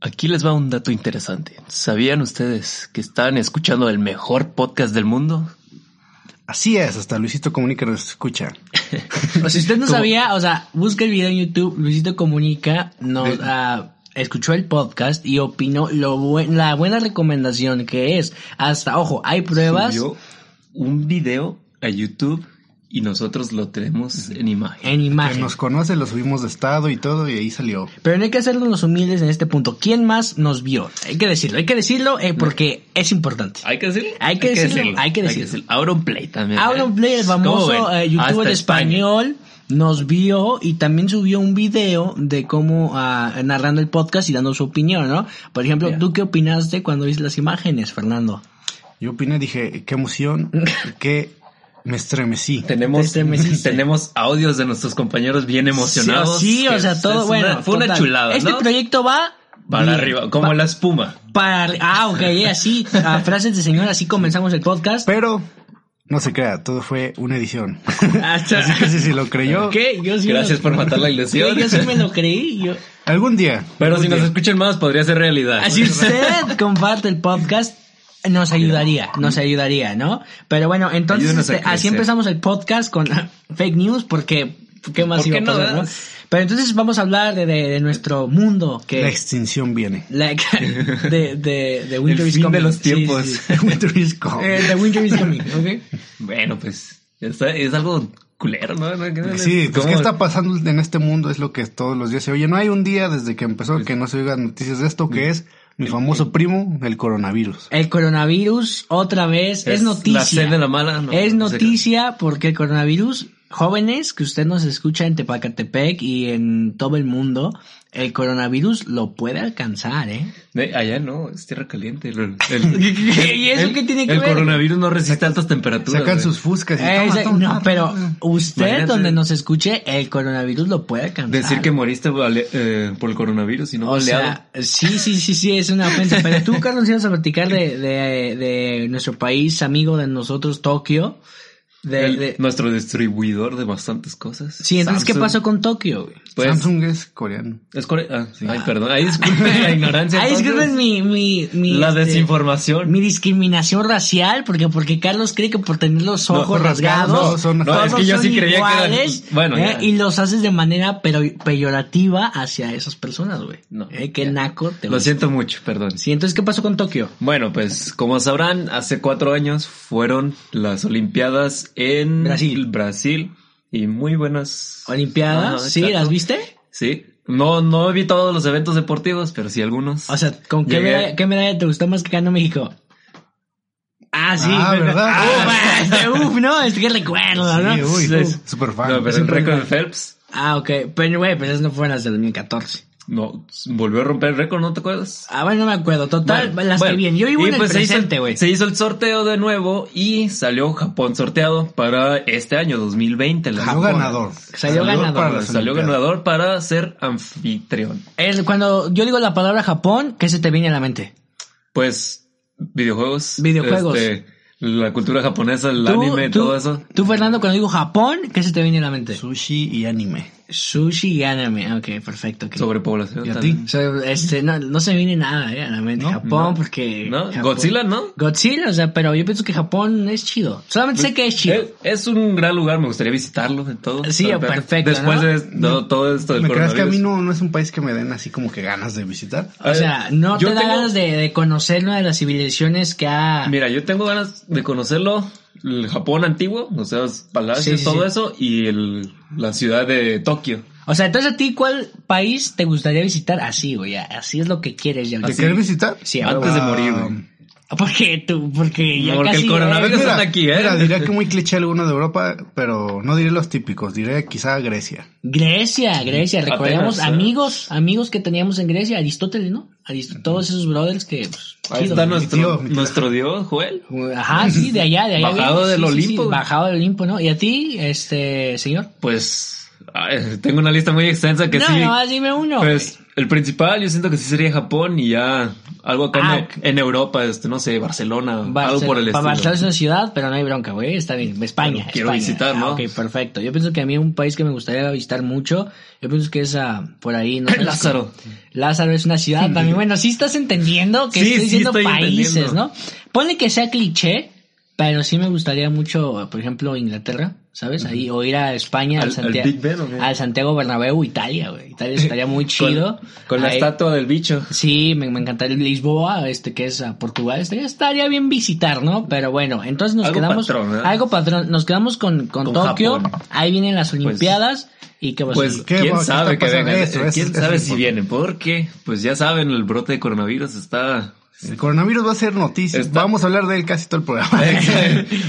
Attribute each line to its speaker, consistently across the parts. Speaker 1: Aquí les va un dato interesante. ¿Sabían ustedes que estaban escuchando el mejor podcast del mundo?
Speaker 2: Así es, hasta Luisito Comunica nos escucha.
Speaker 3: O si usted no sabía, o sea, busca el video en YouTube, Luisito Comunica, nos
Speaker 2: De-
Speaker 3: ah, escuchó el podcast y opinó lo buen- la buena recomendación que es. Hasta, ojo, hay pruebas
Speaker 1: Subió un video a YouTube y nosotros lo tenemos en imagen.
Speaker 3: en
Speaker 2: Que
Speaker 3: imagen.
Speaker 2: nos conoce, lo subimos de estado y todo, y ahí salió.
Speaker 3: Pero no hay que hacernos los humildes en este punto. ¿Quién más nos vio? Hay que decirlo, hay que decirlo eh, porque es importante.
Speaker 1: ¿Hay que decirlo?
Speaker 3: Hay que decirlo, hay que decirlo.
Speaker 1: Auronplay también.
Speaker 3: Auron
Speaker 1: ¿eh?
Speaker 3: Play, el
Speaker 1: ¿Cómo
Speaker 3: famoso
Speaker 1: ven?
Speaker 3: eh, youtuber
Speaker 1: Hasta España.
Speaker 3: español, nos vio y también subió un video de cómo ah, narrando el podcast y dando su opinión, ¿no? Por ejemplo,
Speaker 1: Ya.
Speaker 3: ¿tú qué opinaste cuando viste las imágenes, Fernando?
Speaker 2: Yo opiné, dije, qué emoción, que me estremecí.
Speaker 1: Tenemos,
Speaker 3: Te estremeciste.
Speaker 1: tenemos audios de nuestros compañeros bien emocionados.
Speaker 3: Este Sí, o
Speaker 1: que
Speaker 3: sea, todo
Speaker 1: es
Speaker 3: bueno.
Speaker 1: una- fue una
Speaker 3: total.
Speaker 1: chulada,
Speaker 3: Este
Speaker 1: ¿no?
Speaker 3: proyecto va
Speaker 1: Para
Speaker 3: bien.
Speaker 1: arriba, como
Speaker 3: Pa-
Speaker 1: la espuma.
Speaker 3: para arri- ah, ok, eh, así, a frases de señor, así comenzamos el podcast.
Speaker 2: Pero, no se crea, todo fue una edición.
Speaker 1: Ah,
Speaker 3: Hasta-
Speaker 2: Así que si se lo creyó,
Speaker 3: ¿Qué? Yo sí
Speaker 1: Gracias
Speaker 3: me
Speaker 1: por
Speaker 3: lo-
Speaker 1: matar la
Speaker 3: Yo,
Speaker 1: ilusión.
Speaker 3: yo sí me lo creí. Yo...
Speaker 2: algún día.
Speaker 1: Pero
Speaker 2: algún
Speaker 1: si nos
Speaker 2: día.
Speaker 1: escuchan más, podría ser realidad.
Speaker 3: Si usted comparte el podcast, nos ayudaría, nos ayudaría, ¿no? Pero bueno, entonces
Speaker 1: Ayúdenos a
Speaker 3: este, así
Speaker 1: crecer.
Speaker 3: empezamos el podcast con fake news porque qué más
Speaker 1: ¿Por
Speaker 3: iba
Speaker 1: qué
Speaker 3: a
Speaker 1: no,
Speaker 3: pasar,
Speaker 1: verdad?
Speaker 3: ¿no? Pero entonces vamos a hablar de, de- de nuestro mundo
Speaker 2: La
Speaker 3: que
Speaker 2: extinción viene.
Speaker 3: la- de, de, de Winter
Speaker 1: El
Speaker 3: is
Speaker 1: fin de
Speaker 3: coming.
Speaker 1: los
Speaker 3: Sí,
Speaker 1: tiempos.
Speaker 3: sí, sí.
Speaker 2: Winter is coming.
Speaker 3: Eh, the Winter is coming, ¿ok?
Speaker 1: Bueno, pues está- es algo culero, ¿no? ¿No? ¿Qué-
Speaker 2: Sí, pues
Speaker 1: cómo-
Speaker 2: qué está pasando en este mundo es lo que todos los días se oye. No hay un día desde que empezó que no se oigan noticias de esto, que es mi famoso primo, el coronavirus.
Speaker 3: El coronavirus otra vez es,
Speaker 1: Es
Speaker 3: noticia.
Speaker 1: la sed de la mala, no,
Speaker 3: es
Speaker 1: no sé qué.
Speaker 3: noticia porque el coronavirus, jóvenes que usted nos escucha en Tepacatepec y en todo el mundo, el coronavirus lo puede alcanzar, ¿eh?
Speaker 1: Eh, Allá no, es tierra caliente. El, el-
Speaker 3: ¿Y eso
Speaker 1: el-
Speaker 3: qué tiene que
Speaker 1: el
Speaker 3: ver?
Speaker 1: coronavirus no resiste altas temperaturas.
Speaker 2: Sacan
Speaker 1: güey.
Speaker 2: sus fuscas y
Speaker 3: Eh,
Speaker 2: toma,
Speaker 3: se-
Speaker 2: toma,
Speaker 3: no,
Speaker 2: toma,
Speaker 3: pero
Speaker 2: toma.
Speaker 3: usted
Speaker 1: Imagínate.
Speaker 3: donde nos escuche, el coronavirus lo puede alcanzar.
Speaker 1: Decir que moriste vale- eh, por el coronavirus y no
Speaker 3: Ah. O
Speaker 1: baleado.
Speaker 3: sea, sí, sí, sí, sí, es una ofensa. Pero tú, Carlos, ibas a platicar de, de, de nuestro país, amigo de nosotros, Tokio. De,
Speaker 1: El-
Speaker 3: de-
Speaker 1: Nuestro distribuidor de bastantes cosas.
Speaker 3: Sí, entonces, ¿qué
Speaker 1: Samsung.
Speaker 3: pasó con Tokio, güey?
Speaker 1: Pues,
Speaker 2: Samsung es coreano.
Speaker 1: es Corea. ah, sí. Ay, perdón. Ahí disculpen la ignorancia.
Speaker 3: Ahí es que
Speaker 1: entonces.
Speaker 3: es mi, mi, mi,
Speaker 1: La
Speaker 3: este,
Speaker 1: desinformación.
Speaker 3: mi discriminación racial, porque, porque Carlos cree que por tener los ojos rasgados,
Speaker 2: rasgados, no, son-
Speaker 1: no,
Speaker 3: todos
Speaker 1: es que yo
Speaker 3: son
Speaker 1: sí creía que eran-
Speaker 3: iguales,
Speaker 1: bueno,
Speaker 3: eh,
Speaker 1: ya.
Speaker 3: y los haces de manera pero, peyorativa hacia esas personas, güey.
Speaker 1: No,
Speaker 3: Eh, qué
Speaker 1: ya.
Speaker 3: naco te
Speaker 1: Lo
Speaker 3: ves.
Speaker 1: siento mucho, perdón.
Speaker 3: Sí, entonces, ¿qué pasó con Tokio?
Speaker 1: Bueno, pues como sabrán, hace cuatro años fueron las Olimpiadas en
Speaker 3: Brasil.
Speaker 1: Brasil y muy buenas.
Speaker 3: Olimpiadas,
Speaker 1: Ajá,
Speaker 3: ¿sí?
Speaker 1: exacto.
Speaker 3: ¿Las viste?
Speaker 1: Sí. No, no vi todos los eventos deportivos, pero sí algunos.
Speaker 3: Ah, O sea, ¿con qué
Speaker 1: Llegué-
Speaker 3: medalla, qué medalla te gustó más que ganó México? Ah, sí.
Speaker 2: Ah,
Speaker 3: pero-
Speaker 2: ¿verdad?
Speaker 3: Ah, este, uf, ¿no? Este que recuerdo, ¿no?
Speaker 2: Sí, uy,
Speaker 1: Sí. pues.
Speaker 2: uh, super fan.
Speaker 1: no, pero el récord de Phelps
Speaker 3: Ah, ok. Pero, güey, pues esas no fueron las del 2014.
Speaker 1: no volvió a romper el récord, ¿no te acuerdas?
Speaker 3: Ah, bueno, no me acuerdo. Total,
Speaker 1: Bueno,
Speaker 3: las
Speaker 1: bueno,
Speaker 3: que bien. Yo vivo
Speaker 1: y
Speaker 3: en el
Speaker 1: pues se hizo-
Speaker 3: presente, güey.
Speaker 1: Se hizo el sorteo de nuevo y salió Japón sorteado para este año 2020. la
Speaker 2: Salió
Speaker 1: Japón.
Speaker 2: ganador.
Speaker 3: Salió ganador.
Speaker 2: para las
Speaker 1: Salió
Speaker 2: Olimpiadas.
Speaker 1: ganador para ser anfitrión.
Speaker 3: El- cuando yo digo la palabra Japón, ¿qué se te viene a la mente?
Speaker 1: Pues videojuegos.
Speaker 3: Videojuegos.
Speaker 1: este, la cultura japonesa, el
Speaker 3: Tú-
Speaker 1: anime,
Speaker 3: tú-
Speaker 1: todo eso.
Speaker 3: Tú, Fernando, cuando digo Japón, ¿qué se te viene a la mente?
Speaker 2: Sushi y anime.
Speaker 3: Sushi y anime. Ah, Ok, perfecto. ok.
Speaker 1: Sobrepoblación.
Speaker 2: ¿Y a
Speaker 1: también.
Speaker 3: O sea, este, no, no se viene nada eh, a la mente.
Speaker 2: No,
Speaker 3: Japón,
Speaker 1: no.
Speaker 3: porque...
Speaker 1: ¿No?
Speaker 3: Japón-
Speaker 1: Godzilla, ¿no?
Speaker 3: Godzilla, o sea, pero yo pienso que Japón es chido. Solamente
Speaker 1: Pues,
Speaker 3: sé que es chido.
Speaker 1: Es, Eh, es un gran lugar, me gustaría visitarlo en todo.
Speaker 3: Sí,
Speaker 1: Pero-
Speaker 3: perfecto,
Speaker 1: Después
Speaker 3: ¿no?
Speaker 1: de todo- todo esto del
Speaker 2: ¿Me creas que a
Speaker 1: coronavirus.
Speaker 2: mí no, no es un país que me den así como que ganas de visitar?
Speaker 1: A
Speaker 3: o
Speaker 1: ver,
Speaker 3: sea, no te
Speaker 1: eh, yo
Speaker 3: da
Speaker 1: tengo-
Speaker 3: ganas de, de conocer una de las civilizaciones que ha...
Speaker 1: Mira, yo tengo ganas de conocerlo, el Japón antiguo, o sea, los palacios,
Speaker 3: Sí, sí,
Speaker 1: todo
Speaker 3: sí.
Speaker 1: eso, y el, la ciudad de Tokio.
Speaker 3: O sea, entonces a ti, ¿cuál país te gustaría visitar? Así, güey, ya, así es lo que quieres ya.
Speaker 2: ¿Te quieres visitar?
Speaker 3: Sí, a
Speaker 1: ¿Ah, antes
Speaker 3: huevo.
Speaker 1: de morir,
Speaker 2: Ah,
Speaker 1: güey.
Speaker 3: Porque tú, porque ya
Speaker 1: Porque el
Speaker 3: casi...
Speaker 1: coronavirus-
Speaker 3: eh,
Speaker 1: Están aquí, ¿eh?
Speaker 2: pues mira, diría que muy cliché alguno de Europa, pero no diré los típicos, diré quizá Grecia.
Speaker 3: Grecia, Grecia,
Speaker 1: Atenas,
Speaker 3: recordemos
Speaker 1: ¿eh?
Speaker 3: amigos, amigos que teníamos en Grecia, Aristóteles, ¿no? Arist- todos esos brothers que... pues,
Speaker 1: Ahí
Speaker 3: chido,
Speaker 1: está
Speaker 3: ¿no?
Speaker 1: nuestro,
Speaker 2: tío, mi tío.
Speaker 1: nuestro dios, Joel.
Speaker 3: Ajá, sí, de allá, de allá.
Speaker 1: Bajado
Speaker 3: viene,
Speaker 1: del Olimpo.
Speaker 3: bajado del Olimpo, ¿no? ¿Y a ti, este, señor?
Speaker 1: Pues ay, tengo una lista muy extensa que
Speaker 3: no,
Speaker 1: sí.
Speaker 3: nomás dime uno.
Speaker 1: Pues el principal yo siento que sí sería Japón y ya Algo acá en-
Speaker 3: Ah,
Speaker 1: en, Europa, este, no sé, Barcelona, algo
Speaker 3: Barce-
Speaker 1: por el
Speaker 3: pa-
Speaker 1: estilo.
Speaker 3: Barcelona es una ciudad, pero no hay bronca, güey. Está bien. España.
Speaker 1: Pero quiero
Speaker 3: España.
Speaker 1: visitar, ¿no?
Speaker 3: Ah, ok, perfecto. Yo pienso que a mí un país que me gustaría visitar mucho, yo pienso que es ah, por ahí, no sé,
Speaker 1: Lázaro.
Speaker 3: Lázaro es una ciudad también. Bueno, sí estás entendiendo que
Speaker 1: Sí,
Speaker 3: estoy
Speaker 1: sí
Speaker 3: diciendo
Speaker 1: estoy
Speaker 3: países,
Speaker 1: entendiendo.
Speaker 3: ¿no? Ponle que sea cliché, pero sí me gustaría mucho, por ejemplo, Inglaterra, ¿sabes? Ahí, o ir a España,
Speaker 1: ¿Al-
Speaker 3: al,
Speaker 1: al
Speaker 3: Santiago,
Speaker 1: Big Ben o qué?
Speaker 3: al Santiago Bernabéu, Italia, güey. Italia estaría muy chido.
Speaker 1: Con, con la
Speaker 3: Ahí-
Speaker 1: estatua del bicho.
Speaker 3: Sí, me, me encantaría Lisboa, este que es a Portugal, estaría, estaría bien visitar, ¿no? Pero bueno, entonces nos
Speaker 1: Algo
Speaker 3: quedamos
Speaker 1: patrón, ¿eh?
Speaker 3: algo patrón, nos quedamos con, con,
Speaker 1: Con
Speaker 3: Tokio,
Speaker 1: Japón.
Speaker 3: ahí vienen las Olimpiadas y qué va a
Speaker 1: Pues
Speaker 3: ser?
Speaker 2: ¿Qué
Speaker 1: quién
Speaker 2: va- qué
Speaker 1: sabe
Speaker 2: está
Speaker 1: que
Speaker 2: pasando?
Speaker 1: venga, Eh,
Speaker 2: Eso, eso,
Speaker 1: quién
Speaker 2: eso
Speaker 1: sabe
Speaker 2: es
Speaker 1: si
Speaker 2: importante.
Speaker 1: viene, porque pues ya saben, el brote de coronavirus está
Speaker 2: El coronavirus va a ser noticia.
Speaker 1: Está-
Speaker 2: Vamos a hablar de él casi todo el programa.
Speaker 1: Eh,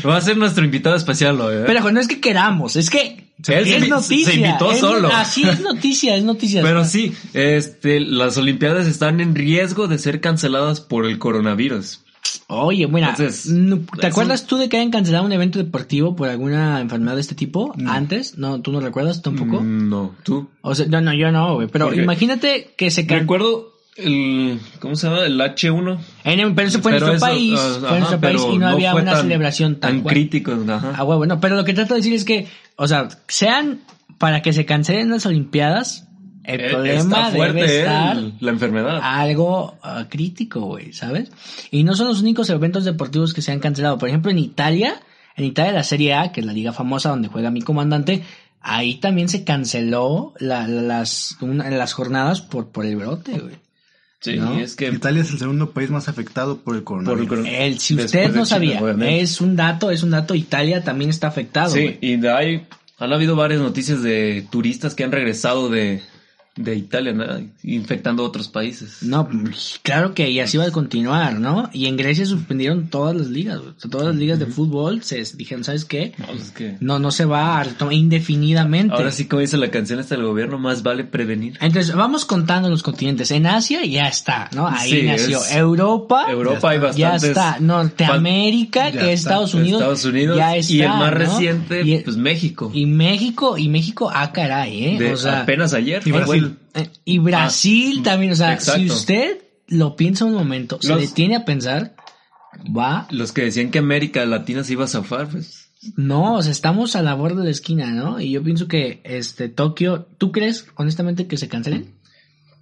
Speaker 1: va a ser nuestro invitado especial hoy. ¿eh?
Speaker 3: Pero jo, no es que queramos, es que
Speaker 1: Sí, él se
Speaker 3: es
Speaker 1: invi-
Speaker 3: noticia.
Speaker 1: se invitó
Speaker 3: es-
Speaker 1: solo.
Speaker 3: Así es noticia, es noticia.
Speaker 1: Pero sí, este, las Olimpiadas están en riesgo de ser canceladas por el coronavirus.
Speaker 3: Oye, mira,
Speaker 1: Entonces, pues,
Speaker 3: no-
Speaker 1: es
Speaker 3: ¿te
Speaker 1: un-
Speaker 3: acuerdas tú de que hayan cancelado un evento deportivo por alguna enfermedad de este tipo antes? No, tú no recuerdas tampoco.
Speaker 1: Mm, No, tú.
Speaker 3: O sea, no, no, yo no, güey. Pero
Speaker 1: Porque-
Speaker 3: imagínate que se can-
Speaker 1: Recuerdo el, ¿cómo se llama? El H1.
Speaker 3: En el- pero eso fue en nuestro
Speaker 1: eso,
Speaker 3: país,
Speaker 1: ah,
Speaker 3: fue
Speaker 1: ajá,
Speaker 3: en nuestro país
Speaker 1: pero
Speaker 3: y no, había
Speaker 1: fue
Speaker 3: una
Speaker 1: tan-
Speaker 3: celebración tan,
Speaker 1: tan
Speaker 3: cual.
Speaker 1: crítico. ajá.
Speaker 3: Ah, bueno, no, pero lo que trato de decir es que, o sea, sean para que se cancelen las Olimpiadas, el
Speaker 1: Eh,
Speaker 3: problema
Speaker 1: está fuerte
Speaker 3: debe
Speaker 1: eh,
Speaker 3: estar
Speaker 1: la enfermedad.
Speaker 3: algo ah, crítico, güey, ¿sabes? Y no son los únicos eventos deportivos que se han cancelado. Por ejemplo, en Italia, en Italia la Serie A, que es la liga famosa donde juega mi comandante, ahí también se canceló la- la- las, una- las jornadas por, por el brote, güey.
Speaker 1: sí,
Speaker 3: ¿no?
Speaker 1: es que
Speaker 2: Italia es el segundo país más afectado por el
Speaker 1: por el
Speaker 2: coronavirus.
Speaker 1: coron-
Speaker 3: El, si
Speaker 1: después
Speaker 3: usted
Speaker 1: de
Speaker 3: no
Speaker 1: China,
Speaker 3: sabía,
Speaker 1: obviamente.
Speaker 3: es un dato, es un dato, Italia también está afectado.
Speaker 1: Sí,
Speaker 3: güey.
Speaker 1: y de ahí han habido varias noticias de turistas que han regresado de, de Italia, ¿no? infectando a otros países.
Speaker 3: No, pues, claro que y así va a continuar, ¿no? Y en Grecia suspendieron todas las ligas, güey. O sea, todas las ligas de fútbol se dijeron, ¿sabes qué?
Speaker 1: No, pues es que-
Speaker 3: No, no se va a retomar indefinidamente.
Speaker 1: Ahora sí, como dice la canción hasta el gobierno, más vale prevenir.
Speaker 3: Entonces, vamos contando los continentes. En Asia ya está, ¿no? Ahí
Speaker 1: Sí,
Speaker 3: nació.
Speaker 1: es-
Speaker 3: Europa.
Speaker 1: Europa hay
Speaker 3: Ya
Speaker 1: bastantes.
Speaker 3: está, Norteamérica,
Speaker 2: Ya
Speaker 3: que es
Speaker 2: está,
Speaker 3: Estados Unidos.
Speaker 1: Estados Unidos
Speaker 3: ya está,
Speaker 1: y el más
Speaker 3: ¿no?
Speaker 1: reciente,
Speaker 3: Y,
Speaker 1: pues México.
Speaker 3: y México, y México, ah, caray, ¿eh?
Speaker 1: de
Speaker 3: o sea,
Speaker 1: apenas ayer.
Speaker 2: y
Speaker 1: Ah,
Speaker 2: Brasil.
Speaker 1: bueno,
Speaker 3: Eh, Y Brasil
Speaker 1: Ah,
Speaker 3: también, o sea,
Speaker 1: exacto.
Speaker 3: si usted lo piensa un momento, se
Speaker 1: Los-
Speaker 3: detiene a pensar, va,
Speaker 1: los que decían que América Latina se iba a zafar, pues.
Speaker 3: no, o sea, estamos a la borda de la esquina, ¿no? Y yo pienso que, este, Tokio, ¿tú crees honestamente que se cancelen?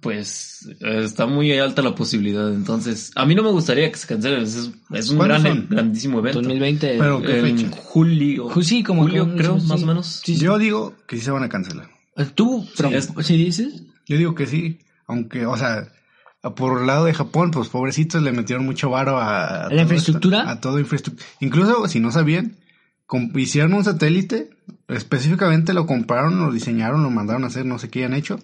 Speaker 1: Pues eh, está muy alta la posibilidad. Entonces, a mí no me gustaría que se cancele. Es, es un
Speaker 2: ¿Cuándo
Speaker 1: gran,
Speaker 2: son?
Speaker 1: grandísimo evento.
Speaker 3: 2020.
Speaker 2: Pero- ¿Qué
Speaker 1: En
Speaker 2: fecha?
Speaker 1: julio.
Speaker 3: Ju- sí, como
Speaker 1: julio,
Speaker 3: como-
Speaker 1: creo,
Speaker 3: sí,
Speaker 1: más
Speaker 3: sí.
Speaker 1: o menos.
Speaker 3: Sí, sí.
Speaker 2: Yo digo que sí se van a cancelar.
Speaker 3: ¿Tú, pero,
Speaker 1: es-
Speaker 3: si dices?
Speaker 2: Yo digo que sí, aunque, o sea, por el lado de Japón, pues pobrecitos le metieron mucho varo a... a
Speaker 3: ¿La
Speaker 2: todo
Speaker 3: infraestructura?
Speaker 2: esto, a todo infraestructura. Incluso, si no sabían, com- hicieron un satélite, específicamente lo compraron, lo diseñaron, lo mandaron a hacer, no sé qué han hecho,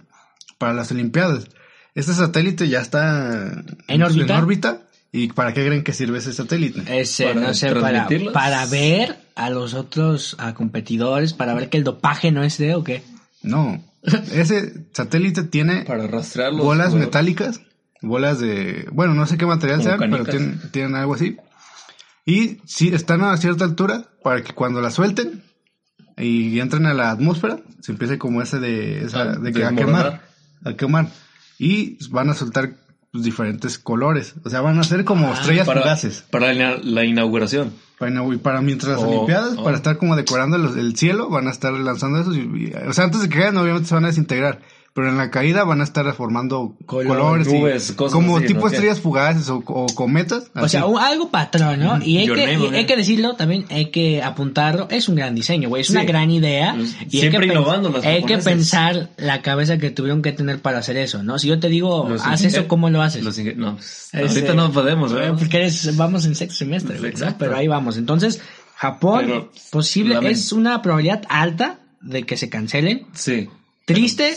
Speaker 2: para las Olimpiadas. Este satélite ya está...
Speaker 3: ¿En órbita? Eh.
Speaker 2: ¿Y para qué creen que sirve ese satélite?
Speaker 3: Ese,
Speaker 1: Para
Speaker 3: no sé, para,
Speaker 1: transmitirlos.
Speaker 3: para ver a los otros a competidores, para ver que el dopaje no es de o qué.
Speaker 2: No, ese satélite tiene
Speaker 1: Para arrastrarlos.
Speaker 2: bolas metálicas, bolas de, bueno, no sé qué material
Speaker 1: Como
Speaker 2: sean, pero
Speaker 1: canicas.
Speaker 2: tienen, tienen algo así. Y sí, están a cierta altura para que cuando la suelten y entren a la atmósfera, se empiece como ese de, esa-
Speaker 1: Ah,
Speaker 2: de que a
Speaker 1: desmoronar.
Speaker 2: quemar, a quemar. Y van a soltar pues, diferentes colores, o sea, van a ser
Speaker 3: Ah,
Speaker 2: como estrellas
Speaker 1: Ah, para,
Speaker 2: fugaces.
Speaker 1: Para la, la inauguración.
Speaker 2: Bueno, y para mientras las
Speaker 1: Oh,
Speaker 2: Olimpiadas,
Speaker 1: oh.
Speaker 2: para estar como decorando los- el cielo, van a estar lanzando esos. y- y- o sea, antes de que caigan, obviamente se van a desintegrar. Pero en la caída van a estar formando
Speaker 3: Color,
Speaker 2: colores. y-
Speaker 1: nubes, cosas
Speaker 2: como
Speaker 1: así,
Speaker 2: tipo
Speaker 1: ¿no?
Speaker 2: estrellas fugaces o, o cometas.
Speaker 3: O sea, un- algo patrón, ¿no? Y hay,
Speaker 1: Ah, Your
Speaker 3: que,
Speaker 1: name,
Speaker 3: y hay
Speaker 1: ¿no?
Speaker 3: que decirlo también, hay que apuntarlo. Es un gran diseño, güey. Es una
Speaker 1: Sí.
Speaker 3: gran idea.
Speaker 1: Pues,
Speaker 3: Y hay que,
Speaker 1: siempre
Speaker 3: pen-
Speaker 1: innovando los
Speaker 3: hay que
Speaker 1: japoneses.
Speaker 3: pensar la cabeza que tuvieron que tener para hacer eso, ¿no? Si yo te digo,
Speaker 1: Los
Speaker 3: haz
Speaker 1: ingen-
Speaker 3: eso, ¿cómo lo haces?
Speaker 1: Los ingen- no, pues,
Speaker 3: Ese-
Speaker 1: ahorita no podemos,
Speaker 3: Eh,
Speaker 1: ¿verdad?
Speaker 3: Porque eres- vamos en sexto semestre, güey, ¿no?
Speaker 1: Exacto.
Speaker 3: Pero ahí vamos. Entonces, Japón,
Speaker 1: Pero,
Speaker 3: posible,
Speaker 1: lamen-
Speaker 3: es una probabilidad alta de que se cancelen.
Speaker 1: Sí.
Speaker 3: Triste.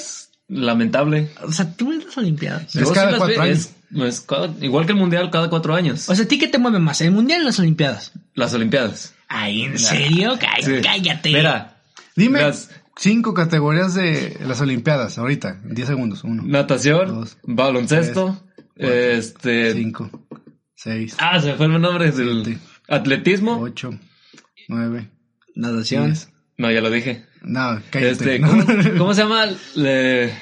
Speaker 1: Lamentable.
Speaker 3: O sea, tú ves las Olimpiadas.
Speaker 2: Es
Speaker 1: Yo
Speaker 2: cada
Speaker 1: las
Speaker 2: cuatro
Speaker 1: veo,
Speaker 2: años.
Speaker 1: es- no, es cada- igual que el mundial, cada cuatro años.
Speaker 3: O sea, ¿a ti qué te mueve más? ¿El mundial o las Olimpiadas?
Speaker 1: las Olimpiadas.
Speaker 3: Ay, ¿en serio? Cá-
Speaker 1: Sí.
Speaker 3: Cállate.
Speaker 1: Mira,
Speaker 2: Dime
Speaker 1: las-
Speaker 2: cinco categorías de las Olimpiadas, ahorita, en 10 segundos. Uno,
Speaker 1: natación,
Speaker 2: Dos,
Speaker 1: baloncesto, este.
Speaker 2: cinco, seis,
Speaker 1: Ah, se me fue el nombre del.
Speaker 2: Siete.
Speaker 1: Atletismo.
Speaker 2: ocho, nueve,
Speaker 3: Natación.
Speaker 2: diez.
Speaker 1: No, ya lo dije.
Speaker 2: No, cállate.
Speaker 1: Este,
Speaker 2: ¿no?
Speaker 1: ¿cómo, cómo se llama el, eh,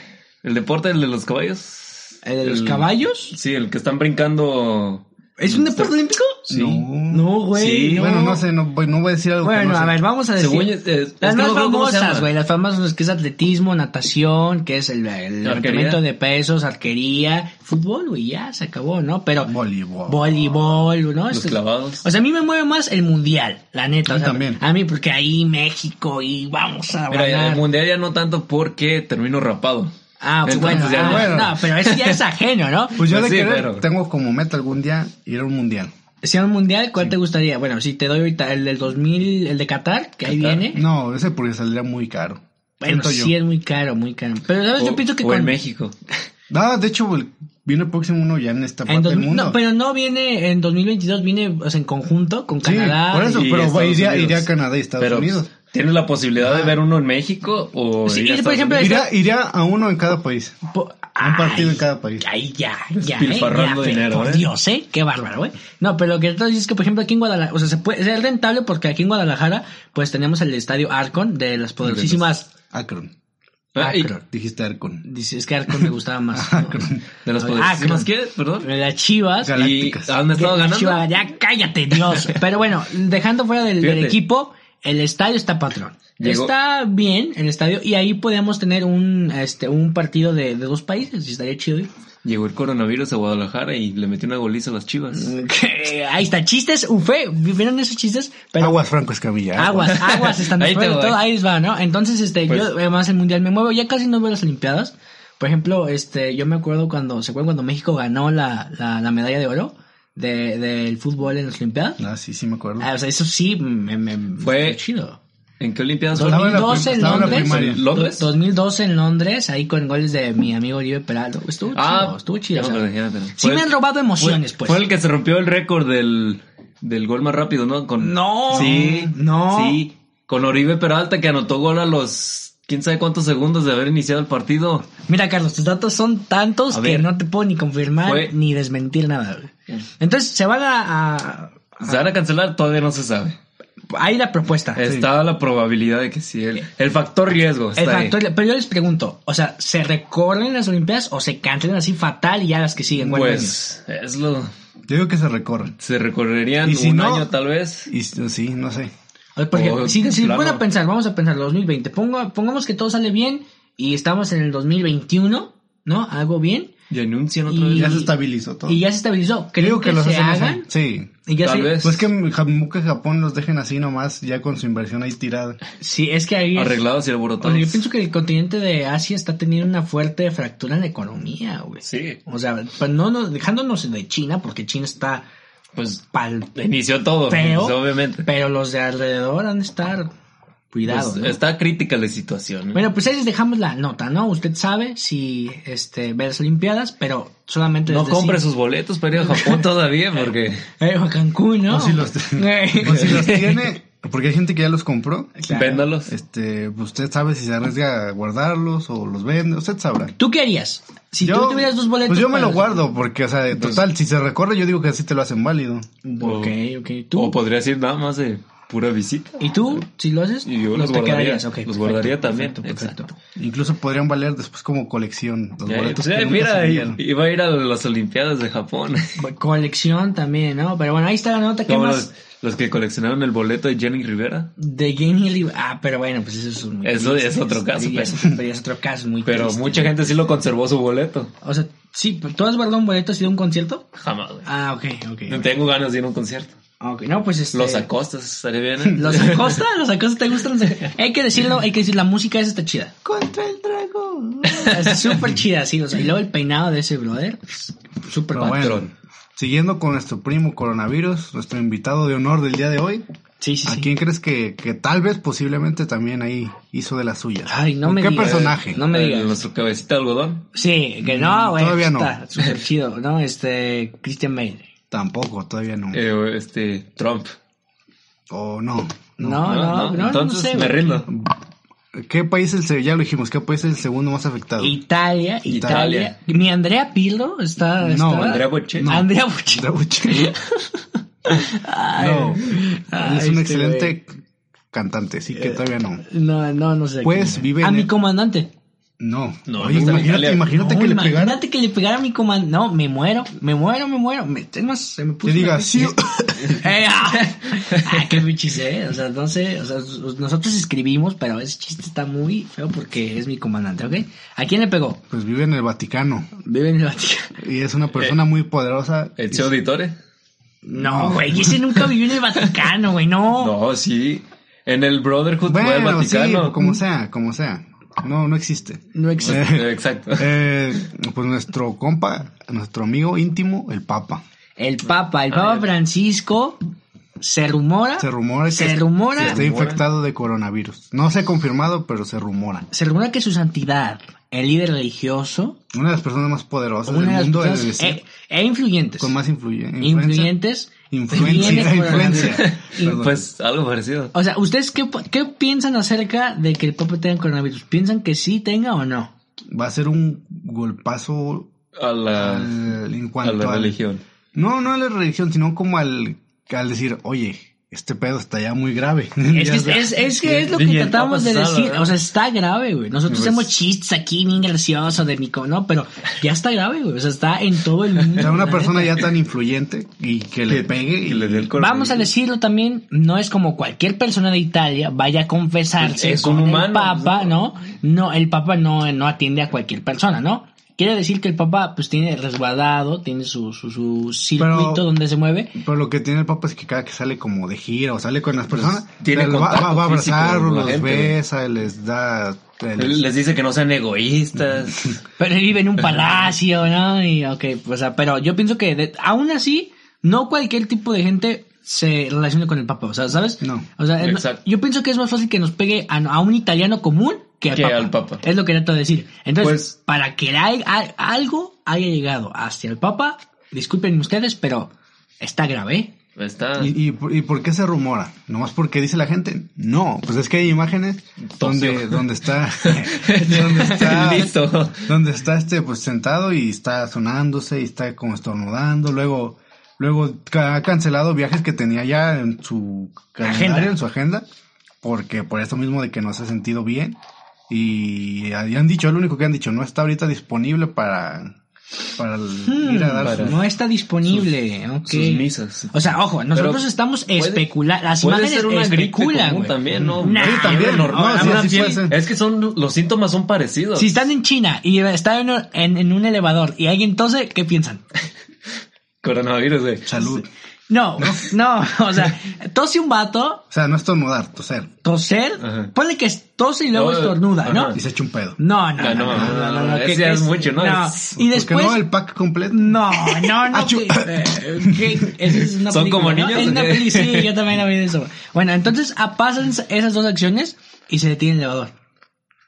Speaker 1: el deporte, el de los caballos?
Speaker 3: ¿El de los
Speaker 1: El-
Speaker 3: caballos?
Speaker 1: Sí, el que están brincando.
Speaker 3: ¿Es un deporte olímpico?
Speaker 1: Sí.
Speaker 3: No, güey.
Speaker 1: Sí,
Speaker 3: no.
Speaker 2: Bueno, no sé, no, voy- no voy a decir algo que
Speaker 3: Bueno,
Speaker 2: no
Speaker 3: a
Speaker 2: sé.
Speaker 3: ver, vamos a decir.
Speaker 1: Según es- es- es
Speaker 3: las
Speaker 1: que no
Speaker 3: más
Speaker 1: creo cómo se
Speaker 3: famosas,
Speaker 1: llama.
Speaker 3: güey. Las famosas, que es atletismo, natación, que es el, el
Speaker 1: Arquería.
Speaker 3: levantamiento de pesos, arquería, fútbol, güey, ya se acabó, ¿no? Pero
Speaker 2: Voleibol.
Speaker 3: voleibol, ¿no?
Speaker 1: Los
Speaker 3: Esto-
Speaker 1: clavados.
Speaker 3: O sea, a mí me mueve más el mundial, la neta.
Speaker 2: A
Speaker 3: o
Speaker 2: mí
Speaker 3: sea,
Speaker 2: también.
Speaker 3: A mí, porque ahí México y vamos a
Speaker 1: Mira, el
Speaker 3: ganar.
Speaker 1: mundial ya no tanto porque termino rapado.
Speaker 3: Ah, pues bueno,
Speaker 1: Entonces, ya
Speaker 3: ah,
Speaker 2: bueno.
Speaker 3: no, pero eso ya es ajeno, ¿no?
Speaker 2: Pues yo
Speaker 1: Pues
Speaker 2: de
Speaker 1: sí,
Speaker 2: querer
Speaker 1: pero-
Speaker 2: tengo como meta algún día ir a un mundial.
Speaker 3: Si era un mundial, ¿cuál te gustaría? Bueno, si te doy ahorita el del 2000, el de Qatar, que ahí
Speaker 1: Qatar.
Speaker 3: viene.
Speaker 2: No, ese porque saldría muy caro.
Speaker 3: Bueno,
Speaker 2: Siento
Speaker 3: sí es muy caro, muy caro. Pero, ¿sabes?
Speaker 1: O,
Speaker 3: yo pienso que
Speaker 1: o
Speaker 3: con...
Speaker 1: en México.
Speaker 2: Ah, de hecho, el- viene el próximo uno ya en esta
Speaker 3: en
Speaker 2: parte del
Speaker 3: 2000
Speaker 2: mundo.
Speaker 3: No, pero no viene en 2022, viene o sea, en conjunto con
Speaker 2: Sí,
Speaker 3: Canadá.
Speaker 2: por eso,
Speaker 1: y
Speaker 2: pero
Speaker 1: Estados
Speaker 2: iría,
Speaker 1: Unidos.
Speaker 2: iría a Canadá y Estados
Speaker 1: Pero
Speaker 2: Unidos.
Speaker 1: tienes la posibilidad de ver uno en México o
Speaker 3: Ah. Sí,
Speaker 1: ir a
Speaker 3: ir,
Speaker 1: Estados
Speaker 3: por ejemplo,
Speaker 1: Unidos.
Speaker 2: Iría, iría a uno en cada país.
Speaker 3: Po-
Speaker 2: Un partido
Speaker 3: Ay,
Speaker 2: en cada país.
Speaker 3: Ahí ya, ya. eh,
Speaker 1: Despilfarrando
Speaker 3: ya,
Speaker 1: dinero,
Speaker 3: Por
Speaker 1: ¿eh?
Speaker 3: Dios, ¿eh? Qué bárbaro, ¿eh? No, pero lo que tú dices es que, por ejemplo, aquí en Guadalajara, o sea, se puede, es rentable porque aquí en Guadalajara, pues tenemos el estadio Arcon de las poderosísimas.
Speaker 2: Akron.
Speaker 1: Ah, y-
Speaker 3: Akron.
Speaker 2: Dijiste Arcon.
Speaker 3: Dice, es que Arcon me gustaba más. ¿no?
Speaker 2: Akron.
Speaker 1: de las
Speaker 3: A ver,
Speaker 1: poderosísimas
Speaker 3: Akron.
Speaker 1: que, perdón.
Speaker 3: De las chivas.
Speaker 2: Gal- Galácticas.
Speaker 1: ¿Y han estado
Speaker 3: de las
Speaker 1: ganando?
Speaker 3: chivas, ya cállate, Dios. Pero bueno, dejando fuera del, del
Speaker 1: Fíjate.
Speaker 3: equipo, el estadio está patrón.
Speaker 1: Llegó-
Speaker 3: Está bien el estadio y ahí podíamos tener un, este, un partido de, de dos países y estaría chido. ¿eh?
Speaker 1: Llegó el coronavirus a Guadalajara y le metió una goliza a las
Speaker 3: Mm.
Speaker 1: chivas.
Speaker 3: Que- Ahí está, chistes, ufe, ¿vieron esos chistes? Pero
Speaker 2: Aguas Franco Escamilla.
Speaker 3: aguas, aguas están
Speaker 1: Ahí te
Speaker 3: después de
Speaker 1: voy.
Speaker 3: todo, ahí va, ¿no? Entonces, este,
Speaker 1: Pues-
Speaker 3: yo además el mundial me muevo, ya casi no veo las olimpiadas. Por ejemplo, este, yo me acuerdo cuando, ¿se acuerdan cuando México ganó la, la, la medalla de oro de, del fútbol en las olimpiadas?
Speaker 2: Ah, sí, sí me acuerdo.
Speaker 3: Ah, o sea, eso sí me, me
Speaker 1: Fue-
Speaker 3: fue chido.
Speaker 1: ¿En qué Olimpiadas fue?
Speaker 2: Estaba en la
Speaker 3: 2012
Speaker 2: prim-
Speaker 3: en
Speaker 2: estaba en la
Speaker 3: Londres.
Speaker 2: primaria.
Speaker 1: ¿Londres?
Speaker 3: 2012 en Londres, ahí con goles de mi amigo Oribe Peralta. Estuvo chido,
Speaker 1: Ah,
Speaker 3: estuvo chido.
Speaker 1: ya
Speaker 3: o
Speaker 1: me
Speaker 3: sea,
Speaker 1: acordé, ya me acordé.
Speaker 3: sí
Speaker 1: Fue-
Speaker 3: me han robado
Speaker 1: Fue,
Speaker 3: emociones, pues.
Speaker 1: fue el que se rompió el récord del, del gol más rápido, ¿no? Con,
Speaker 3: No,
Speaker 1: Sí.
Speaker 3: no.
Speaker 1: Sí. Con Oribe Peralta que anotó gol a los quién sabe cuántos segundos de haber iniciado el partido.
Speaker 3: Mira, Carlos, tus datos son tantos
Speaker 1: A
Speaker 3: que
Speaker 1: ver.
Speaker 3: no te puedo ni confirmar
Speaker 1: Fue-
Speaker 3: ni desmentir nada. güey. Entonces, se van a, a-
Speaker 1: ¿Se van a cancelar? Todavía no se sabe.
Speaker 3: Ahí la propuesta.
Speaker 1: Está la probabilidad de que sí. El, el factor riesgo.
Speaker 3: El
Speaker 1: está ahí.
Speaker 3: factor- pero yo les pregunto, o sea, ¿se recorren las Olimpiadas o se cancelan así fatal y ya las que siguen? ¿Cuál
Speaker 1: Pues es lo...
Speaker 2: Yo digo que se recorren.
Speaker 1: Se recorrerían
Speaker 2: Y si
Speaker 1: un
Speaker 2: no-
Speaker 1: año tal vez.
Speaker 2: Y sí, no sé.
Speaker 3: A ver, Porque
Speaker 1: O
Speaker 3: si, si
Speaker 1: plano.
Speaker 3: fuera a pensar, vamos a pensar 2020, pongo, pongamos que todo sale bien y estamos en el 2021, ¿no? Algo bien
Speaker 1: Y anuncian otra
Speaker 3: Y-
Speaker 1: vez.
Speaker 2: Ya se estabilizó todo.
Speaker 3: y ya se estabilizó. Creo
Speaker 2: Digo
Speaker 3: que,
Speaker 2: los
Speaker 3: se
Speaker 2: hacen eso.
Speaker 3: hagan
Speaker 2: Sí.
Speaker 3: y ya
Speaker 1: Tal
Speaker 3: se-
Speaker 1: vez.
Speaker 2: Pues que en Japón, que Japón los dejen así nomás, ya con su inversión ahí tirada.
Speaker 3: Sí, es que ahí es-
Speaker 1: Arreglados y
Speaker 3: o
Speaker 1: alborotados.
Speaker 3: sea, yo pienso que el continente de Asia está teniendo una fuerte fractura en la economía, güey.
Speaker 1: Sí.
Speaker 3: O sea, pues no, no, dejándonos de China, porque China está
Speaker 1: Pues
Speaker 3: pal...
Speaker 1: inició todo.
Speaker 3: Feo.
Speaker 1: pues, obviamente.
Speaker 3: Pero los de alrededor han de estar cuidados,
Speaker 1: Pues,
Speaker 3: ¿no?
Speaker 1: Está crítica la situación. ¿eh?
Speaker 3: Bueno, pues ahí les dejamos la nota, ¿no? Usted sabe si este, ve las Olimpiadas, pero solamente
Speaker 1: no
Speaker 3: les decimos-
Speaker 1: compre sus boletos para ir a Japón todavía porque...
Speaker 3: Eh, o a Cancún, ¿no?
Speaker 2: O si los,
Speaker 3: Eh.
Speaker 2: o si los tiene, porque hay gente que ya los compró.
Speaker 3: Claro.
Speaker 1: Véndalos.
Speaker 2: Este, usted sabe si se arriesga a guardarlos o los vende, usted sabrá.
Speaker 3: ¿Tú qué harías? Si tú tuvieras dos boletos...
Speaker 2: Pues yo me
Speaker 3: para
Speaker 2: lo
Speaker 3: los-
Speaker 2: guardo, porque, o sea, de total, si se recorre, yo digo que así te lo hacen válido.
Speaker 3: Ok, ok. ¿Tú?
Speaker 1: O pues, podría ser nada más de pura visita.
Speaker 3: ¿Y tú? Si lo haces,
Speaker 1: Y yo
Speaker 3: no
Speaker 1: los
Speaker 3: te
Speaker 1: guardaría,
Speaker 3: quedarías. Ok,
Speaker 1: los
Speaker 3: perfecto,
Speaker 1: guardaría también,
Speaker 3: perfecto, perfecto.
Speaker 1: exacto.
Speaker 2: Incluso podrían valer después como colección. Los
Speaker 1: Ya,
Speaker 2: boletos
Speaker 1: ya,
Speaker 2: que nunca se
Speaker 1: mira,
Speaker 2: vendieron.
Speaker 1: i- iba a ir a las Olimpiadas de Japón.
Speaker 3: Co- Colección también, ¿no? Pero bueno, ahí está la nota. ¿Qué
Speaker 1: Como
Speaker 3: más?
Speaker 1: los, los que coleccionaron el boleto de Jenny Rivera.
Speaker 3: De Jenny Lee- Ah, pero bueno, pues eso es un...
Speaker 1: Eso es otro caso,
Speaker 3: Pero... Es,
Speaker 1: pero-
Speaker 3: pero es otro caso muy
Speaker 1: Pero
Speaker 3: triste.
Speaker 1: mucha gente sí lo conservó su boleto.
Speaker 3: O sea, sí, pero ¿tú has guardado un boleto así de un concierto?
Speaker 1: Jamás, güey.
Speaker 3: Ah, ok, ok.
Speaker 1: No tengo ganas de ir a un concierto.
Speaker 3: Ok, no, pues este...
Speaker 1: Los acostas, estaría bien. ¿eh?
Speaker 3: ¿Los acosta? ¿Los acosta? ¿Te gustan? los ac- Hay que decirlo, hay que decir, la música esa está chida. Ah,
Speaker 2: Contra el dragón.
Speaker 3: Es súper chida, sí. O sea, y luego el peinado de ese brother, súper
Speaker 2: Pero
Speaker 3: patrón.
Speaker 2: bueno, siguiendo con nuestro primo coronavirus, nuestro invitado de honor del día de hoy,
Speaker 3: Sí, sí,
Speaker 2: ¿a
Speaker 3: sí.
Speaker 2: quién crees que, que tal vez posiblemente también ahí hizo de las suyas?
Speaker 3: Ay, no
Speaker 2: ¿Con
Speaker 3: me
Speaker 2: ¿Qué
Speaker 3: digas.
Speaker 2: personaje? Mm,
Speaker 3: No me
Speaker 1: El-
Speaker 3: digas.
Speaker 1: Nuestro cabecita de algodón.
Speaker 3: Sí, que no, güey.
Speaker 2: todavía no.
Speaker 3: Está súper chido, ¿no? Este, Christian Bale.
Speaker 2: Tampoco, todavía no.
Speaker 1: Eh, o este, Trump.
Speaker 2: O no.
Speaker 3: No, no, no, no,
Speaker 1: Entonces
Speaker 3: sé,
Speaker 1: me
Speaker 3: güey.
Speaker 1: rindo.
Speaker 2: Ah. ¿Qué país es el se- ya lo dijimos, qué país es el segundo más afectado?
Speaker 3: Italia, Italia.
Speaker 1: Italia.
Speaker 3: Mi Andrea Pirlo está...
Speaker 2: No,
Speaker 3: está-
Speaker 1: Andrea Bocelli.
Speaker 3: No. Andrea Bocelli.
Speaker 2: Drabuchi. no,
Speaker 1: Ah,
Speaker 3: Ay,
Speaker 2: es un
Speaker 3: este
Speaker 1: Eh.
Speaker 2: excelente cantante, sí que todavía no.
Speaker 3: güey. No, no, no sé.
Speaker 2: Pues
Speaker 3: quién.
Speaker 2: vive
Speaker 3: A
Speaker 2: en
Speaker 3: mi
Speaker 2: el-
Speaker 3: comandante.
Speaker 2: No.
Speaker 1: No,
Speaker 2: Oye,
Speaker 1: no está en
Speaker 2: imagínate,
Speaker 1: Italia.
Speaker 2: imagínate
Speaker 3: No,
Speaker 2: que le
Speaker 3: imagínate
Speaker 2: pegara.
Speaker 3: que le pegara a mi comandante. No, me muero, me muero, me muero. Me, es más, se me puso.
Speaker 2: Que diga,
Speaker 3: una-
Speaker 2: sí.
Speaker 3: Eh, ah, ah, qué bichis, eh. O sea, no sé, o sea, s- nosotros escribimos, pero ese chiste está muy feo porque es mi comandante, ¿ok? ¿A quién le pegó?
Speaker 2: Pues vive en el Vaticano.
Speaker 3: Vive en el Vaticano.
Speaker 2: Y es una persona muy poderosa.
Speaker 1: Eh. ¿El CEO Auditore?
Speaker 3: No, güey, ese nunca vivió en el Vaticano, güey, no.
Speaker 1: No, sí. En el Brotherhood fue al
Speaker 2: Bueno, sí,
Speaker 1: Vaticano.
Speaker 2: como sea, como sea. No, no existe.
Speaker 3: No existe.
Speaker 1: Eh, Exacto.
Speaker 2: Eh, pues nuestro compa, nuestro amigo íntimo, el Papa.
Speaker 3: El Papa, el Papa
Speaker 1: ya.
Speaker 3: Francisco, se rumora.
Speaker 2: Se rumora que,
Speaker 3: Se
Speaker 2: es-
Speaker 3: rumora.
Speaker 2: que está
Speaker 1: Ah, Se rumora.
Speaker 2: infectado de coronavirus. No se ha confirmado, pero se rumora.
Speaker 3: Se rumora que su santidad, el líder religioso,
Speaker 2: Una de las personas más poderosas
Speaker 3: una de
Speaker 2: del
Speaker 3: las
Speaker 2: mundo, es
Speaker 3: personas-
Speaker 2: decir,
Speaker 3: e, e influyentes.
Speaker 2: con más influye- influencia.
Speaker 3: influyentes.
Speaker 2: Influencia,
Speaker 3: viene con-
Speaker 2: influencia. Perdón.
Speaker 1: Pues algo parecido.
Speaker 3: O sea, ¿ustedes qué, qué piensan acerca de que el Papa tenga coronavirus? ¿Piensan que sí tenga o no?
Speaker 2: Va a ser un golpazo
Speaker 1: A la,
Speaker 2: al- en
Speaker 1: a
Speaker 2: Ah, cuanto
Speaker 1: la
Speaker 2: al-
Speaker 1: religión.
Speaker 2: No, no a la religión, sino como al, al decir, oye, este pedo está ya muy grave.
Speaker 3: Es
Speaker 2: Ya
Speaker 3: que es,
Speaker 2: sé.
Speaker 3: es- es que es lo que
Speaker 1: Dije,
Speaker 3: tratamos
Speaker 1: no
Speaker 3: de
Speaker 1: pasa nada,
Speaker 3: decir.
Speaker 1: ¿verdad?
Speaker 3: O sea, está grave, güey. Nosotros
Speaker 2: Pues-
Speaker 3: hacemos chistes aquí bien graciosos de mi... co- No, pero ya está grave, güey. O sea, está en todo el mundo.
Speaker 2: O sea, una
Speaker 3: la
Speaker 2: persona
Speaker 3: neta.
Speaker 2: ya tan influyente y que le pegue y
Speaker 1: Que le dé el coronavirus.
Speaker 3: Vamos a decirlo también, no es como cualquier persona de Italia vaya a confesarse
Speaker 1: Es
Speaker 3: con
Speaker 1: un
Speaker 3: el
Speaker 1: humano,
Speaker 3: Papa, ¿no?
Speaker 1: ¿no?
Speaker 3: No, el Papa no, no atiende a cualquier persona, ¿no? Quiere decir que el Papa pues tiene resguardado, tiene su, su, su circuito
Speaker 2: Pero-
Speaker 3: donde se mueve.
Speaker 2: Pero lo que tiene el Papa es que cada que sale como de gira o sale con las personas,
Speaker 1: Pues tiene
Speaker 2: él va- va,
Speaker 1: contacto
Speaker 2: va a
Speaker 1: físico
Speaker 2: abrazar,
Speaker 1: con la
Speaker 2: los
Speaker 1: gente,
Speaker 2: besa, les da... les-
Speaker 1: Él Les dice que no sean egoístas.
Speaker 3: Pero él vive en un palacio, ¿no? Y ok, o sea, pero yo pienso que de- aún así, no cualquier tipo de gente se relaciona con el Papa, o sea, ¿sabes?
Speaker 2: No.
Speaker 3: O sea, es-
Speaker 1: Exacto.
Speaker 3: yo pienso que es más fácil que nos pegue a, a un italiano común que al,
Speaker 1: Que
Speaker 3: Papa.
Speaker 1: al Papa.
Speaker 3: Es lo que trato de decir. Entonces,
Speaker 1: Pues-
Speaker 3: para que la- a- algo haya llegado hacia el Papa, disculpen ustedes, pero está grave. ¿eh?
Speaker 1: Está.
Speaker 2: ¿Y, y, por- y por qué se rumora? ¿Nomás porque dice la gente? No, pues es que hay imágenes donde,
Speaker 1: Tosió.
Speaker 2: donde está... donde está...
Speaker 1: Listo.
Speaker 2: donde está este pues sentado y está sonándose y está como estornudando luego luego ca- ha cancelado viajes que tenía ya en su calendario
Speaker 3: Agenda.
Speaker 2: en su agenda porque por eso mismo de que no se ha sentido bien y ahí han dicho lo único que han dicho no está ahorita disponible para para el- ir a dar
Speaker 1: Hmm. para-
Speaker 2: su-
Speaker 3: No está disponible, ok.
Speaker 1: Sus misas.
Speaker 3: O sea, ojo, nosotros
Speaker 1: Pero
Speaker 3: estamos
Speaker 1: puede-
Speaker 3: especulando. Las
Speaker 1: Puede
Speaker 3: imágenes
Speaker 1: ser una gripe
Speaker 3: especulan,
Speaker 1: común
Speaker 3: güey.
Speaker 1: también, ¿no?
Speaker 3: Nah,
Speaker 2: Sí, también.
Speaker 1: normal.
Speaker 2: No,
Speaker 1: Ahora
Speaker 2: sí, sí
Speaker 1: sí,
Speaker 2: puede ser.
Speaker 1: es que son los síntomas son parecidos.
Speaker 3: Si están en China y están en, en- en un elevador y alguien tose, ¿qué piensan?
Speaker 1: Coronavirus, güey.
Speaker 2: salud
Speaker 3: No, no, o sea, tose un vato,
Speaker 2: o sea no estornudar toser
Speaker 3: toser,
Speaker 1: Ajá.
Speaker 3: ponle que tose y luego
Speaker 1: No,
Speaker 3: estornuda, ¿no?
Speaker 1: ajá.
Speaker 2: y se echa un pedo
Speaker 3: No, no, no,
Speaker 1: Ah,
Speaker 3: no, no, no, no, no,
Speaker 1: ese
Speaker 3: que-
Speaker 1: ya
Speaker 3: que
Speaker 1: es mucho, ¿no? Es-
Speaker 3: y
Speaker 2: ¿Por qué
Speaker 3: después... Mm.
Speaker 2: no el pack completo
Speaker 3: No, no, no.
Speaker 2: Achú.
Speaker 3: que- eh, que- esa es una
Speaker 1: Son
Speaker 3: película,
Speaker 1: como
Speaker 3: ¿no?
Speaker 1: niños,
Speaker 3: Es una
Speaker 1: ¿o qué?
Speaker 3: peli- sí, yo también la vi de eso. Bueno, entonces ah, pasan esas dos acciones y se detiene el elevador.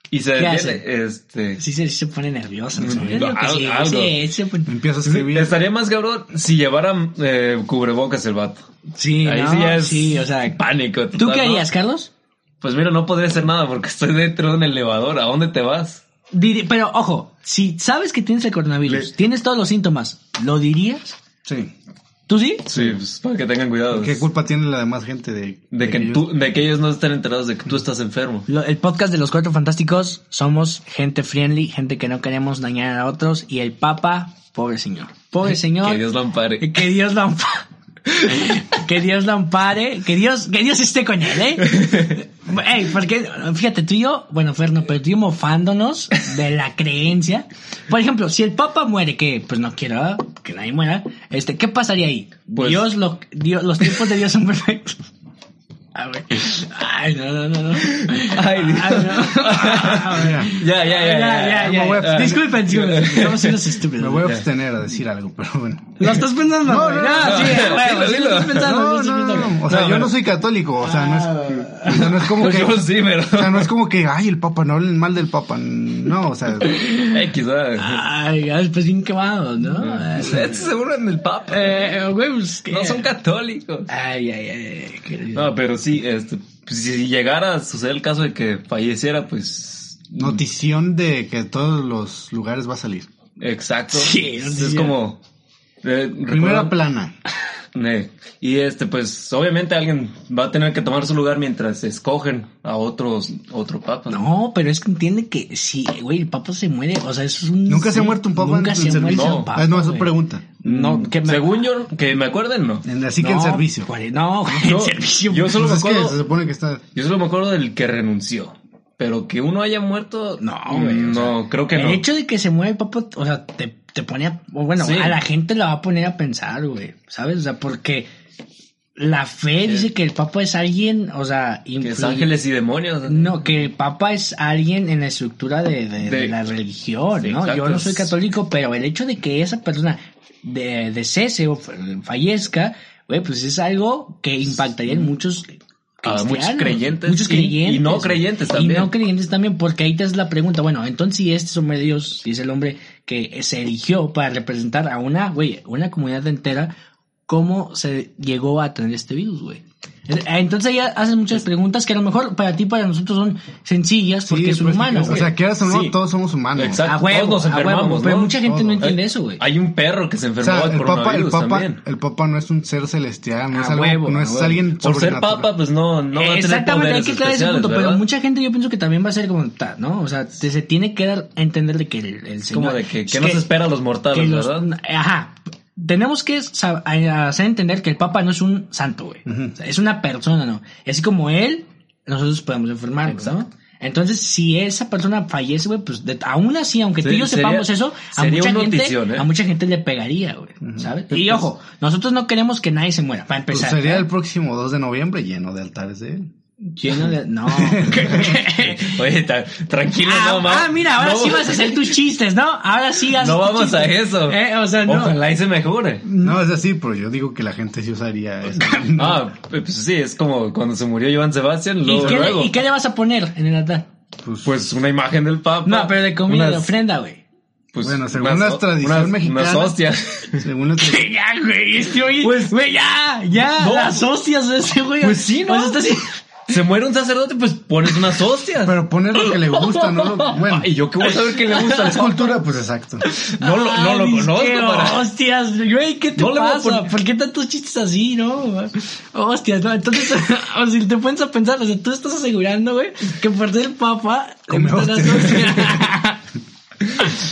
Speaker 1: Y se
Speaker 3: ¿Qué
Speaker 1: detiene. Este.
Speaker 3: Sí se, sí se pone nervioso. ¿no?
Speaker 1: Mm,
Speaker 3: Yo digo que
Speaker 1: al-
Speaker 3: sí,
Speaker 1: algo.
Speaker 3: sí, sí se pone-
Speaker 2: empieza a escribir
Speaker 1: Estaría más cabrón si llevara eh, cubrebocas el vato.
Speaker 3: Sí,
Speaker 1: Ahí
Speaker 3: no,
Speaker 1: sí ya es
Speaker 3: sí, o sea,
Speaker 1: pánico. total,
Speaker 3: ¿Tú qué
Speaker 1: ¿no?
Speaker 3: harías, Carlos?
Speaker 1: Pues mira, no podría hacer nada porque estoy dentro de un elevador. ¿A dónde te vas?
Speaker 3: Diri- pero ojo, si sabes que tienes el coronavirus,
Speaker 1: Le-
Speaker 3: tienes todos los síntomas, ¿lo dirías?
Speaker 2: sí
Speaker 3: ¿Tú sí?
Speaker 1: Sí, pues para que tengan cuidado.
Speaker 2: qué culpa tiene la demás gente de
Speaker 1: De que,
Speaker 2: yo-
Speaker 1: tú, de que ellos no estén enterados de que tú estás enfermo.
Speaker 3: Lo- el podcast de los Cuatro Fantásticos somos gente friendly, gente que no queremos dañar a otros y el Papa, pobre señor. Pobre señor.
Speaker 1: Que Dios lo ampare.
Speaker 3: Que Dios lo ampare. que Dios lo ampare. Que Dios, que Dios esté con él, ¿eh? Ey, porque, fíjate, tú y yo, bueno, Ferno, pero tú y yo mofándonos de la creencia. Por ejemplo, si el Papa muere, que pues no quiero ¿verdad? que nadie muera, este, ¿qué pasaría ahí?
Speaker 1: Pues-
Speaker 3: Dios, lo, Dios, los tiempos de Dios son perfectos. A ver. Ay, no, no, no, Ah, no.
Speaker 1: Ay, Dios.
Speaker 3: no.
Speaker 2: Mira,
Speaker 1: Ya, ya, ya. ya,
Speaker 2: ya. Me voy a-
Speaker 3: Disculpen, disculpen. Somos unos estúpidos.
Speaker 2: me voy a abstener a decir algo pero bueno
Speaker 3: Lo estás pensando.
Speaker 2: No,
Speaker 3: güey.
Speaker 2: no,
Speaker 3: Ah,
Speaker 1: no.
Speaker 3: sí,
Speaker 1: Dilo,
Speaker 3: güey, sí lo
Speaker 1: dilo.
Speaker 3: estás pensando, lo
Speaker 2: No,
Speaker 3: estás
Speaker 2: no, no,
Speaker 3: pensando.
Speaker 2: no. O sea,
Speaker 1: No,
Speaker 2: yo
Speaker 1: pero-
Speaker 2: no soy católico, o sea, no es, o sea, no es como
Speaker 1: Pues
Speaker 2: que...
Speaker 1: yo sí, pero.
Speaker 2: O sea, no es como que, ay, el papa, no hablen mal del papa. No, o sea,
Speaker 1: X, ¿verdad?
Speaker 3: Ay, ya después bien quemados, ¿no?
Speaker 1: Esto Este seguro en el Papa.
Speaker 3: Eh, güey, pues que-
Speaker 1: No son católicos.
Speaker 3: Ay, ay, ay. querido.
Speaker 1: No, pero sí, este, pues, si llegara a suceder el caso de que falleciera, pues.
Speaker 2: notición de que todos los lugares va a salir.
Speaker 1: Exacto.
Speaker 3: Sí,
Speaker 1: es,
Speaker 3: sí,
Speaker 1: es
Speaker 3: ya.
Speaker 1: como. eh,
Speaker 2: Primera
Speaker 1: recuerdan-
Speaker 2: plana.
Speaker 1: Eh, Y este, pues obviamente alguien va a tener que tomar su lugar mientras escogen a otros, otro papa.
Speaker 3: No, pero es que entiende que sí, güey, el papa se muere. O sea, eso es un.
Speaker 2: Nunca se ha muerto un papa
Speaker 3: Nunca
Speaker 2: en-
Speaker 3: se
Speaker 2: en
Speaker 3: ha muerto
Speaker 2: servicio.
Speaker 3: un papa.
Speaker 2: Ah, no, esa
Speaker 3: güey.
Speaker 2: pregunta.
Speaker 1: No,
Speaker 3: Mm, que me-
Speaker 1: según yo, que me acuerden, no.
Speaker 2: En- así que en
Speaker 3: No,
Speaker 2: servicio.
Speaker 3: güey, No, güey, en
Speaker 1: Yo-
Speaker 3: servicio.
Speaker 1: yo solo-
Speaker 2: Pues
Speaker 1: me
Speaker 2: es que
Speaker 1: acuerdo-
Speaker 2: se supone que está.
Speaker 1: Yo solo me acuerdo del que renunció. Pero que uno haya muerto. mm,
Speaker 3: No, güey, o
Speaker 1: No, creo que
Speaker 3: el
Speaker 1: no.
Speaker 3: hecho de que se mueva el papa, o sea, te, te pone a. o Bueno,
Speaker 1: Sí.
Speaker 3: a la gente la va a poner a pensar, güey. ¿Sabes? O sea, porque la fe dice que el papa es alguien, o sea,
Speaker 1: que es
Speaker 3: influye-
Speaker 1: ángeles y demonios.
Speaker 3: No, que el Papa es alguien en la estructura de, de- de
Speaker 1: De-
Speaker 3: la religión,
Speaker 1: Sí,
Speaker 3: ¿no? Yo
Speaker 1: exacto.
Speaker 3: no soy católico, pero el hecho de que esa persona de, decese o f- fallezca, güey, pues es algo que impactaría en muchos
Speaker 1: A Ah, muchos
Speaker 3: cristianos,
Speaker 1: creyentes
Speaker 3: muchos
Speaker 1: y-
Speaker 3: creyentes,
Speaker 1: y no creyentes
Speaker 3: güey.
Speaker 1: también.
Speaker 3: Y no creyentes también, porque ahí te es la pregunta, bueno, entonces si este es hombre de Dios, si es el hombre que se eligió para representar a una, güey, una comunidad entera, ¿cómo se llegó a tener este virus, güey? Entonces ya haces muchas preguntas que a lo mejor para ti, para nosotros son sencillas porque
Speaker 2: Sí,
Speaker 3: es un
Speaker 2: pues,
Speaker 3: humano,
Speaker 2: O
Speaker 3: güey.
Speaker 2: sea, quieras o no,
Speaker 1: Sí.
Speaker 2: todos somos humanos.
Speaker 1: Exacto.
Speaker 3: a huevo,
Speaker 1: todos nos
Speaker 3: a huevo,
Speaker 1: enfermamos,
Speaker 3: pero
Speaker 1: ¿no?
Speaker 3: mucha gente no
Speaker 2: Todos.
Speaker 3: entiende eso, güey.
Speaker 1: Hay un perro que se
Speaker 2: O
Speaker 1: enfermó
Speaker 2: sea,
Speaker 1: del
Speaker 2: el papa, el
Speaker 1: coronavirus
Speaker 2: papa,
Speaker 1: también.
Speaker 2: el papa no es un ser celestial, no
Speaker 3: A
Speaker 2: es algo,
Speaker 3: huevo,
Speaker 2: no
Speaker 3: a
Speaker 2: es
Speaker 3: huevo.
Speaker 2: alguien
Speaker 1: Por ser
Speaker 2: sobrenatural.
Speaker 1: papa, pues no, no va a tener
Speaker 3: Exactamente, hay
Speaker 1: poderes
Speaker 3: que aclarar ese
Speaker 1: especiales,
Speaker 3: punto,
Speaker 1: ¿verdad?
Speaker 3: pero mucha gente yo pienso que también va a ser como, ta, ¿no? O sea, te- se tiene que dar a entender de que el, el
Speaker 1: Es
Speaker 3: Señor...
Speaker 1: como de que,
Speaker 3: es
Speaker 1: ¿qué nos espera a los mortales,
Speaker 3: que los-
Speaker 1: verdad?
Speaker 3: Ajá. Tenemos que sab- a- hacer entender que el Papa no es un santo, güey.
Speaker 2: Ujú.
Speaker 3: O sea, es una persona, ¿no? Y así como él, nosotros podemos enfermarnos, ¿no? Entonces, si esa persona fallece, güey, pues de- aún así, aunque tú y
Speaker 1: Sí,
Speaker 3: yo
Speaker 1: sería-
Speaker 3: sepamos eso, a
Speaker 1: sería
Speaker 3: mucha,
Speaker 1: una
Speaker 3: gente,
Speaker 1: notición, ¿eh?
Speaker 3: a mucha gente le pegaría, güey, ¿sabes? Y ojo, nosotros no queremos que nadie se muera, para
Speaker 2: Pues
Speaker 3: empezar.
Speaker 2: sería
Speaker 3: ¿eh?
Speaker 2: el próximo 2 de noviembre lleno de altares de él.
Speaker 3: Lleno de... No.
Speaker 1: Oye, ta- tranquilo,
Speaker 3: Ah,
Speaker 1: no, ma-
Speaker 3: ah, mira, ahora
Speaker 1: no-
Speaker 3: sí vas a hacer tus chistes, ¿no? Ahora sí haces
Speaker 1: No
Speaker 3: tus
Speaker 1: vamos a
Speaker 3: chistes.
Speaker 1: eso.
Speaker 3: Eh, o sea, no.
Speaker 1: Ojalá y se mejore.
Speaker 2: No, es así, pero yo digo que la gente sí usaría eso.
Speaker 1: Ah, pues sí, es como cuando se murió Joan Sebastián,
Speaker 3: ¿Y
Speaker 1: luego,
Speaker 3: qué, le,
Speaker 1: luego.
Speaker 3: y qué le vas a poner en el altar?
Speaker 2: Pues,
Speaker 1: Pues una imagen del Papa.
Speaker 3: No, pero de comida, de
Speaker 1: Unas-
Speaker 3: ofrenda, güey.
Speaker 1: pues,
Speaker 2: Bueno, según
Speaker 1: unas-
Speaker 2: las tradiciones
Speaker 1: unas-
Speaker 2: mexicanas.
Speaker 1: Unas hostias.
Speaker 2: según la tra-
Speaker 3: Ya, güey, este güey,
Speaker 1: Pues-
Speaker 3: güey, ya, ya,
Speaker 1: No.
Speaker 3: las hostias de ese güey.
Speaker 1: Pues sí, ¿no?
Speaker 3: O sea, está así-
Speaker 1: se muere un sacerdote, pues pones unas hostias. Ah,
Speaker 2: Pero poner lo que le gusta, no lo, bueno,
Speaker 1: y yo qué voy a saber que le gusta
Speaker 2: es
Speaker 1: al Papa?
Speaker 2: cultura, pues exacto.
Speaker 1: No lo, no lo
Speaker 3: Ay,
Speaker 1: conozco
Speaker 3: Ah, qué
Speaker 1: para.
Speaker 3: Hostias, güey, ¿qué te
Speaker 1: No le voy a
Speaker 3: pasa?
Speaker 1: poner-
Speaker 3: ¿Por qué tantos chistes así, no? Hostias, no, entonces, o si te pones a pensar, o sea, tú estás asegurando, güey, que por ser papa, le
Speaker 2: Come
Speaker 3: gustan las
Speaker 2: hostias.
Speaker 3: hostias.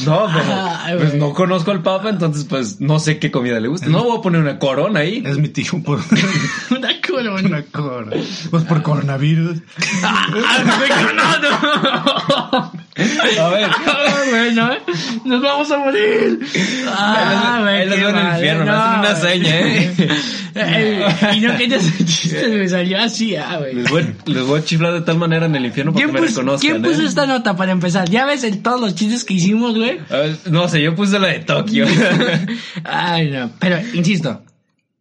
Speaker 1: No, pero
Speaker 3: Ay,
Speaker 1: pues
Speaker 3: güey.
Speaker 1: no conozco al Papa, entonces pues no sé qué comida le gusta. No voy a poner una corona ahí.
Speaker 2: Es mi tío por
Speaker 3: Una corona.
Speaker 2: una corona. Pues por coronavirus.
Speaker 3: Ah,
Speaker 1: A ver,
Speaker 3: Ah, güey, no, nos vamos a morir. Ah, güey,
Speaker 1: Ahí los
Speaker 3: qué
Speaker 1: veo en el
Speaker 3: mal,
Speaker 1: infierno, me
Speaker 3: no,
Speaker 1: hacen una
Speaker 3: güey.
Speaker 1: seña, ¿eh?
Speaker 3: Ey, y no quería hacer chistes, me salió así, ah, güey.
Speaker 1: les voy, les voy a chiflar de tal manera en el infierno para que
Speaker 3: ¿Quién
Speaker 1: me
Speaker 3: puso,
Speaker 1: reconozcan.
Speaker 3: quién puso
Speaker 1: ¿eh?
Speaker 3: esta nota para empezar? Ya ves en todos los chistes que hicimos, güey.
Speaker 1: A ver, No sé, yo puse la de Tokio.
Speaker 3: Ay, no. Pero, insisto,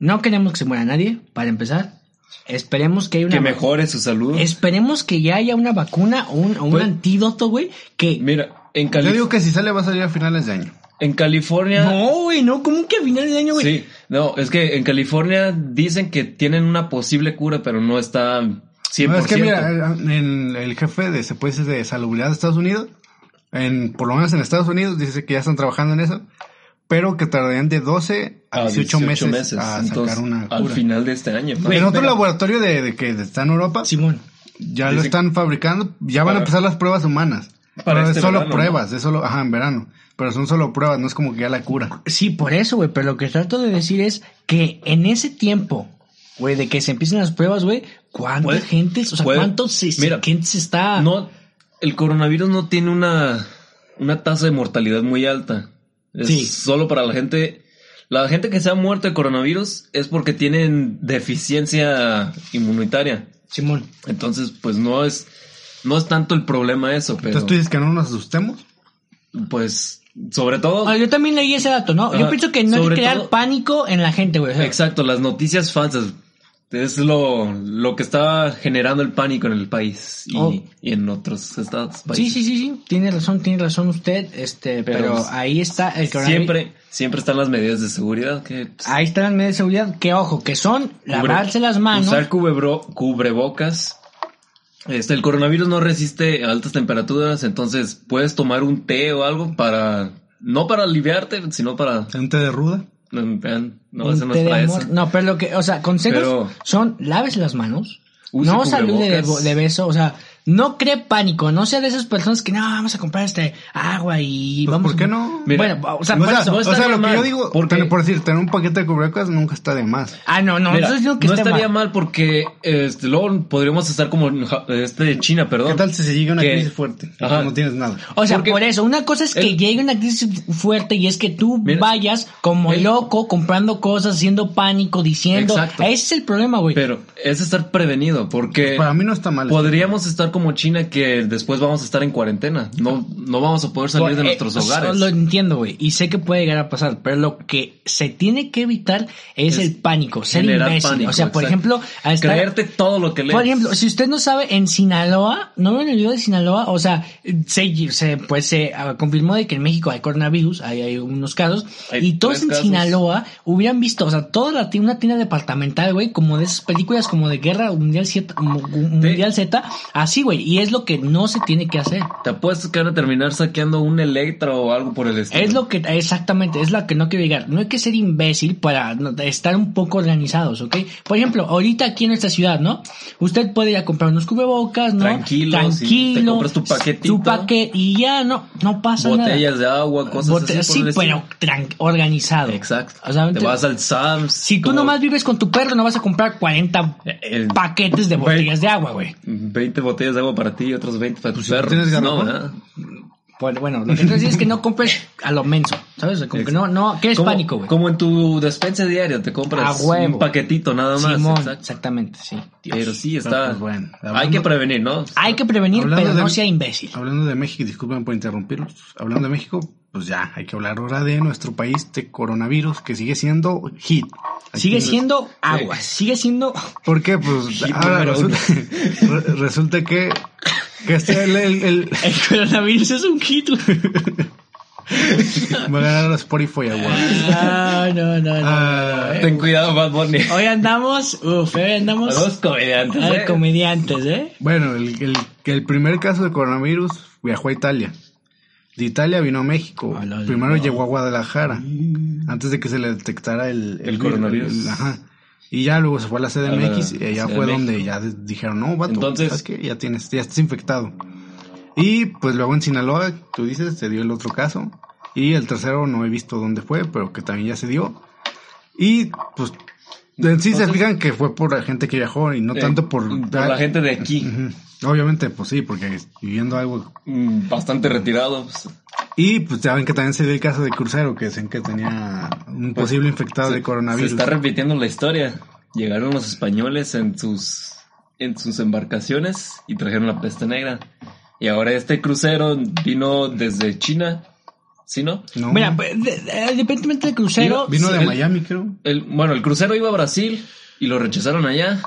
Speaker 3: no queremos que se muera nadie, para empezar. Esperemos que haya una
Speaker 1: que
Speaker 3: vacu-
Speaker 1: mejore su salud.
Speaker 3: Esperemos que ya haya una vacuna o un, o un
Speaker 1: Pues-
Speaker 3: antídoto, güey, que
Speaker 1: Mira, en, Cali-
Speaker 2: Yo digo que si sale va a salir a finales de año.
Speaker 1: en California.
Speaker 3: No, güey, no, ¿cómo que a final de año, güey?
Speaker 1: Sí, no, es que en California dicen que tienen una posible cura, pero no está 100%.
Speaker 2: No, es que mira, en el jefe de, se puede decir, de salubridad de Estados Unidos, en, por lo menos en Estados Unidos, dice que ya están trabajando en eso, pero que tardarían de 12 a 18, meses, a
Speaker 1: Ah, Entonces,
Speaker 2: sacar una
Speaker 1: al
Speaker 2: cura.
Speaker 1: final de este año. ¿no?
Speaker 2: en otro
Speaker 3: pero-
Speaker 2: laboratorio de, de que está en Europa,
Speaker 3: Simón.
Speaker 2: ya lo
Speaker 1: Dicen-
Speaker 2: están fabricando, ya van a
Speaker 1: Para-
Speaker 2: empezar las pruebas humanas.
Speaker 1: Para
Speaker 2: pero
Speaker 1: este
Speaker 2: es solo
Speaker 1: verano,
Speaker 2: pruebas, es solo, ajá, en verano. Pero son solo pruebas, no es como que ya la cura.
Speaker 3: Sí, por eso, güey, pero lo que trato de decir es que en ese tiempo, güey, de que se empiecen las pruebas, güey, ¿cuánta
Speaker 1: Puede-
Speaker 3: gente, o sea,
Speaker 1: puede-
Speaker 3: cuánto se, se-
Speaker 1: Mira,
Speaker 3: gente se está...
Speaker 1: No, el coronavirus no tiene una, una tasa de mortalidad muy alta. Es
Speaker 3: Sí.
Speaker 1: solo para la gente. La gente que se ha muerto de coronavirus es porque tienen deficiencia inmunitaria.
Speaker 3: Simón.
Speaker 1: Entonces, pues no es, no es tanto el problema eso, pero
Speaker 2: Entonces tú dices que no nos asustemos.
Speaker 1: pues sobre todo,
Speaker 3: Ah, yo también leí ese dato, ¿no? Yo
Speaker 1: Ajá,
Speaker 3: pienso que no hay que
Speaker 1: sobre
Speaker 3: crear
Speaker 1: todo-
Speaker 3: pánico en la gente, güey. o sea,
Speaker 1: exacto, las noticias falsas es lo, lo que está generando el pánico en el país y,
Speaker 3: Oh.
Speaker 1: y en otros estados.
Speaker 3: Sí,
Speaker 1: países.
Speaker 3: sí, sí, sí, tiene razón, tiene razón usted, este, pero,
Speaker 1: Pero
Speaker 3: ahí está el coronavirus.
Speaker 1: Siempre, siempre están las medidas de seguridad que pues,
Speaker 3: Ahí están las medidas de seguridad, que ojo, que son
Speaker 1: Cubre-
Speaker 3: lavarse las manos.
Speaker 1: Usar cubrebro- cubrebocas. Este, el coronavirus no resiste a altas temperaturas, entonces puedes tomar un té o algo para, no para aliviarte, sino para
Speaker 2: Un té de ruda.
Speaker 1: No, en plan, no,
Speaker 3: Un
Speaker 1: eso no
Speaker 3: té
Speaker 1: es
Speaker 3: de
Speaker 1: para
Speaker 3: amor.
Speaker 1: eso.
Speaker 3: No, pero lo que, o sea, consejos
Speaker 1: Pero-
Speaker 3: son lávese las manos.
Speaker 1: Use
Speaker 3: no salude de, bo-
Speaker 1: cubrebocas.
Speaker 3: de beso, o sea, no cree pánico, no sea de esas personas que no, vamos a comprar este agua y
Speaker 2: Pues,
Speaker 3: vamos.
Speaker 2: ¿Por qué
Speaker 3: a-
Speaker 2: no?
Speaker 1: Mira,
Speaker 3: bueno, o sea,
Speaker 2: o
Speaker 3: por
Speaker 2: sea,
Speaker 3: eso.
Speaker 1: no
Speaker 2: o
Speaker 1: está
Speaker 2: sea,
Speaker 1: bien
Speaker 2: lo que
Speaker 1: mal,
Speaker 2: yo digo,
Speaker 1: porque-
Speaker 2: tener- por decir, tener un paquete de cubrebocas nunca está de más.
Speaker 3: Ah, no,
Speaker 1: Mira,
Speaker 3: no, no estoy diciendo que
Speaker 1: no
Speaker 3: esté
Speaker 1: estaría
Speaker 3: mal.
Speaker 1: mal, porque este, luego podríamos estar como en Ja- este, China, perdón.
Speaker 2: ¿Qué tal si se llega una
Speaker 1: ¿Qué?
Speaker 2: crisis fuerte? y
Speaker 1: Ajá.
Speaker 2: tú No tienes nada.
Speaker 3: O sea,
Speaker 1: Porque
Speaker 3: por eso, una cosa es que
Speaker 1: el-
Speaker 3: llegue una crisis fuerte y es que tú
Speaker 1: Mira,
Speaker 3: vayas como
Speaker 1: el-
Speaker 3: loco comprando cosas, haciendo pánico, diciendo.
Speaker 1: Exacto.
Speaker 3: Ese es el problema, güey.
Speaker 1: Pero es estar prevenido,
Speaker 3: Eh,
Speaker 1: porque
Speaker 2: Pues Para mí no está mal.
Speaker 1: podríamos estar como China que después vamos a estar en cuarentena. No, no vamos a poder salir de
Speaker 3: Por-
Speaker 1: nuestros
Speaker 3: eh,
Speaker 1: hogares.
Speaker 3: Lo entiendo, güey. Y sé que puede llegar a pasar, pero lo que se tiene que evitar es,
Speaker 1: Es
Speaker 3: el pánico, ser
Speaker 1: generar
Speaker 3: imbécil.
Speaker 1: pánico,
Speaker 3: o sea, por
Speaker 1: exacto.
Speaker 3: ejemplo, a estar-
Speaker 1: Creerte todo lo que lees.
Speaker 3: Por ejemplo, si usted no sabe, en Sinaloa, ¿no vieron el video de Sinaloa? O sea, se, se- pues se ah, confirmó de que en México hay coronavirus, hay, hay unos casos,
Speaker 1: Hay
Speaker 3: y todos
Speaker 1: tres
Speaker 3: en
Speaker 1: casos.
Speaker 3: Sinaloa hubieran visto, o sea, toda la tienda, una tienda departamental, güey, como de esas películas como de Guerra Mundial, Z- Mu- mundial Z, así, güey, y es lo que no se tiene que hacer.
Speaker 1: Te apuesto que van a terminar saqueando un Electra o algo por el estilo.
Speaker 3: Es lo que, exactamente, es la que no quiero llegar. No hay que ser imbécil para no- estar un poco organizados, ¿ok? Por ejemplo, ahorita aquí en nuestra ciudad, ¿no? Usted puede ir a comprar unos cubrebocas, ¿no?
Speaker 1: Tranquilo, sí, te compras tu paquetito.
Speaker 3: Tu paquete, y ya, no, no pasa nada.
Speaker 1: Botellas de agua, cosas
Speaker 3: Bote-
Speaker 1: así.
Speaker 3: sí,
Speaker 1: por el
Speaker 3: pero
Speaker 1: estilo.
Speaker 3: tran- organizado.
Speaker 1: Exacto.
Speaker 3: O sea,
Speaker 1: te
Speaker 3: te-
Speaker 1: vas al Sam's.
Speaker 3: Si tú
Speaker 1: como
Speaker 3: nomás vives con tu perro, no vas a comprar 40
Speaker 1: El-
Speaker 3: paquetes de
Speaker 1: Güey.
Speaker 3: botellas de agua, güey.
Speaker 1: 20 botellas de agua para ti y otros 20 para tus
Speaker 2: si no
Speaker 1: perros.
Speaker 2: tienes
Speaker 1: no,
Speaker 2: garrafón.
Speaker 1: ¿verdad?
Speaker 3: Bueno, bueno, lo que quiero decir es que no compres a lo menso, ¿sabes? O sea, Como que no, no, que es
Speaker 1: Como-
Speaker 3: pánico, güey.
Speaker 1: Como en tu despensa diaria te compras
Speaker 3: A huevo.
Speaker 1: un paquetito nada más.
Speaker 3: Simón,
Speaker 1: exacto. Eh,
Speaker 3: exactamente, sí. Dios.
Speaker 1: Pero sí está.
Speaker 2: pues bueno,
Speaker 1: hay
Speaker 2: hablando-
Speaker 1: que prevenir, ¿no?
Speaker 3: Hay que prevenir,
Speaker 2: Hablando
Speaker 3: pero
Speaker 2: de-
Speaker 3: no sea imbécil.
Speaker 2: Hablando de México, y disculpen por interrumpirlos. Hablando de México, pues ya, hay que hablar ahora de nuestro país de coronavirus, que sigue siendo hit. Aquí
Speaker 3: Sigue
Speaker 2: en-
Speaker 3: siendo agua, sigue siendo...
Speaker 2: ¿Por qué? Pues
Speaker 1: Hit
Speaker 2: ahora
Speaker 1: número uno.
Speaker 2: resulta, re- resulta que, que este, el, el- el-
Speaker 3: El coronavirus es un hit. güey.
Speaker 2: va a ganar a Spotify Award.
Speaker 3: Ah, no, no, no.
Speaker 2: Ah,
Speaker 1: Ten cuidado, Bad Bunny.
Speaker 3: Hoy andamos, uf, hoy andamos...
Speaker 1: Los comediantes.
Speaker 3: ah,
Speaker 1: ¿eh?
Speaker 3: comediantes, ¿eh?
Speaker 2: bueno, el, el, el primer caso de coronavirus viajó a Italia. De Italia vino a México.
Speaker 3: A la-
Speaker 2: Primero
Speaker 3: no.
Speaker 2: llegó a Guadalajara, antes de que se le detectara el,
Speaker 1: El coronavirus.
Speaker 2: ajá. Y ya luego se fue a la CDMX
Speaker 1: A
Speaker 2: y
Speaker 1: la
Speaker 2: allá
Speaker 1: Ciudad
Speaker 2: fue
Speaker 1: de
Speaker 2: donde
Speaker 1: México.
Speaker 2: ya de- dijeron, no, vato,
Speaker 1: Entonces-
Speaker 2: ¿sabes qué? Ya, tienes, ya estás infectado. Y pues luego en Sinaloa, tú dices, se dio el otro caso. Y el tercero no he visto dónde fue, pero que también ya se dio. Y pues en sí se
Speaker 1: Entonces-
Speaker 2: explican que fue por la gente que viajó y no
Speaker 1: Eh,
Speaker 2: tanto por...
Speaker 1: la gente de aquí.
Speaker 2: Ujú. Obviamente, pues sí, porque viviendo algo
Speaker 1: Mm, Bastante retirado. pues,
Speaker 2: y pues saben que también se dio el caso de Crucero, que decían que tenía un posible infectado de
Speaker 1: Pues, Se
Speaker 2: coronavirus.
Speaker 1: está repitiendo la historia. Llegaron los españoles en sus en sus embarcaciones y trajeron la peste negra. Y ahora este crucero vino desde China, ¿sí no?
Speaker 2: No,
Speaker 3: Mira, pues, de- de- independientemente del crucero...
Speaker 2: vino de
Speaker 1: el-
Speaker 2: Miami, creo.
Speaker 1: El, bueno, el crucero iba a Brasil y lo rechazaron allá.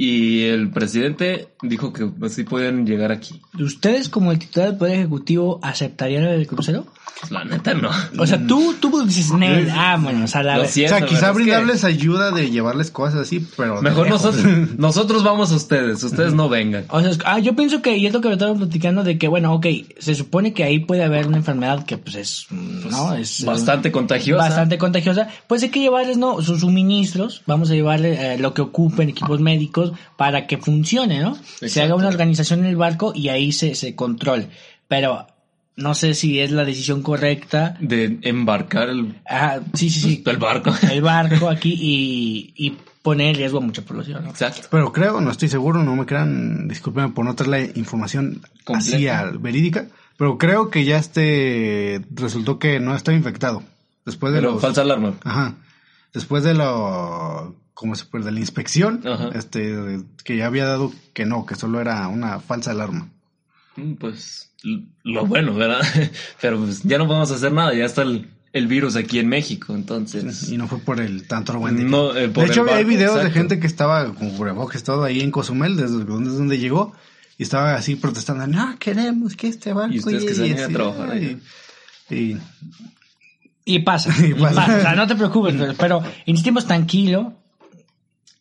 Speaker 1: Y el presidente dijo que así podían llegar aquí.
Speaker 3: ¿Ustedes como el titular del Poder Ejecutivo aceptarían el crucero?
Speaker 1: Pues, la neta, no.
Speaker 3: O sea, tú, tú dices, Nel,
Speaker 2: Yo-
Speaker 3: ah, bueno, o sea, la
Speaker 1: Lo
Speaker 3: verdad-
Speaker 2: o sea,
Speaker 1: siento,
Speaker 2: quizá
Speaker 1: pero es que
Speaker 2: brindarles ayuda de llevarles cosas así, pero... de
Speaker 1: Mejor
Speaker 2: lejos.
Speaker 1: nosotros, nosotros vamos a ustedes, ustedes no vengan.
Speaker 3: O sea, es- ah, yo pienso que, y es lo que estamos platicando, de que, bueno, ok, se supone que ahí puede haber una enfermedad que, pues, es, mm, ¿no? Es eh,
Speaker 1: Bastante contagiosa.
Speaker 3: bastante contagiosa. Pues hay que llevarles, ¿no? Sus suministros, vamos a llevarle eh, lo que ocupen, equipos médicos, para que funcione, ¿no? Se
Speaker 1: Exacto.
Speaker 3: haga una organización en el barco y ahí se, se controle. Pero no sé si es la decisión correcta.
Speaker 1: De embarcar el,
Speaker 3: Ah, sí, sí, sí.
Speaker 1: el barco.
Speaker 3: El barco aquí y, y poner en riesgo a mucha población, ¿no?
Speaker 1: Exacto.
Speaker 2: Pero creo, no estoy seguro, no me crean, discúlpenme por no traer la información así
Speaker 1: Completa.
Speaker 2: al- verídica, pero creo que ya este resultó que no estaba infectado. Después de
Speaker 1: Pero
Speaker 2: los...
Speaker 1: falsa alarma.
Speaker 2: Ajá. Después de lo como se puede, de la inspección,
Speaker 1: Ajá.
Speaker 2: este que ya había dado que no, que solo era una falsa alarma.
Speaker 1: Mm, Pues l- lo bueno, ¿verdad? Pero pues, ya no podemos hacer nada, ya está el, el virus aquí en México, entonces...
Speaker 2: Y no fue por el tanto argüende que-
Speaker 1: No, eh, por
Speaker 2: de hecho,
Speaker 1: el
Speaker 2: hay
Speaker 1: barco,
Speaker 2: videos de
Speaker 1: exacto.
Speaker 2: gente que estaba con cubrebocas todo ahí en Cozumel, desde donde, desde donde llegó, y estaba así protestando, no queremos que este barco
Speaker 1: Y ustedes que se
Speaker 2: llegue",
Speaker 1: van a
Speaker 2: así,
Speaker 1: trabajar ahí,
Speaker 2: y- y-
Speaker 3: Y pasa, y
Speaker 2: Y pasa.
Speaker 3: pasa. O sea, no te preocupes, pero, pero en tiempos tranquilo,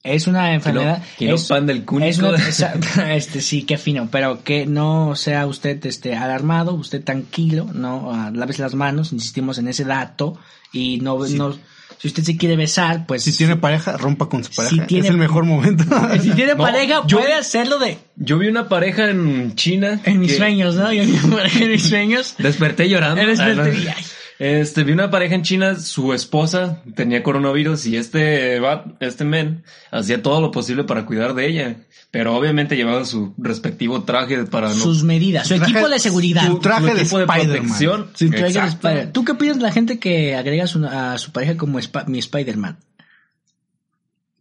Speaker 3: es una
Speaker 1: Que no-
Speaker 3: enfermedad.
Speaker 1: que no
Speaker 3: es,
Speaker 1: pan del cúnico.
Speaker 3: es una- esa- este, sí, qué fino, pero que no sea usted este, alarmado, usted tranquilo, no ah, lávese las manos, insistimos en ese dato, y no, no, Si usted se quiere besar, pues.
Speaker 2: Si tiene pareja, rompa con su
Speaker 3: Si
Speaker 2: pareja.
Speaker 3: tiene-
Speaker 2: Es el mejor momento.
Speaker 3: si tiene
Speaker 1: No,
Speaker 3: pareja,
Speaker 1: yo-
Speaker 3: puede hacerlo de.
Speaker 1: Yo vi una pareja en China.
Speaker 3: En mis
Speaker 1: que-
Speaker 3: sueños, ¿no? Yo digo, en mis sueños.
Speaker 1: Desperté llorando.
Speaker 3: Eres
Speaker 1: Ah, no.
Speaker 3: verte- este ay.
Speaker 1: Este, vi una pareja en China, su esposa tenía coronavirus y este va- este men hacía todo lo posible para cuidar de ella, pero obviamente llevaba su respectivo traje para no
Speaker 3: Sus medidas, su
Speaker 2: Traje-
Speaker 3: equipo de seguridad.
Speaker 2: su traje de
Speaker 1: equipo
Speaker 2: Spider-Man.
Speaker 1: protección.
Speaker 3: Su traje de
Speaker 1: Exacto.
Speaker 3: Spider- ¿Tú qué opinas de la gente que agrega a su, a su pareja como Spa- mi Spider-Man?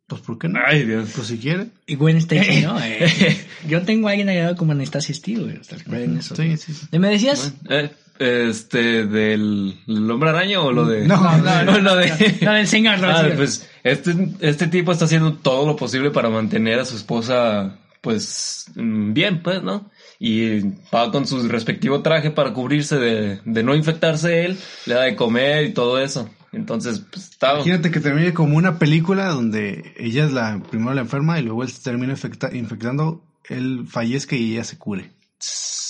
Speaker 2: Pues, ¿por qué no?
Speaker 1: Ay, Dios.
Speaker 2: Pues, si quiere.
Speaker 3: Y Gwen Stacy, ¿no? Eh, yo tengo a alguien agregado como Anastasia Steele, güey. ¿Te acuerdas de eso?
Speaker 2: Sí, sí, sí.
Speaker 3: ¿Y ¿Me decías?
Speaker 1: Eh, este del el hombre araña o lo de
Speaker 2: No, no,
Speaker 1: no, lo de
Speaker 3: No, del señor, no, del
Speaker 1: Ah,
Speaker 3: señor.
Speaker 1: pues este este tipo está haciendo todo lo posible para mantener a su esposa pues mm, bien, pues, ¿no? Y va con su respectivo traje para cubrirse de, de no infectarse él, le da de comer y todo eso. Entonces, pues está
Speaker 2: Imagínate que termine como una película donde ella es la primero la enferma y luego él se termina infecta- infectando, él fallezca y ella se cure.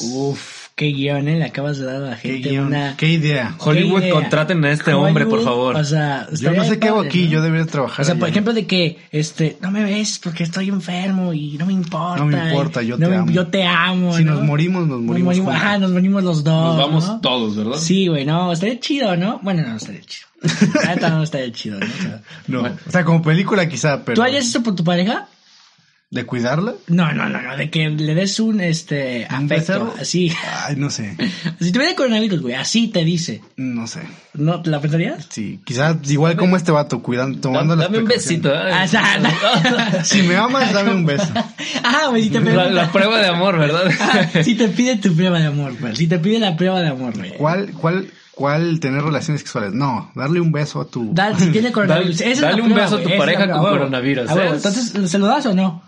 Speaker 3: Uf, qué guión, ¿eh? Le acabas de dar a la
Speaker 2: ¿Qué,
Speaker 3: gente
Speaker 2: guión?
Speaker 3: una...
Speaker 2: ¿Qué idea?
Speaker 1: Hollywood,
Speaker 3: idea.
Speaker 1: contraten a este hombre, por favor.
Speaker 3: O sea,
Speaker 2: Yo
Speaker 3: estaría
Speaker 2: no sé qué hago
Speaker 3: padre,
Speaker 2: aquí,
Speaker 3: ¿no?
Speaker 2: yo debería trabajar.
Speaker 3: O sea,
Speaker 2: allá.
Speaker 3: por ejemplo, de que, este, no me ves porque estoy enfermo y no me importa.
Speaker 2: No me importa, yo
Speaker 3: no
Speaker 2: te
Speaker 3: me-
Speaker 2: amo.
Speaker 3: Yo te amo,
Speaker 2: si
Speaker 3: ¿no?
Speaker 2: nos morimos, nos
Speaker 3: Nos
Speaker 2: morimos.
Speaker 3: morimos-
Speaker 2: juntos.
Speaker 3: ajá, nos morimos los dos.
Speaker 1: Nos vamos
Speaker 3: ¿no?
Speaker 1: todos, ¿verdad?
Speaker 3: Sí, güey, no, estaría chido, ¿no? Bueno, no, no estaría chido. La neta no estaría chido, ¿no? O sea,
Speaker 2: No, o sea, como película quizá, pero
Speaker 3: ¿Tú harías eso por tu pareja?
Speaker 2: de cuidarla.
Speaker 3: No, no, no, no, de que le des un, este,
Speaker 2: ¿Un
Speaker 3: afecto,
Speaker 2: becerro?
Speaker 3: así.
Speaker 2: Ay, no sé,
Speaker 3: Si tuviera coronavirus, güey, así te dice.
Speaker 2: no sé.
Speaker 3: ¿No te la pensarías?
Speaker 2: Sí, quizás igual como este vato, cuidando,
Speaker 1: Da-
Speaker 2: tomando las
Speaker 1: dame un besito.
Speaker 2: precauciones.
Speaker 1: ¿eh?
Speaker 3: Ah, o sea, no.
Speaker 2: Si me amas, dame un beso.
Speaker 3: Ah, güey, si te Ah,
Speaker 1: la,
Speaker 3: pregunta.
Speaker 1: la prueba de amor, ¿verdad?
Speaker 3: si te pide tu prueba de amor, güey. Si te pide la prueba de amor, güey.
Speaker 2: ¿Cuál, cuál, cuál tener relaciones sexuales? No, darle un beso a tu.
Speaker 3: Dale, si tiene coronavirus.
Speaker 1: Dale-
Speaker 3: esa es
Speaker 1: dale
Speaker 3: la
Speaker 1: un
Speaker 3: prueba,
Speaker 1: beso a
Speaker 3: güey,
Speaker 1: tu
Speaker 3: esa es la
Speaker 1: pareja
Speaker 3: prueba,
Speaker 1: con
Speaker 3: a huevo.
Speaker 1: coronavirus,
Speaker 3: A huevo,
Speaker 1: ¿eh?
Speaker 3: Entonces, ¿se lo das o no?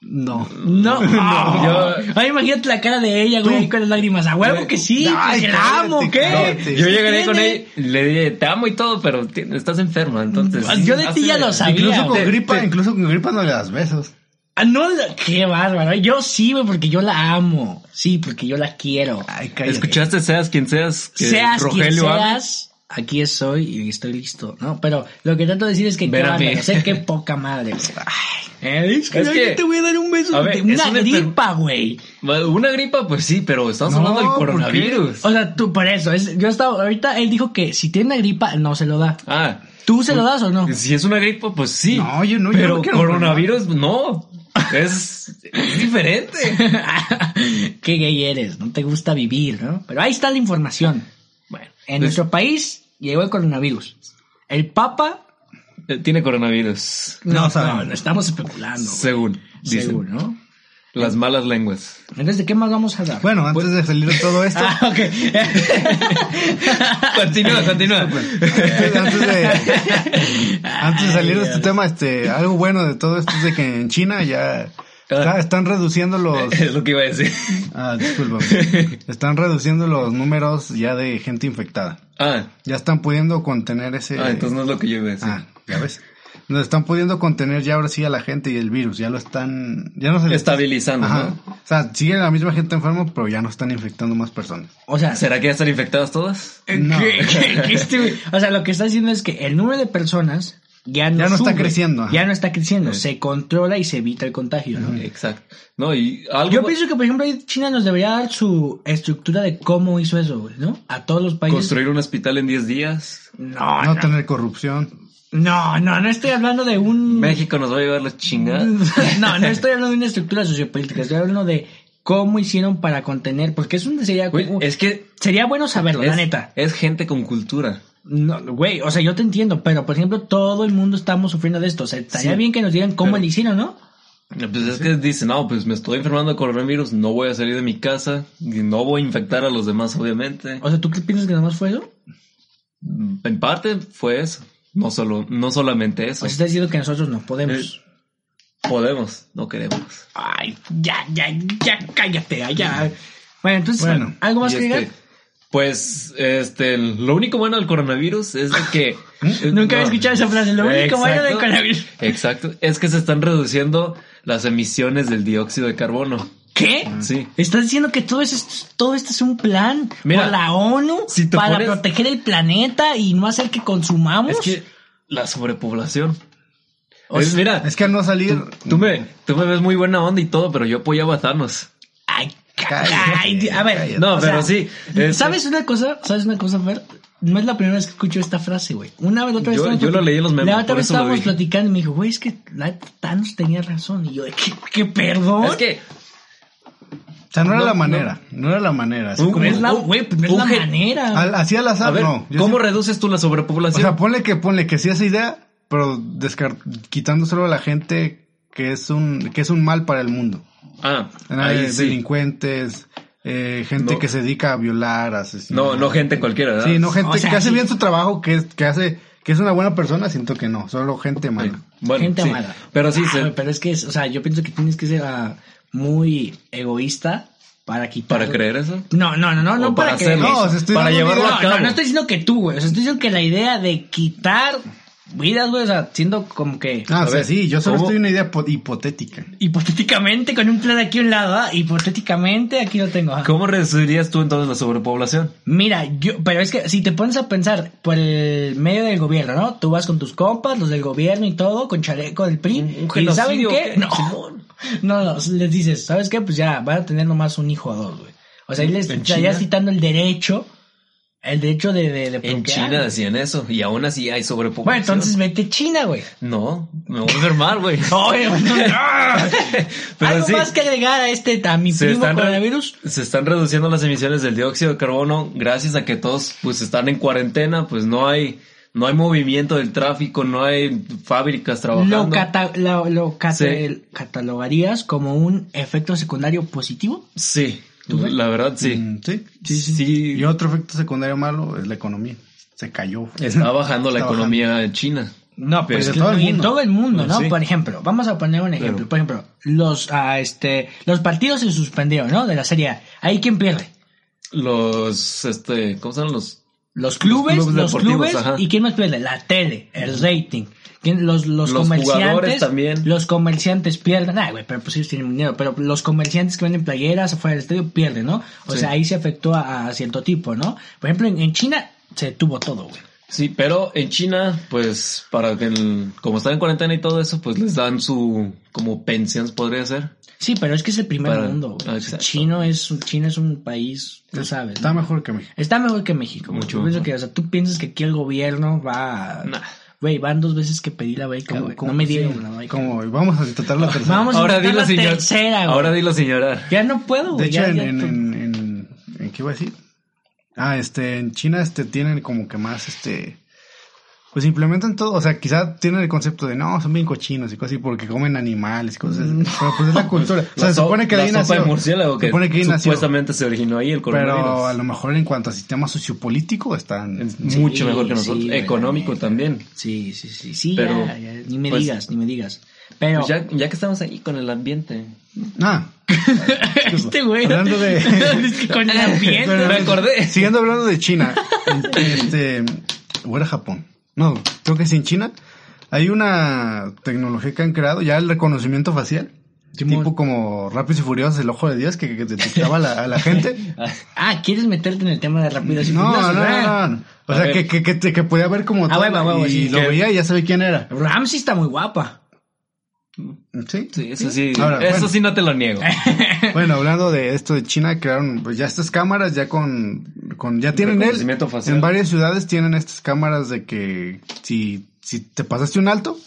Speaker 2: No.
Speaker 3: No.
Speaker 1: No.
Speaker 3: Yo- Ay, imagínate la cara de ella, güey,
Speaker 2: Tú.
Speaker 3: ahí con las lágrimas. A huevo
Speaker 1: Yo-
Speaker 3: que sí.
Speaker 2: Ay,
Speaker 3: que la amo,
Speaker 2: cállate,
Speaker 3: ¿qué?
Speaker 2: cállate.
Speaker 1: Yo llegaría con
Speaker 3: tiene?
Speaker 1: él, le dije, te amo y todo, pero ti- estás enferma, entonces.
Speaker 3: Ah, Yo de ti ya
Speaker 1: hazle-
Speaker 3: lo sabía.
Speaker 2: Incluso con
Speaker 3: güey.
Speaker 2: gripa,
Speaker 1: te-
Speaker 2: incluso con gripa no le das besos.
Speaker 3: Ah, no, la- qué bárbaro. Yo sí, güey, porque yo la amo. Sí, porque yo la quiero.
Speaker 2: Ay, cállate.
Speaker 1: Escuchaste, seas quien seas, que
Speaker 3: seas
Speaker 1: Rogelio
Speaker 3: quien
Speaker 1: hable.
Speaker 3: seas, aquí estoy y estoy listo, ¿no? Pero lo que trato de decir es que,
Speaker 1: Ven a
Speaker 3: claro,
Speaker 1: mí.
Speaker 3: sé que poca madre. güey. Ay, eh, es que,
Speaker 1: Es que-
Speaker 3: yo te voy a dar un beso
Speaker 1: a ver,
Speaker 3: de
Speaker 1: es
Speaker 3: una
Speaker 1: una
Speaker 3: gripa, güey.
Speaker 1: Bueno, Una gripa, pues sí, pero estamos
Speaker 2: No,
Speaker 1: hablando del
Speaker 2: ¿por qué?
Speaker 1: coronavirus.
Speaker 3: O sea, tú por eso, es, yo estaba, ahorita él dijo que si tiene una gripa, no se lo da.
Speaker 1: Ah,
Speaker 3: ¿Tú se lo das o no?
Speaker 1: si es una gripa, pues sí.
Speaker 2: No, yo no, yo
Speaker 1: Pero
Speaker 2: no quiero
Speaker 1: coronavirus, no. Es, es diferente.
Speaker 3: Qué gay eres, no te gusta vivir, ¿no? Pero ahí está la información.
Speaker 1: Bueno,
Speaker 3: En
Speaker 1: pues,
Speaker 3: nuestro país llegó el coronavirus. El Papa,
Speaker 1: eh, tiene coronavirus,
Speaker 2: No sabemos.
Speaker 3: estamos
Speaker 2: Ah,
Speaker 3: especulando. güey.
Speaker 1: según dicen
Speaker 3: Seguro, ¿no?
Speaker 1: las malas lenguas.
Speaker 3: Entonces, ¿de qué más vamos a hablar?
Speaker 2: Bueno, antes
Speaker 1: Pues-
Speaker 2: de salir de todo esto,
Speaker 3: Ah, ok.
Speaker 1: Continúa, continúa.
Speaker 2: antes, antes de, antes de salir de este tema, este, algo bueno de todo esto es de que en China ya está- están reduciendo los,
Speaker 1: Es lo que iba a decir.
Speaker 2: ah, discúlpame. están reduciendo los números ya de gente infectada.
Speaker 1: Ah,
Speaker 2: Ya están pudiendo contener ese,
Speaker 1: ah, entonces no es lo que yo iba a decir.
Speaker 2: ah, ya ves. Nos están pudiendo contener ya ahora sí a la gente y el virus, ya lo están, ya no se les-
Speaker 1: Estabilizando,
Speaker 2: Ajá.
Speaker 1: ¿no?
Speaker 2: O sea, sigue la misma gente enferma, pero ya no están infectando más personas.
Speaker 3: O sea,
Speaker 1: ¿Será que ya están infectadas todas?
Speaker 2: No.
Speaker 3: ¿qué- qué- qué este- o sea, lo que está haciendo es que el número de personas ya no,
Speaker 2: Ya no está
Speaker 3: sube,
Speaker 2: creciendo, ajá.
Speaker 3: Ya no está creciendo. Se controla y se evita el contagio, ¿no?
Speaker 1: Exacto. No, y algo.
Speaker 3: Mm. Yo pienso que, por ejemplo, ahí China nos debería dar su estructura de cómo hizo eso, güey, ¿no? A todos los países.
Speaker 1: Construir un hospital en 10 días.
Speaker 3: no,
Speaker 1: Ah,
Speaker 2: No
Speaker 3: no,
Speaker 2: tener corrupción.
Speaker 3: no, no, no estoy hablando de un...
Speaker 1: México nos va a llevar la chingada.
Speaker 3: Mm. no, no estoy hablando de una estructura sociopolítica. Estoy hablando de cómo hicieron para contener. Porque es un... Sería,
Speaker 1: Güey, es que.
Speaker 3: sería bueno saberlo, la
Speaker 1: es-
Speaker 3: neta.
Speaker 1: Es gente con cultura.
Speaker 3: No, güey, o sea, yo te entiendo, pero por ejemplo, todo el mundo estamos sufriendo de esto. O sea, estaría
Speaker 1: Sí.
Speaker 3: bien que nos digan cómo
Speaker 1: Pero-
Speaker 3: lo hicieron, ¿no?
Speaker 1: Pues es que dicen, no, pues me estoy enfermando de coronavirus, no voy a salir de mi casa, y no voy a infectar a los demás, obviamente.
Speaker 3: O sea, ¿tú qué piensas que nada más fue eso?
Speaker 1: En parte fue eso. No solo, no solamente
Speaker 3: O sea,
Speaker 1: eso.
Speaker 3: Pues estás diciendo que nosotros no
Speaker 1: Eh.
Speaker 3: podemos.
Speaker 1: Podemos, no queremos.
Speaker 3: Ay, ya, ya, ya, cállate, ya, ya. Bueno, entonces,
Speaker 2: Bueno,
Speaker 3: ¿algo más
Speaker 1: Y
Speaker 3: que
Speaker 1: este,
Speaker 3: digas?
Speaker 1: Pues, este, lo único bueno del coronavirus es de que...
Speaker 3: Nunca
Speaker 1: eh, no.
Speaker 3: había escuchado esa frase. Lo único bueno del
Speaker 1: Exacto.
Speaker 3: coronavirus.
Speaker 1: Exacto, es que se están reduciendo las emisiones del dióxido de carbono.
Speaker 3: ¿Qué?
Speaker 1: Sí.
Speaker 3: Estás diciendo que todo esto, todo esto es un plan
Speaker 1: Mira,
Speaker 3: por la ONU
Speaker 1: si te
Speaker 3: para
Speaker 1: pones-
Speaker 3: proteger el planeta y no hacer que consumamos.
Speaker 1: Es que la sobrepoblación.
Speaker 2: O
Speaker 1: Es- Pues
Speaker 2: sea,
Speaker 1: mira,
Speaker 2: Es que al no salir.
Speaker 1: tú, me, tú me ves muy buena onda y todo, pero yo apoyaba a Thanos.
Speaker 3: Ay,
Speaker 2: Cállate,
Speaker 3: caray, a ver.
Speaker 2: cállate.
Speaker 1: No,
Speaker 3: o
Speaker 1: pero
Speaker 3: sea,
Speaker 1: sí. este,
Speaker 3: ¿Sabes una cosa? ¿Sabes una cosa, Fer? No es la primera vez que escucho esta frase, güey. Una vez, otra vez.
Speaker 1: Yo-
Speaker 3: estábamos
Speaker 1: yo lo
Speaker 3: platic-
Speaker 1: leí en los memes,
Speaker 3: La otra
Speaker 1: por
Speaker 3: vez
Speaker 1: eso lo
Speaker 3: estábamos
Speaker 1: dije.
Speaker 3: platicando y me dijo, güey, es que la neta, Thanos tenía razón. Y yo, ¿qué, qué perdón?
Speaker 1: Es que
Speaker 2: O sea, no era
Speaker 1: No,
Speaker 2: la
Speaker 1: no.
Speaker 2: manera. No, era la manera. Así,
Speaker 1: Un-
Speaker 2: como,
Speaker 3: es la,
Speaker 1: un-
Speaker 3: güey, pues, no es
Speaker 1: un
Speaker 3: la
Speaker 1: gen-
Speaker 3: manera.
Speaker 2: al, así al
Speaker 1: A
Speaker 2: azar,
Speaker 1: ver,
Speaker 2: no. Yo
Speaker 1: ¿cómo
Speaker 2: siempre-
Speaker 1: reduces tú la
Speaker 2: O
Speaker 1: sobrepoblación?
Speaker 2: sea, ponle que ponle que sí esa idea, pero descar- quitándoselo a la gente que es un que es un mal para el mundo.
Speaker 1: ah,
Speaker 2: Eh,
Speaker 1: ahí sí.
Speaker 2: Delincuentes, eh, gente
Speaker 1: No.
Speaker 2: que se dedica a violar, asesinar.
Speaker 1: No, no gente cualquiera, ¿verdad?
Speaker 2: Sí, no gente
Speaker 3: O sea,
Speaker 2: que hace
Speaker 3: sí.
Speaker 2: bien su trabajo, que es, que hace que es una buena persona, siento que no, solo gente
Speaker 1: Sí.
Speaker 2: mala.
Speaker 1: Bueno,
Speaker 3: Gente
Speaker 1: sí.
Speaker 3: mala.
Speaker 1: Pero sí,
Speaker 3: Ah,
Speaker 1: se-
Speaker 3: güey, pero es que, es- o sea, yo pienso que tienes que ser ah, muy egoísta para quitar.
Speaker 1: ¿para creer eso?
Speaker 3: No, no, no, no,
Speaker 1: O
Speaker 3: no para,
Speaker 1: para
Speaker 3: creer.
Speaker 1: hacerlo.
Speaker 3: eso.
Speaker 2: No, o sea, estoy
Speaker 1: Para
Speaker 2: dando una
Speaker 1: llevarlo
Speaker 2: idea.
Speaker 1: a
Speaker 3: No,
Speaker 1: cabo.
Speaker 3: no, no estoy diciendo que tú, güey. O sea, estoy diciendo que la idea de quitar vidas, güey, o sea, siendo como que
Speaker 2: Ah,
Speaker 1: A
Speaker 2: o sea,
Speaker 1: ver,
Speaker 2: sí, yo solo
Speaker 1: ¿cómo?
Speaker 2: estoy en una idea po- hipotética.
Speaker 3: hipotéticamente con un plan aquí a un lado, ah, hipotéticamente aquí lo tengo. ah.
Speaker 1: ¿Cómo reducirías tú entonces la sobrepoblación?
Speaker 3: Mira, yo, pero es que si te pones a pensar por el medio del gobierno, ¿no? Tú vas con tus compas, los del gobierno y todo, con chaleco del PRI.
Speaker 1: Un- un
Speaker 3: ¿Y saben
Speaker 1: genocidio,
Speaker 3: qué?
Speaker 1: ¿qué?
Speaker 3: No, no, no, les dices, ¿sabes qué? Pues ya, van a tener nomás un hijo o dos, güey. O sea, ahí les
Speaker 1: ¿En
Speaker 3: estarías
Speaker 1: China?
Speaker 3: quitando el derecho, el derecho de... de, de
Speaker 1: En
Speaker 3: procrear,
Speaker 1: China
Speaker 3: güey.
Speaker 1: decían eso y aún así hay
Speaker 3: Bueno,
Speaker 1: sobrepoblación.
Speaker 3: entonces vete a China, güey.
Speaker 1: No, me voy a enfermar, güey.
Speaker 3: Oye, bueno, ¡ah!
Speaker 1: Pero
Speaker 3: ¿Algo
Speaker 1: sí,
Speaker 3: más que agregar a este, a mi
Speaker 1: se
Speaker 3: primo
Speaker 1: están, re-
Speaker 3: coronavirus?
Speaker 1: se están reduciendo las emisiones del dióxido de carbono gracias a que todos pues están en cuarentena, pues no hay no hay movimiento del tráfico, no hay fábricas trabajando.
Speaker 3: ¿Lo, cata- lo, lo cata-
Speaker 1: Sí.
Speaker 3: catalogarías como un efecto secundario positivo?
Speaker 1: Sí,
Speaker 3: ¿Tú, güey?
Speaker 1: la verdad sí.
Speaker 2: Mm, sí.
Speaker 1: Sí,
Speaker 2: Y otro efecto secundario malo es la economía. Se cayó.
Speaker 3: Eh,
Speaker 1: está bajando la
Speaker 2: Está
Speaker 1: economía en China.
Speaker 3: No,
Speaker 2: Pero
Speaker 3: pues
Speaker 2: de
Speaker 3: que-
Speaker 2: todo el
Speaker 3: y en
Speaker 2: mundo.
Speaker 3: todo el mundo, ¿no?
Speaker 1: Pues Sí.
Speaker 3: Por ejemplo, vamos a poner un
Speaker 1: Claro.
Speaker 3: ejemplo. Por ejemplo, los, ah, este, los partidos se suspendieron, ¿no? De la Serie A. ¿Ahí quién pierde?
Speaker 1: Los este, ¿cómo se llaman los?
Speaker 3: Los clubes, los
Speaker 1: clubes
Speaker 3: clubes,
Speaker 1: deportivos, ajá.
Speaker 3: y quién más pierde, la tele, el rating, ¿Quién- los, los,
Speaker 1: Los
Speaker 3: comerciantes,
Speaker 1: jugadores también.
Speaker 3: los comerciantes pierden, ah, güey, pero pues ellos tienen dinero, pero los comerciantes que venden playeras afuera del estadio pierden, ¿no? O
Speaker 1: Sí.
Speaker 3: sea, ahí se afectó a, a cierto tipo, ¿no? Por ejemplo, en, en China se tuvo todo, güey.
Speaker 1: Sí, pero en China, pues, para que el- como están en cuarentena y todo eso, pues les dan su como pensión, podría ser.
Speaker 3: Sí, pero es que es el primer
Speaker 1: Para-
Speaker 3: mundo, güey.
Speaker 1: Ah,
Speaker 3: O sea,
Speaker 1: exacto.
Speaker 3: Chino es, un- China es un país, tú sabes.
Speaker 2: Está
Speaker 3: ¿no?
Speaker 2: mejor que México.
Speaker 3: Está mejor que México. güey.
Speaker 1: Mucho
Speaker 3: Yo pienso
Speaker 1: mejor.
Speaker 3: que, o sea, tú piensas que aquí el gobierno va. a-
Speaker 1: Nah.
Speaker 3: Güey, van dos veces que pedí la beca, güey. No me dieron la beca.
Speaker 2: Como, vamos a tratar la tercera.
Speaker 3: Vamos a
Speaker 1: Ahora
Speaker 3: inventar
Speaker 1: dilo
Speaker 3: la
Speaker 1: sin llorar.
Speaker 3: tercera, güey.
Speaker 1: Ahora dilo sin llorar.
Speaker 3: Ya no puedo,
Speaker 2: De
Speaker 3: güey.
Speaker 2: hecho,
Speaker 3: ya-
Speaker 2: en,
Speaker 3: ya
Speaker 2: en,
Speaker 3: to-
Speaker 2: en, en- ¿en qué iba a decir? Ah, este, en China este, tienen como que más, este, pues implementan todo, o sea, quizá tienen el concepto de, no, son bien cochinos y cosas así porque comen animales y cosas
Speaker 3: Mm.
Speaker 2: así, pero pues es la cultura, o sea,
Speaker 1: La
Speaker 2: se
Speaker 1: so-
Speaker 2: supone que de
Speaker 1: la
Speaker 2: ahí
Speaker 1: sopa
Speaker 2: nació,
Speaker 1: de murciélago
Speaker 2: se
Speaker 1: que,
Speaker 2: supone que ahí nació,
Speaker 1: supuestamente se originó ahí el
Speaker 2: pero a
Speaker 1: coronavirus.
Speaker 2: lo mejor en cuanto a sistema sociopolítico están,
Speaker 1: Es mucho
Speaker 3: Sí,
Speaker 1: mejor que nosotros.
Speaker 3: sí, güey,
Speaker 1: Económico
Speaker 3: la neta.
Speaker 1: también.
Speaker 3: Sí, sí, sí. Sí,
Speaker 1: Pero,
Speaker 3: ya, ya, Ni me
Speaker 1: pues-
Speaker 3: digas, ni me digas. Pero.
Speaker 1: Pues ya, ya que estamos ahí con el ambiente.
Speaker 2: ah,
Speaker 3: este güey.
Speaker 2: Hablando de-
Speaker 3: es que con el ambiente.
Speaker 2: Pero-
Speaker 1: Me acordé.
Speaker 2: Siguiendo hablando de China, este, o era Japón. No, creo que es en China. Hay una tecnología que han creado, ya el reconocimiento facial.
Speaker 3: Simón.
Speaker 2: Tipo como Rápidos y Furiosos, el ojo de Dios que, que detectaba a la, a la gente.
Speaker 3: Ah, ¿quieres meterte en el tema de rápidas y
Speaker 2: No, no,
Speaker 3: Furiosas, ¿verdad?
Speaker 2: no, no. O
Speaker 1: A
Speaker 2: sea,
Speaker 1: ver.
Speaker 2: que, que, que, te- que podía ver como
Speaker 3: Ah,
Speaker 2: todo
Speaker 3: huevo, huevo,
Speaker 2: y
Speaker 3: sí.
Speaker 2: lo
Speaker 1: Que-
Speaker 2: veía y ya sabía quién era.
Speaker 3: Ramsey está muy guapa.
Speaker 2: ¿Sí?
Speaker 1: Sí, eso sí.
Speaker 2: Ahora,
Speaker 1: eso
Speaker 2: bueno.
Speaker 1: sí no te lo niego.
Speaker 2: Bueno, hablando de esto de China, crearon pues, ya estas cámaras, ya con, con ya tienen él.
Speaker 1: Reconocimiento facial.
Speaker 2: En varias ciudades tienen estas cámaras de que si, si te pasaste un alto,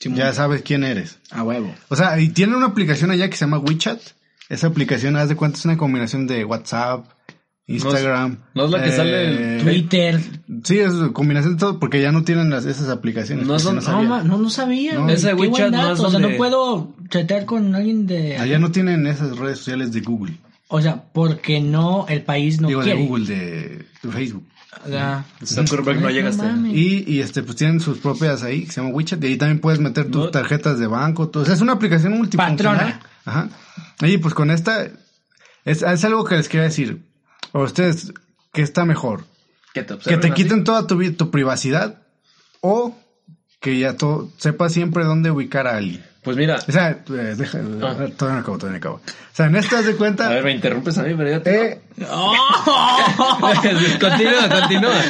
Speaker 2: ya sabes quién eres.
Speaker 3: A huevo.
Speaker 2: O sea, y tienen una aplicación allá que se llama WeChat. Esa aplicación, haz de cuenta, es una combinación de WhatsApp, Instagram. eh,
Speaker 1: no es la que
Speaker 3: Eh,
Speaker 1: sale en
Speaker 3: Twitter.
Speaker 2: Sí, es combinación de todo, porque ya no tienen las, esas aplicaciones.
Speaker 1: No
Speaker 2: pues,
Speaker 1: son-
Speaker 2: no
Speaker 3: No,
Speaker 2: sabía.
Speaker 3: ma- no, no sabía.
Speaker 2: No,
Speaker 3: güey.
Speaker 1: ese
Speaker 3: Qué buen
Speaker 1: WeChat no
Speaker 3: dato.
Speaker 1: es
Speaker 3: O sea,
Speaker 1: donde-
Speaker 3: no puedo chatear con alguien de...
Speaker 2: Allá no tienen esas redes sociales de Google.
Speaker 3: O sea, porque no, el país no
Speaker 2: digo,
Speaker 3: quiere.
Speaker 2: de Google, de- de Facebook.
Speaker 3: O sea,
Speaker 1: Zuckerberg no
Speaker 3: Ay,
Speaker 1: llega hasta
Speaker 3: mames.
Speaker 2: Y, y, este, pues tienen sus propias ahí, que se llama WeChat, y ahí también puedes meter tus
Speaker 1: No.
Speaker 2: tarjetas de banco, todo. O sea, es una aplicación multifuncional.
Speaker 3: Patrona.
Speaker 2: Ajá. Oye, pues con esta, es, es algo que les quería decir. A ustedes, ¿qué está mejor?
Speaker 1: Que te,
Speaker 2: Que
Speaker 1: observen
Speaker 2: te
Speaker 1: así.
Speaker 2: quiten toda tu, vi- tu privacidad, o que ya to- sepas siempre dónde ubicar a alguien.
Speaker 1: Pues mira,
Speaker 2: O sea, eh, deja, todavía no acabo, todavía no acabo. O sea, en esto haz de
Speaker 1: Ah. a ver,
Speaker 2: cuenta.
Speaker 1: me interrumpes a mí, pero ya te...
Speaker 2: eh,
Speaker 3: ¡Oh!
Speaker 1: continúa, continúa.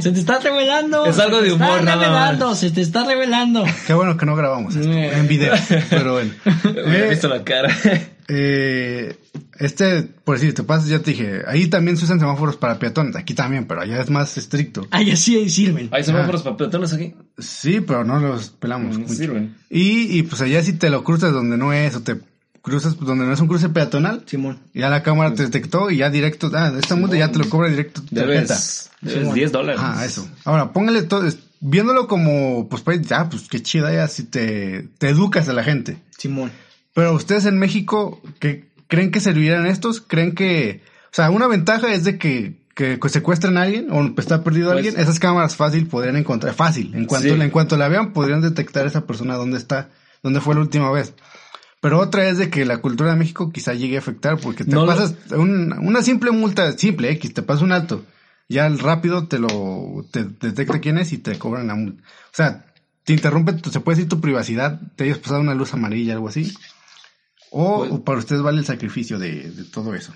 Speaker 3: Se te está revelando.
Speaker 1: Es algo
Speaker 3: se te
Speaker 1: de humor,
Speaker 3: Está
Speaker 1: nada más.
Speaker 3: revelando, se te está revelando.
Speaker 2: qué bueno que no grabamos esto
Speaker 3: Eh.
Speaker 2: en video, pero bueno.
Speaker 1: Hubiera
Speaker 2: Eh,
Speaker 1: visto la cara.
Speaker 2: Eh, este, por decir, te pasas, ya te dije, ahí también se usan semáforos para peatones, aquí también, pero allá es más estricto.
Speaker 3: Ay, así ahí sirven.
Speaker 1: ¿Hay semáforos para peatones aquí?
Speaker 2: Sí, pero Ah. no pues, los pelamos.
Speaker 1: No
Speaker 2: mucho.
Speaker 1: sirven.
Speaker 2: Y, y pues allá si te lo cruzas donde no es, o te cruzas donde no es un cruce peatonal,
Speaker 3: Simón.
Speaker 2: ya la cámara te detectó y ya directo, ah, esta multa ya te lo cobra directo tu tarjeta.
Speaker 1: Debes, debes 10 dólares.
Speaker 2: Ah, eso. Ahora, póngale todo, es- viéndolo como, pues, pues, ya, pues qué chida ya, si te, te educas a la gente.
Speaker 3: Simón.
Speaker 2: Pero ustedes en México, ¿qué, ¿creen que servirán estos? ¿Creen que...? O sea, una ventaja es de que, que secuestren a alguien o está perdido
Speaker 1: Pues-
Speaker 2: alguien. Esas cámaras fácil podrían encontrar, fácil. En cuanto,
Speaker 1: Sí.
Speaker 2: en cuanto la vean, podrían detectar a esa persona dónde está, dónde fue la última vez. Pero otra es de que la cultura de México quizá llegue a afectar porque te
Speaker 1: No lo-
Speaker 2: pasas un- una simple multa, simple X, te pasa un alto. Ya el rápido te lo te detecta quién es y te cobran la multa. O sea, te interrumpe, tu- se puede decir tu privacidad, te hayas pasado una luz amarilla, algo así. O
Speaker 1: Pues-
Speaker 2: para ustedes vale el sacrificio de, de todo eso.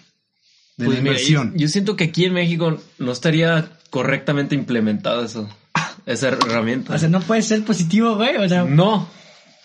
Speaker 2: De
Speaker 1: Pues
Speaker 2: la
Speaker 1: mira,
Speaker 2: inversión.
Speaker 1: yo, yo siento que aquí en México no estaría correctamente implementado eso. Esa herramienta.
Speaker 3: O sea, no puede ser positivo, güey. O sea,
Speaker 1: No.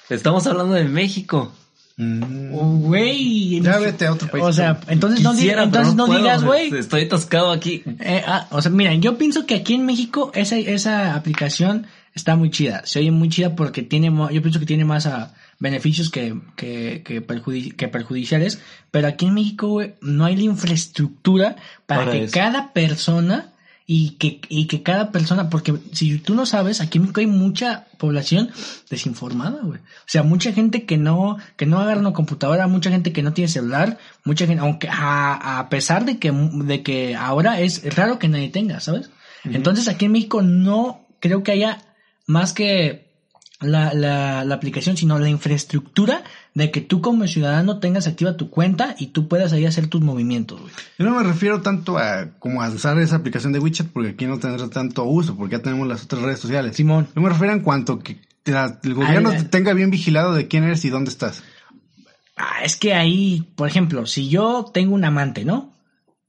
Speaker 1: Estamos hablando de México.
Speaker 2: Mm.
Speaker 3: oh, güey.
Speaker 2: Ya vete a otro país.
Speaker 3: O sea, entonces no, di-
Speaker 1: Quisiera, pero
Speaker 3: entonces no
Speaker 1: puedo,
Speaker 3: digas, güey.
Speaker 1: Estoy atascado aquí.
Speaker 3: Eh, ah, o sea, mira, yo pienso que aquí en México esa, esa aplicación está muy chida. Se oye muy chida porque tiene, mo- yo pienso que tiene más ah, beneficios que, que, que, perjudi- que perjudiciales. Pero aquí en México, güey, no hay la infraestructura para,
Speaker 1: Para
Speaker 3: que
Speaker 1: eso.
Speaker 3: cada persona y que, y que cada persona, porque si tú no sabes, aquí en México hay mucha población desinformada, güey. O sea, mucha gente que no, que no agarra una computadora, mucha gente que no tiene celular, mucha gente, aunque a, a pesar de que, de que ahora es raro que nadie tenga, ¿sabes? Entonces aquí en México no creo que haya más que la, la, la aplicación, sino la infraestructura de que tú como ciudadano tengas activa tu cuenta y tú puedas ahí hacer tus movimientos, güey.
Speaker 2: Yo no me refiero tanto a como a usar esa aplicación de WeChat porque aquí no tendrá tanto uso porque ya tenemos las otras redes sociales.
Speaker 3: Simón.
Speaker 2: Yo me refiero en cuanto que te la- el gobierno
Speaker 3: Al-
Speaker 2: te tenga bien vigilado de quién eres y dónde estás.
Speaker 3: Ah, es que ahí, por ejemplo, si yo tengo un amante, ¿no?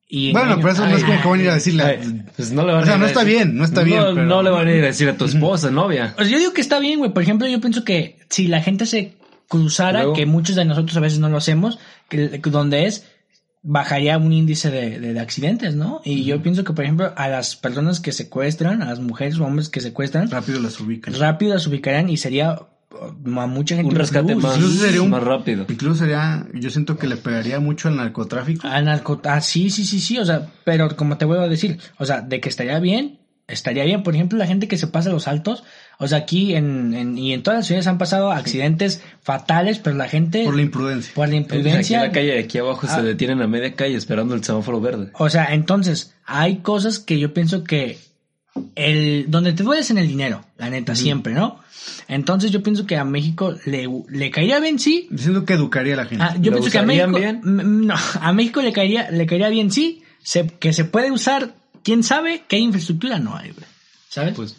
Speaker 3: Y
Speaker 2: Bueno,
Speaker 3: engaño-
Speaker 2: pero eso no es
Speaker 3: Ay,
Speaker 2: como que van a ir a
Speaker 1: Ay,
Speaker 2: decirle.
Speaker 1: pues no le van
Speaker 2: O sea,
Speaker 1: a ir
Speaker 2: no
Speaker 1: a
Speaker 2: está
Speaker 1: decir-
Speaker 2: bien, no está bien,
Speaker 1: No,
Speaker 2: pero-
Speaker 1: no le van a ir a decir a tu esposa, novia.
Speaker 3: O sea, Pues yo digo que está bien, güey. Por ejemplo, yo pienso que si la gente se cruzara,
Speaker 1: Luego-
Speaker 3: que muchos de nosotros a veces no lo hacemos, que, que donde es, bajaría un índice de, de- de accidentes, ¿no? Y yo pienso que, por ejemplo, a las personas que secuestran, a las mujeres o hombres que secuestran,
Speaker 2: Rápido las ubican.
Speaker 3: rápido las ubicarían y sería uh, a mucha gente
Speaker 1: Un rescate
Speaker 3: Uy,
Speaker 1: más,
Speaker 2: incluso sería un-
Speaker 1: más rápido.
Speaker 2: Incluso sería, yo siento que le pegaría mucho al narcotráfico.
Speaker 3: Al narco- ah, sí, sí, sí, sí, o sea, pero como te vuelvo a decir, o sea, de que estaría bien, estaría bien. Por ejemplo, la gente que se pasa los altos, o sea, aquí en, en- y en todas las ciudades han pasado accidentes fatales, pero la gente,
Speaker 2: Por la imprudencia.
Speaker 3: por la
Speaker 1: Aquí en
Speaker 3: imprudencia,
Speaker 1: la calle de aquí abajo
Speaker 3: Ah.
Speaker 1: se detienen a media calle esperando el semáforo verde.
Speaker 3: o sea, entonces, hay cosas que yo pienso que el, donde te duele es en el dinero, la neta, siempre, ¿no? Entonces yo pienso que a México le, le caería bien, sí,
Speaker 2: Yo siento que educaría a la gente.
Speaker 3: Ah, yo
Speaker 1: ¿Lo
Speaker 3: pienso que a
Speaker 1: usarían
Speaker 3: México,
Speaker 1: bien?
Speaker 3: m- no, a México le caería, le caería bien, sí, se- que se puede usar, quién sabe, que hay infraestructura, no hay, güey. ¿Sabes?
Speaker 1: Pues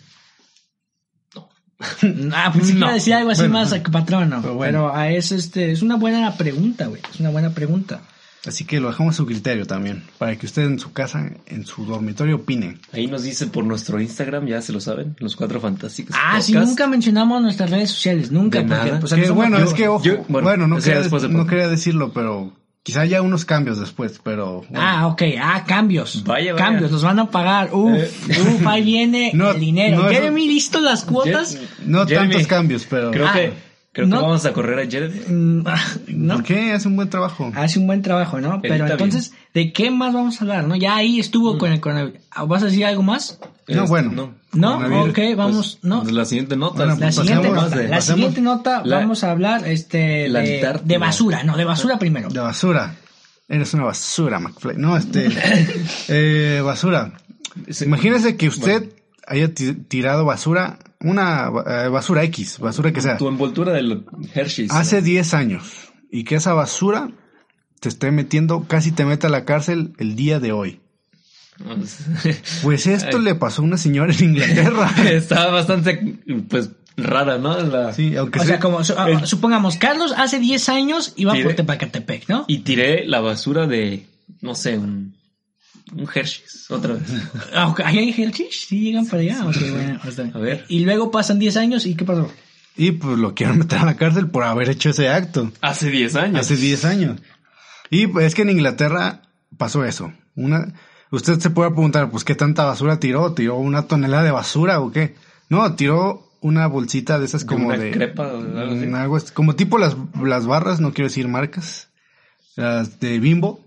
Speaker 3: ah, pues sí
Speaker 1: no.
Speaker 3: quiero decir algo así
Speaker 2: Bueno,
Speaker 3: más ah, a patrono.
Speaker 2: pero
Speaker 3: Pero,
Speaker 2: bueno.
Speaker 3: a eso, este, es una buena pregunta, güey. Es una buena pregunta.
Speaker 2: Así que lo dejamos a su criterio también. Para que ustedes en su casa, en su dormitorio, opinen.
Speaker 1: ahí nos dice por nuestro Instagram, ya se lo saben, los cuatro fantásticos.
Speaker 3: Ah, sí,
Speaker 1: Podcast.
Speaker 3: nunca mencionamos nuestras redes sociales, nunca.
Speaker 1: De
Speaker 3: porque, pues,
Speaker 1: nada.
Speaker 3: o sea, no
Speaker 2: Que
Speaker 3: somos-
Speaker 2: bueno,
Speaker 1: yo-
Speaker 2: es que ojo.
Speaker 1: yo-
Speaker 2: bueno,
Speaker 1: bueno,
Speaker 2: no,
Speaker 1: eso ya
Speaker 2: quería,
Speaker 1: después del
Speaker 2: no
Speaker 1: podcast.
Speaker 2: quería decirlo, pero quizá haya unos cambios después, pero. bueno.
Speaker 3: Ah, ok, ah, cambios.
Speaker 1: Vaya, vaya.
Speaker 3: Cambios, nos van a pagar. Uf, uf, ahí viene
Speaker 2: Eh, No,
Speaker 3: el dinero.
Speaker 2: no, eso-
Speaker 3: Jeremy, listo las cuotas.
Speaker 2: no
Speaker 1: Jeremy,
Speaker 2: tantos cambios, pero.
Speaker 1: Creo
Speaker 3: Ah,
Speaker 1: que creo
Speaker 3: no.
Speaker 1: que vamos a correr a Jeremy.
Speaker 3: Mm, no. Ah.
Speaker 2: ¿Por qué? Hace un buen trabajo.
Speaker 3: Hace un buen trabajo, ¿no? Pero
Speaker 1: Edita
Speaker 3: entonces, ¿de qué más vamos a hablar, no? Ya ahí estuvo
Speaker 1: Mm.
Speaker 3: con el coronavirus. Ah, ¿Vas a decir algo más?
Speaker 2: No,
Speaker 1: Es-
Speaker 2: bueno.
Speaker 1: No.
Speaker 3: No,
Speaker 2: Coronavirus,
Speaker 3: ok, vamos,
Speaker 1: Pues,
Speaker 3: no.
Speaker 1: La siguiente nota.
Speaker 2: Bueno,
Speaker 3: La
Speaker 2: pues,
Speaker 3: siguiente
Speaker 2: pasemos,
Speaker 3: nota,
Speaker 2: de-
Speaker 3: la
Speaker 2: pasemos.
Speaker 3: siguiente nota
Speaker 1: La-
Speaker 3: vamos a hablar este
Speaker 1: La
Speaker 3: de,
Speaker 1: Antártida. Ah.
Speaker 3: de basura, no, de basura primero.
Speaker 2: De basura. Eres una basura, McFly. No, este. eh, basura.
Speaker 1: Sí.
Speaker 2: Imagínese que usted haya ti- tirado basura, una eh, basura X, basura que sea,
Speaker 1: Tu envoltura del Hershey's.
Speaker 2: hace 10 años y que esa basura te esté metiendo, casi te meta a la cárcel el día de hoy.
Speaker 1: Pues,
Speaker 2: Pues esto
Speaker 1: Ay.
Speaker 2: le pasó a una señora en Inglaterra.
Speaker 1: Estaba bastante, pues, rara, ¿no? La-
Speaker 2: Sí, aunque
Speaker 3: o
Speaker 2: sea,
Speaker 3: sea, como su- ah, supongamos, Carlos hace 10 años iba
Speaker 1: Sí,
Speaker 3: por
Speaker 1: de-
Speaker 3: Tepacatepec, ¿no?
Speaker 1: Y tiré la basura de, no sé, un, un Hershey's, otra vez.
Speaker 3: Ah, ok, ¿Ahí hay Helchich? Sí, llegan para allá. Ok, bueno, está bien.
Speaker 1: A ver.
Speaker 3: Y luego pasan 10 años y ¿qué pasó?
Speaker 2: Y pues lo quieren meter a la cárcel por haber hecho ese acto.
Speaker 1: Hace 10 años.
Speaker 2: Hace 10 años. Y pues, es que en Inglaterra pasó eso. Una, usted se puede preguntar, pues, ¿qué tanta basura tiró? ¿Tiró una tonelada de basura o qué? No, tiró una bolsita de esas
Speaker 1: De
Speaker 2: como
Speaker 1: una
Speaker 2: de...
Speaker 1: crepa o algo así.
Speaker 2: mm, algo así, como tipo las, las barras, no quiero decir marcas. Las de Bimbo.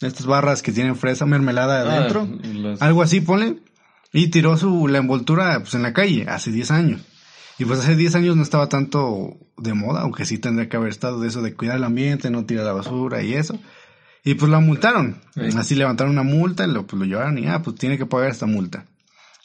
Speaker 2: Estas barras que tienen fresa, mermelada
Speaker 1: Ah,
Speaker 2: adentro.
Speaker 1: los-
Speaker 2: Algo así, ponle. Y tiró su, la envoltura pues, en la calle hace 10 años. Y pues hace 10 años no estaba tanto de moda, aunque sí tendría que haber estado de eso de cuidar el ambiente, no tirar la basura y eso. Y pues la multaron.
Speaker 1: Sí.
Speaker 2: Así levantaron una multa, lo, pues, lo llevaron y ah, pues tiene que pagar esta multa.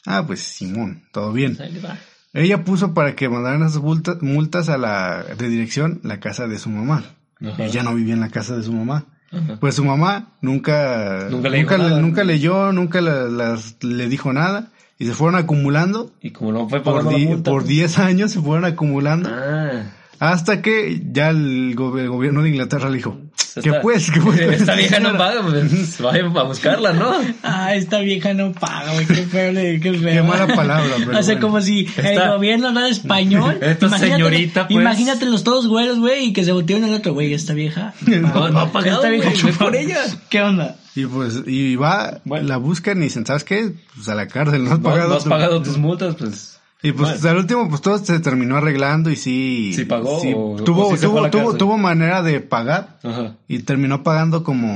Speaker 2: Ah, pues Simón, todo bien.
Speaker 1: Ahí va.
Speaker 2: Ella puso para que mandaran esas multa- multas a la de dirección la casa de su mamá.
Speaker 1: Ajá.
Speaker 2: Ella no vivía en la casa de su mamá.
Speaker 1: Ajá.
Speaker 2: Pues su mamá nunca,
Speaker 1: Nunca le dijo
Speaker 2: nunca,
Speaker 1: nada.
Speaker 2: nunca leyó, nunca la- las- le dijo nada y se fueron acumulando
Speaker 1: Y como no fue
Speaker 2: por,
Speaker 1: pagando la
Speaker 2: di-
Speaker 1: multa.
Speaker 2: por 10 años, se fueron acumulando
Speaker 1: Ah,
Speaker 2: hasta que ya el, go- el gobierno de Inglaterra le dijo,
Speaker 1: se
Speaker 2: ¿qué
Speaker 1: está-
Speaker 2: pues? ¿Qué pues?
Speaker 1: Esta vieja no paga, pues vaya a buscarla, ¿no?
Speaker 3: Ah, esta vieja no paga, güey. Qué feo, le- qué feo.
Speaker 2: Qué mala palabra, pero
Speaker 3: o sea,
Speaker 2: bueno.
Speaker 3: como si el
Speaker 1: Esta-
Speaker 3: gobierno hablara español.
Speaker 1: Esta
Speaker 3: Imagínate-
Speaker 1: señorita, pues.
Speaker 3: Imagínatelos todos güeros, güey, y que se voltearon al otro, güey. Esta vieja.
Speaker 1: No, no ha pagado,
Speaker 3: Esta vieja
Speaker 1: güey, ve por ella.
Speaker 3: ¿Qué onda?
Speaker 2: Y pues, y va,
Speaker 1: Bueno.
Speaker 2: la buscan y dicen, ¿sabes qué? Pues a la cárcel, no has
Speaker 1: No,
Speaker 2: pagado.
Speaker 1: no has
Speaker 2: tu-
Speaker 1: pagado tus multas, pues.
Speaker 2: Y pues
Speaker 1: Bueno.
Speaker 2: al último, pues todo se terminó arreglando y sí.
Speaker 1: Sí pagó
Speaker 2: sí,
Speaker 1: o-
Speaker 2: tuvo,
Speaker 1: o sí se fue a
Speaker 2: tuvo,
Speaker 1: la
Speaker 2: tuvo,
Speaker 1: cárcel.
Speaker 2: tuvo manera de pagar.
Speaker 1: Ajá.
Speaker 2: Y terminó pagando como,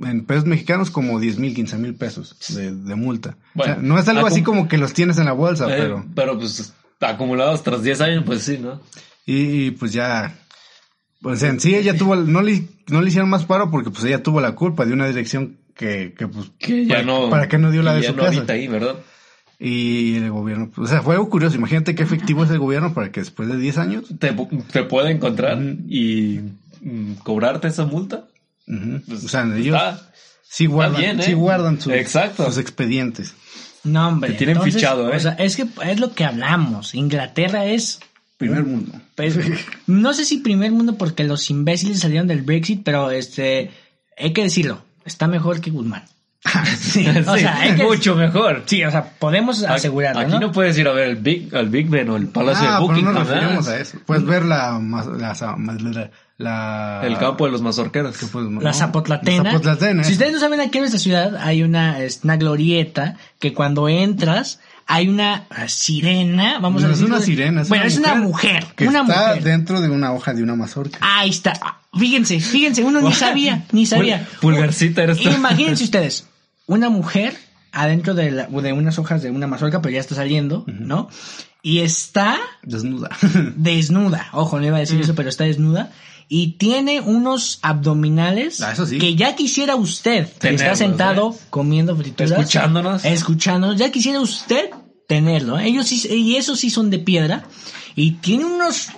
Speaker 2: en pesos mexicanos, como 10 mil, 15 mil pesos de, de multa.
Speaker 1: Bueno,
Speaker 2: o sea, no es algo así
Speaker 1: acum-
Speaker 2: como que los tienes en la bolsa,
Speaker 1: Eh,
Speaker 2: pero...
Speaker 1: pero pues acumulados tras 10 años, pues sí, ¿no?
Speaker 2: Y, y, pues ya... Pues en sí ella tuvo, no le, no le hicieron más paro porque pues ella tuvo la culpa de una dirección que, que pues...
Speaker 1: Que ya
Speaker 2: para,
Speaker 1: no.
Speaker 2: ¿Para qué no dio la
Speaker 1: que
Speaker 2: de
Speaker 1: ya
Speaker 2: su
Speaker 1: no
Speaker 2: casa?
Speaker 1: habita ahí, ¿verdad?
Speaker 2: Y el gobierno... O sea, fue algo curioso. Imagínate qué efectivo es el gobierno para que después de 10 años...
Speaker 1: Te, pu- te puede encontrar
Speaker 2: Ujú.
Speaker 1: y mm, cobrarte esa multa.
Speaker 2: ujú,
Speaker 1: Pues,
Speaker 2: o sea, ellos
Speaker 1: Ah,
Speaker 2: sí guardan,
Speaker 1: bien, ¿eh?
Speaker 2: sí guardan sus,
Speaker 1: Exacto.
Speaker 2: sus expedientes.
Speaker 3: No, hombre.
Speaker 1: Te tienen fichado, ¿eh?
Speaker 3: O sea, es que es lo que hablamos. Inglaterra es
Speaker 2: Primer mundo.
Speaker 3: Pues, no sé si primer mundo porque los imbéciles salieron del Brexit, pero este, hay que decirlo, está mejor que Guzmán. sí, o
Speaker 1: sí,
Speaker 3: sea, hay que-
Speaker 1: mucho mejor.
Speaker 3: sí, o sea, podemos asegurarlo,
Speaker 1: Aquí no,
Speaker 3: ¿no?
Speaker 1: puedes ir a ver el Big, al Big Ben o el Palacio
Speaker 2: Ah,
Speaker 1: de
Speaker 2: pero no
Speaker 1: Buckingham.
Speaker 2: nos referimos
Speaker 1: ¿verdad?
Speaker 2: a eso. Puedes ver la, mas- la, sa- mas- la, la-
Speaker 3: Ah.
Speaker 1: El campo de los mazorqueros.
Speaker 2: que, pues,
Speaker 3: La
Speaker 2: ¿no?
Speaker 3: Zapotlatena.
Speaker 2: La Zapotlatena.
Speaker 3: Si ustedes no saben aquí en nuestra ciudad hay una, es una glorieta que cuando entras hay una ah, sirena, vamos
Speaker 2: No
Speaker 3: a
Speaker 2: es
Speaker 3: decir.
Speaker 2: una sirena, es
Speaker 3: bueno,
Speaker 2: una
Speaker 3: es una mujer,
Speaker 2: que
Speaker 3: una
Speaker 2: está
Speaker 3: mujer.
Speaker 2: dentro de una hoja de una mazorca.
Speaker 3: Ahí está. Ah, Fíjense, fíjense, uno ni sabía, ni sabía.
Speaker 1: Pul- Pulgarcita eres tú.
Speaker 3: Imagínense ustedes, una mujer adentro de, la- de unas hojas de una mazorca, pero ya está saliendo, ¿no? Y está
Speaker 2: Desnuda.
Speaker 3: desnuda. Ojo, no iba a decir eso, pero está desnuda. Y tiene unos abdominales
Speaker 2: Ah, eso sí.
Speaker 3: que ya quisiera usted, que está
Speaker 1: Tenerlos,
Speaker 3: sentado
Speaker 1: ¿eh?
Speaker 3: comiendo frituras.
Speaker 1: Escuchándonos.
Speaker 3: Escuchándonos. Ya quisiera usted tenerlo. ¿eh? Ellos sí, y esos sí son de piedra. Y tiene unos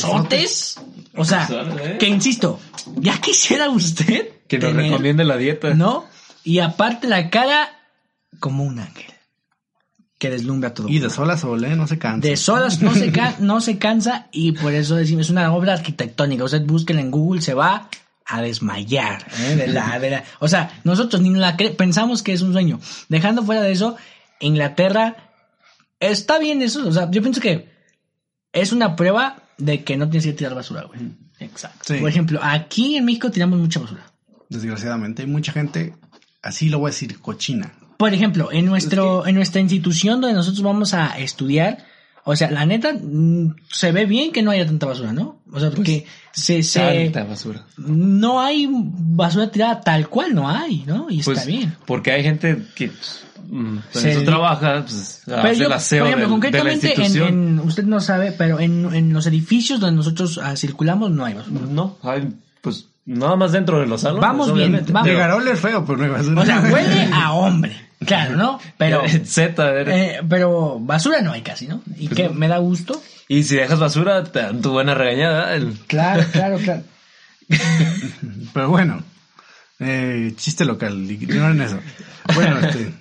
Speaker 3: brazotes. O sea,
Speaker 1: Brazotes, ¿eh?
Speaker 3: que insisto, ya quisiera usted
Speaker 1: Que nos
Speaker 3: tener-
Speaker 1: recomiende la dieta.
Speaker 3: ¿No? Y aparte la cara como un ángel. Que deslumbra a todo.
Speaker 2: y de sol a sol, ¿eh? No se cansa.
Speaker 3: De solas no se, ca- no se cansa y por eso decimos, es una obra arquitectónica. Usted búsquela en Google, se va a desmayar. ¿eh? De la, de la- o sea, nosotros ni la cre- pensamos que es un sueño. Dejando fuera de eso, Inglaterra está bien eso. O sea, yo pienso que es una prueba de que no tienes que tirar basura, güey. Exacto.
Speaker 2: Mm. Sí.
Speaker 3: Por ejemplo, aquí en México tiramos mucha basura.
Speaker 2: Desgraciadamente, hay mucha gente, así lo voy a decir, cochina.
Speaker 3: Por ejemplo, en nuestro, en nuestra institución donde nosotros vamos a estudiar, o sea, la neta, mm, se ve bien que no haya tanta basura, ¿no? O sea, porque
Speaker 1: Pues,
Speaker 3: se, se,
Speaker 1: Tanta basura.
Speaker 3: no hay basura tirada tal cual, no hay, ¿no? Y
Speaker 1: Pues,
Speaker 3: está bien.
Speaker 1: Porque hay gente que pues, mm, en
Speaker 3: Se-
Speaker 1: eso trabaja, pues,
Speaker 3: Pero
Speaker 1: hace
Speaker 3: yo,
Speaker 1: el aseo
Speaker 3: por
Speaker 1: del-
Speaker 3: ejemplo,
Speaker 1: de la
Speaker 3: concretamente, en,
Speaker 1: institución.
Speaker 3: en- usted no sabe, pero en, en los edificios donde nosotros ah, circulamos no hay basura.
Speaker 1: No, hay, pues nada más dentro de los salones.
Speaker 3: Vamos bien,
Speaker 1: obviamente.
Speaker 3: vamos.
Speaker 2: Llegará a oler feo, pero no hay basura.
Speaker 3: O sea, huele a hombre, claro, ¿no? Pero,
Speaker 1: Z, a ver.
Speaker 3: eh, pero basura no hay casi, ¿no? Y
Speaker 1: Pues
Speaker 3: que me da gusto.
Speaker 1: Y si dejas basura, te dan tu buena regañada. el-
Speaker 3: Claro, claro, claro.
Speaker 2: Pero bueno, eh, chiste local, ignoren eso. Bueno, este,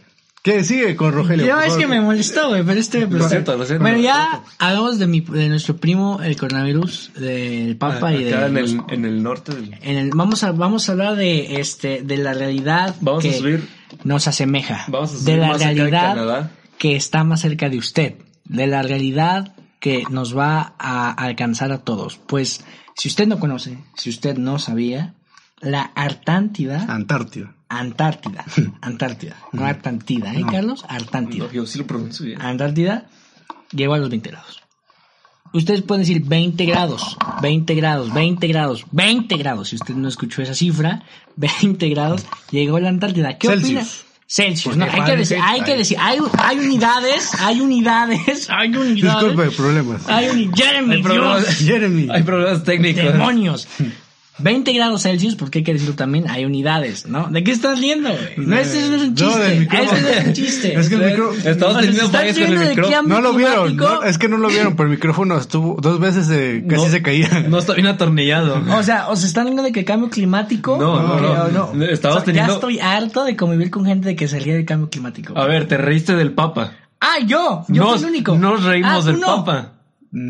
Speaker 2: ¿Qué sigue con Rogelio?
Speaker 3: Yo
Speaker 2: por
Speaker 3: es
Speaker 2: favor?
Speaker 3: que me molestó, güey, pero este...
Speaker 1: Lo siento, lo siento.
Speaker 3: Bueno, ya hablamos de, mi, de nuestro primo, el coronavirus, del Papa y de...
Speaker 1: Ah, Acá en
Speaker 3: los-
Speaker 1: el, en el norte del...
Speaker 3: en el- vamos, a, vamos a hablar de, este, de la realidad
Speaker 1: Vamos a
Speaker 3: que
Speaker 1: subir,
Speaker 3: nos asemeja.
Speaker 1: vamos a subir
Speaker 3: de la
Speaker 1: más acá de
Speaker 3: realidad
Speaker 1: Canadá.
Speaker 3: que está más cerca de usted, de la realidad que nos va a alcanzar a todos. Pues si usted no conoce, si usted no sabía, la
Speaker 1: Ah.
Speaker 3: Artántida,
Speaker 2: Antártida.
Speaker 3: Antártida, Antártida, no Artántida, ¿eh,
Speaker 2: No.
Speaker 3: Carlos? Artántida.
Speaker 1: No, yo sí lo pronuncio
Speaker 3: Ah,
Speaker 1: bien.
Speaker 3: Antártida llegó a los 20 grados. Ustedes pueden decir 20 grados, 20 grados, 20 grados, 20 grados. Si usted no escuchó esa cifra, 20 grados, llegó la Antártida. ¿Qué
Speaker 2: Celsius.
Speaker 3: opina?
Speaker 2: Porque
Speaker 3: Celsius, no, hay que
Speaker 2: Fahrenheit
Speaker 3: decir, hay que
Speaker 2: hay.
Speaker 3: decir, hay, hay unidades, hay unidades, hay unidades.
Speaker 2: Disculpe, problemas.
Speaker 1: Ah.
Speaker 3: Hay unidades. Jeremy,
Speaker 1: Hay problemas.
Speaker 3: Dios,
Speaker 2: Jeremy.
Speaker 1: Hay problemas técnicos.
Speaker 3: demonios. 20 grados Celsius, porque hay que decirlo también, hay unidades, ¿no? ¿De qué estás riendo, güey? No, este no es un
Speaker 2: No, del
Speaker 3: chiste.
Speaker 2: micrófono.
Speaker 3: este no es un chiste.
Speaker 2: Es que el
Speaker 1: Eh,
Speaker 2: micro-
Speaker 1: Estados
Speaker 3: Nos
Speaker 1: Unidos fallas
Speaker 3: están
Speaker 1: con el
Speaker 3: subiendo de aquí a
Speaker 1: micrófono.
Speaker 2: No lo vieron,
Speaker 3: climático.
Speaker 2: no, es que no lo vieron, pero el micrófono estuvo dos veces, eh, casi
Speaker 1: No.
Speaker 2: se caía.
Speaker 1: No está bien atornillado.
Speaker 3: O sea, ¿os están hablando de que el cambio climático?
Speaker 1: No, no,
Speaker 3: Que-
Speaker 1: no.
Speaker 3: o
Speaker 1: Estamos
Speaker 3: O sea,
Speaker 1: teniendo-
Speaker 3: Ya estoy harto de convivir con gente de que se ríe del cambio climático.
Speaker 1: A ver, te reíste del Papa.
Speaker 3: ¡Ah, yo! Yo
Speaker 1: nos,
Speaker 3: soy el único.
Speaker 1: Nos
Speaker 3: Ah,
Speaker 1: reímos
Speaker 3: ¿tú
Speaker 1: del
Speaker 3: no?
Speaker 1: Papa.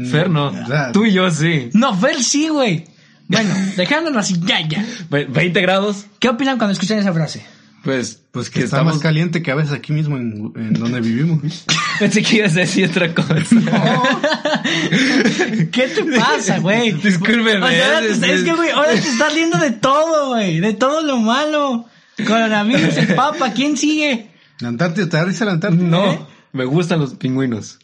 Speaker 1: Fer no.
Speaker 2: Mm, o sea,
Speaker 1: Tú y yo sí.
Speaker 3: No, Fer sí, güey. Bueno, dejándonos así, ya, ya.
Speaker 1: Ve- 20 grados,
Speaker 3: ¿Qué opinan cuando escuchan esa frase?
Speaker 1: pues,
Speaker 2: Pues que está más caliente que a veces aquí mismo en, en donde vivimos.
Speaker 1: Pensé que ibas a decir otra cosa.
Speaker 3: ¿Qué te pasa, güey?
Speaker 1: Discúlpeme,
Speaker 3: O sea, ahora
Speaker 1: es-
Speaker 3: te- es que, güey, ahora te estás riendo de todo, güey. De todo lo malo. Coronavirus, el papa, ¿quién sigue?
Speaker 2: La Antártida, ¿te da risa la Antártida?
Speaker 3: ¿eh?
Speaker 2: Eh,
Speaker 1: No, me gustan los pingüinos.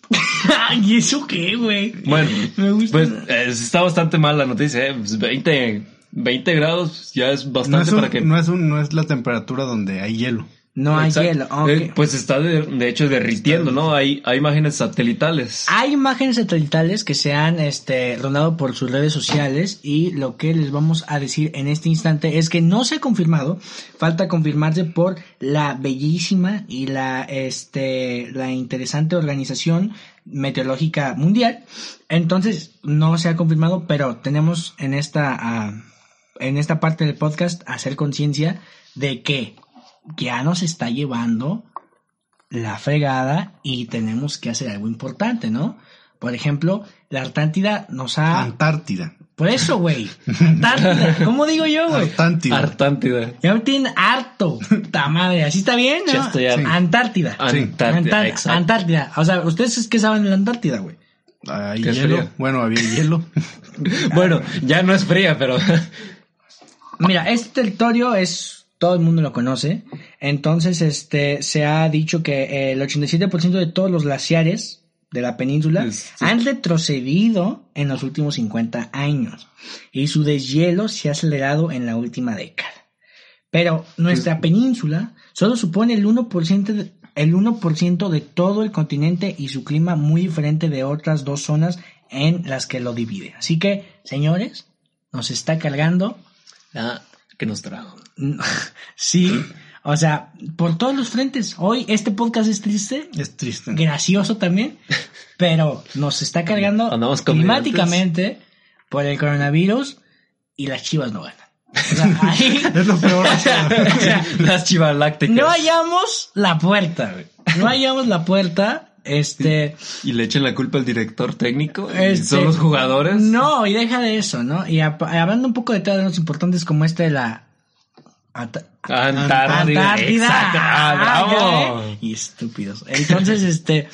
Speaker 3: ¿Y eso qué, güey?
Speaker 1: Bueno,
Speaker 3: Me gusta.
Speaker 1: pues eh, está bastante mal la noticia, eh. Pues, 20, 20 grados ya es
Speaker 2: No
Speaker 1: bastante
Speaker 2: es, un-
Speaker 1: para que...
Speaker 2: no, es un- no es la temperatura donde hay hielo.
Speaker 3: No hay
Speaker 1: Exacto.
Speaker 3: Ah, hielo. ok.
Speaker 1: Eh, pues está de, de hecho derritiendo, ¿no? Hay, hay imágenes satelitales.
Speaker 3: Pues Hay imágenes satelitales que se han este, rondado por sus redes sociales y lo que les vamos a decir en este instante es que no se ha confirmado, falta confirmarse por la bellísima y la, este, la interesante organización meteorológica mundial. Entonces, no se ha confirmado, pero tenemos en esta, ah, en esta parte del podcast hacer conciencia de que ya nos está llevando la fregada y tenemos que hacer algo importante, ¿no? Por ejemplo, la Artántida nos
Speaker 1: Ah.
Speaker 3: ha...
Speaker 2: Ah. Antártida.
Speaker 3: Por eso, güey. Artántida. ¿Cómo digo yo, güey?
Speaker 2: Antártida.
Speaker 1: Artántida.
Speaker 3: Ya me tienen harto. Ta madre. ¿Así está bien? ¿no?
Speaker 1: Ya estoy harto.
Speaker 3: Antártida.
Speaker 2: Sí.
Speaker 1: Antártida.
Speaker 3: Antártida.
Speaker 1: exacto.
Speaker 3: Antártida. O sea, ¿ustedes qué saben de la Antártida, güey?
Speaker 2: Hay
Speaker 1: ¿Qué
Speaker 2: hielo.
Speaker 1: sería?
Speaker 2: Bueno, había hielo.
Speaker 1: Bueno, ya no es fría, pero
Speaker 3: Mira, este territorio es... Todo el mundo lo conoce. Entonces, este, se ha dicho que el 87% de todos los glaciares de la península
Speaker 1: Es-
Speaker 3: han retrocedido en los últimos 50 años. Y su deshielo se ha acelerado en la última década. Pero nuestra península solo supone el 1%, de, el 1 de todo el continente y su clima muy diferente de otras dos zonas en las que lo divide. Así que, señores, nos está cargando
Speaker 1: ah, que nos trajo.
Speaker 3: Sí, o sea, por todos los frentes. Hoy este podcast es triste,
Speaker 2: Es triste.
Speaker 3: gracioso también, pero nos está cargando
Speaker 1: Andamos con
Speaker 3: climáticamente por el coronavirus y las chivas no ganan. O sea, ahí
Speaker 2: Es lo peor. o sea,
Speaker 1: Las chivalácticas.
Speaker 3: no hallamos la puerta, güey. No hallamos la puerta, este...
Speaker 1: Y le echen la culpa al director técnico. y
Speaker 3: Este,
Speaker 1: son los jugadores.
Speaker 3: No, y deja de eso, ¿no? Y ap- hablando un poco de temas importantes como este de la... Ata-
Speaker 1: Antártida. Exacto. Ah, bravo.
Speaker 3: ya, ¿eh? Y estúpidos. Entonces, este,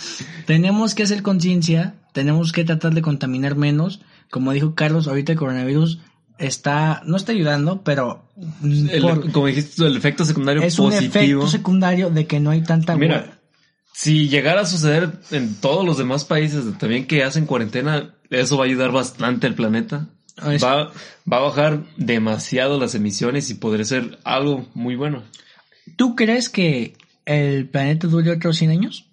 Speaker 3: tenemos que hacer conciencia, tenemos que tratar de contaminar menos. Como dijo Carlos, ahorita el coronavirus está, no está ayudando, pero mm,
Speaker 1: El-
Speaker 3: por-
Speaker 1: como dijiste, tú, el efecto secundario
Speaker 3: es un
Speaker 1: positivo.
Speaker 3: efecto secundario de que no hay tanta...
Speaker 1: Mira, si llegara a suceder en todos los demás países también que hacen cuarentena, eso va a ayudar bastante al planeta.
Speaker 3: Ah, es-
Speaker 1: Va, va a bajar demasiado las emisiones y podría ser algo muy bueno.
Speaker 3: ¿Tú crees que el planeta dure otros 100 años?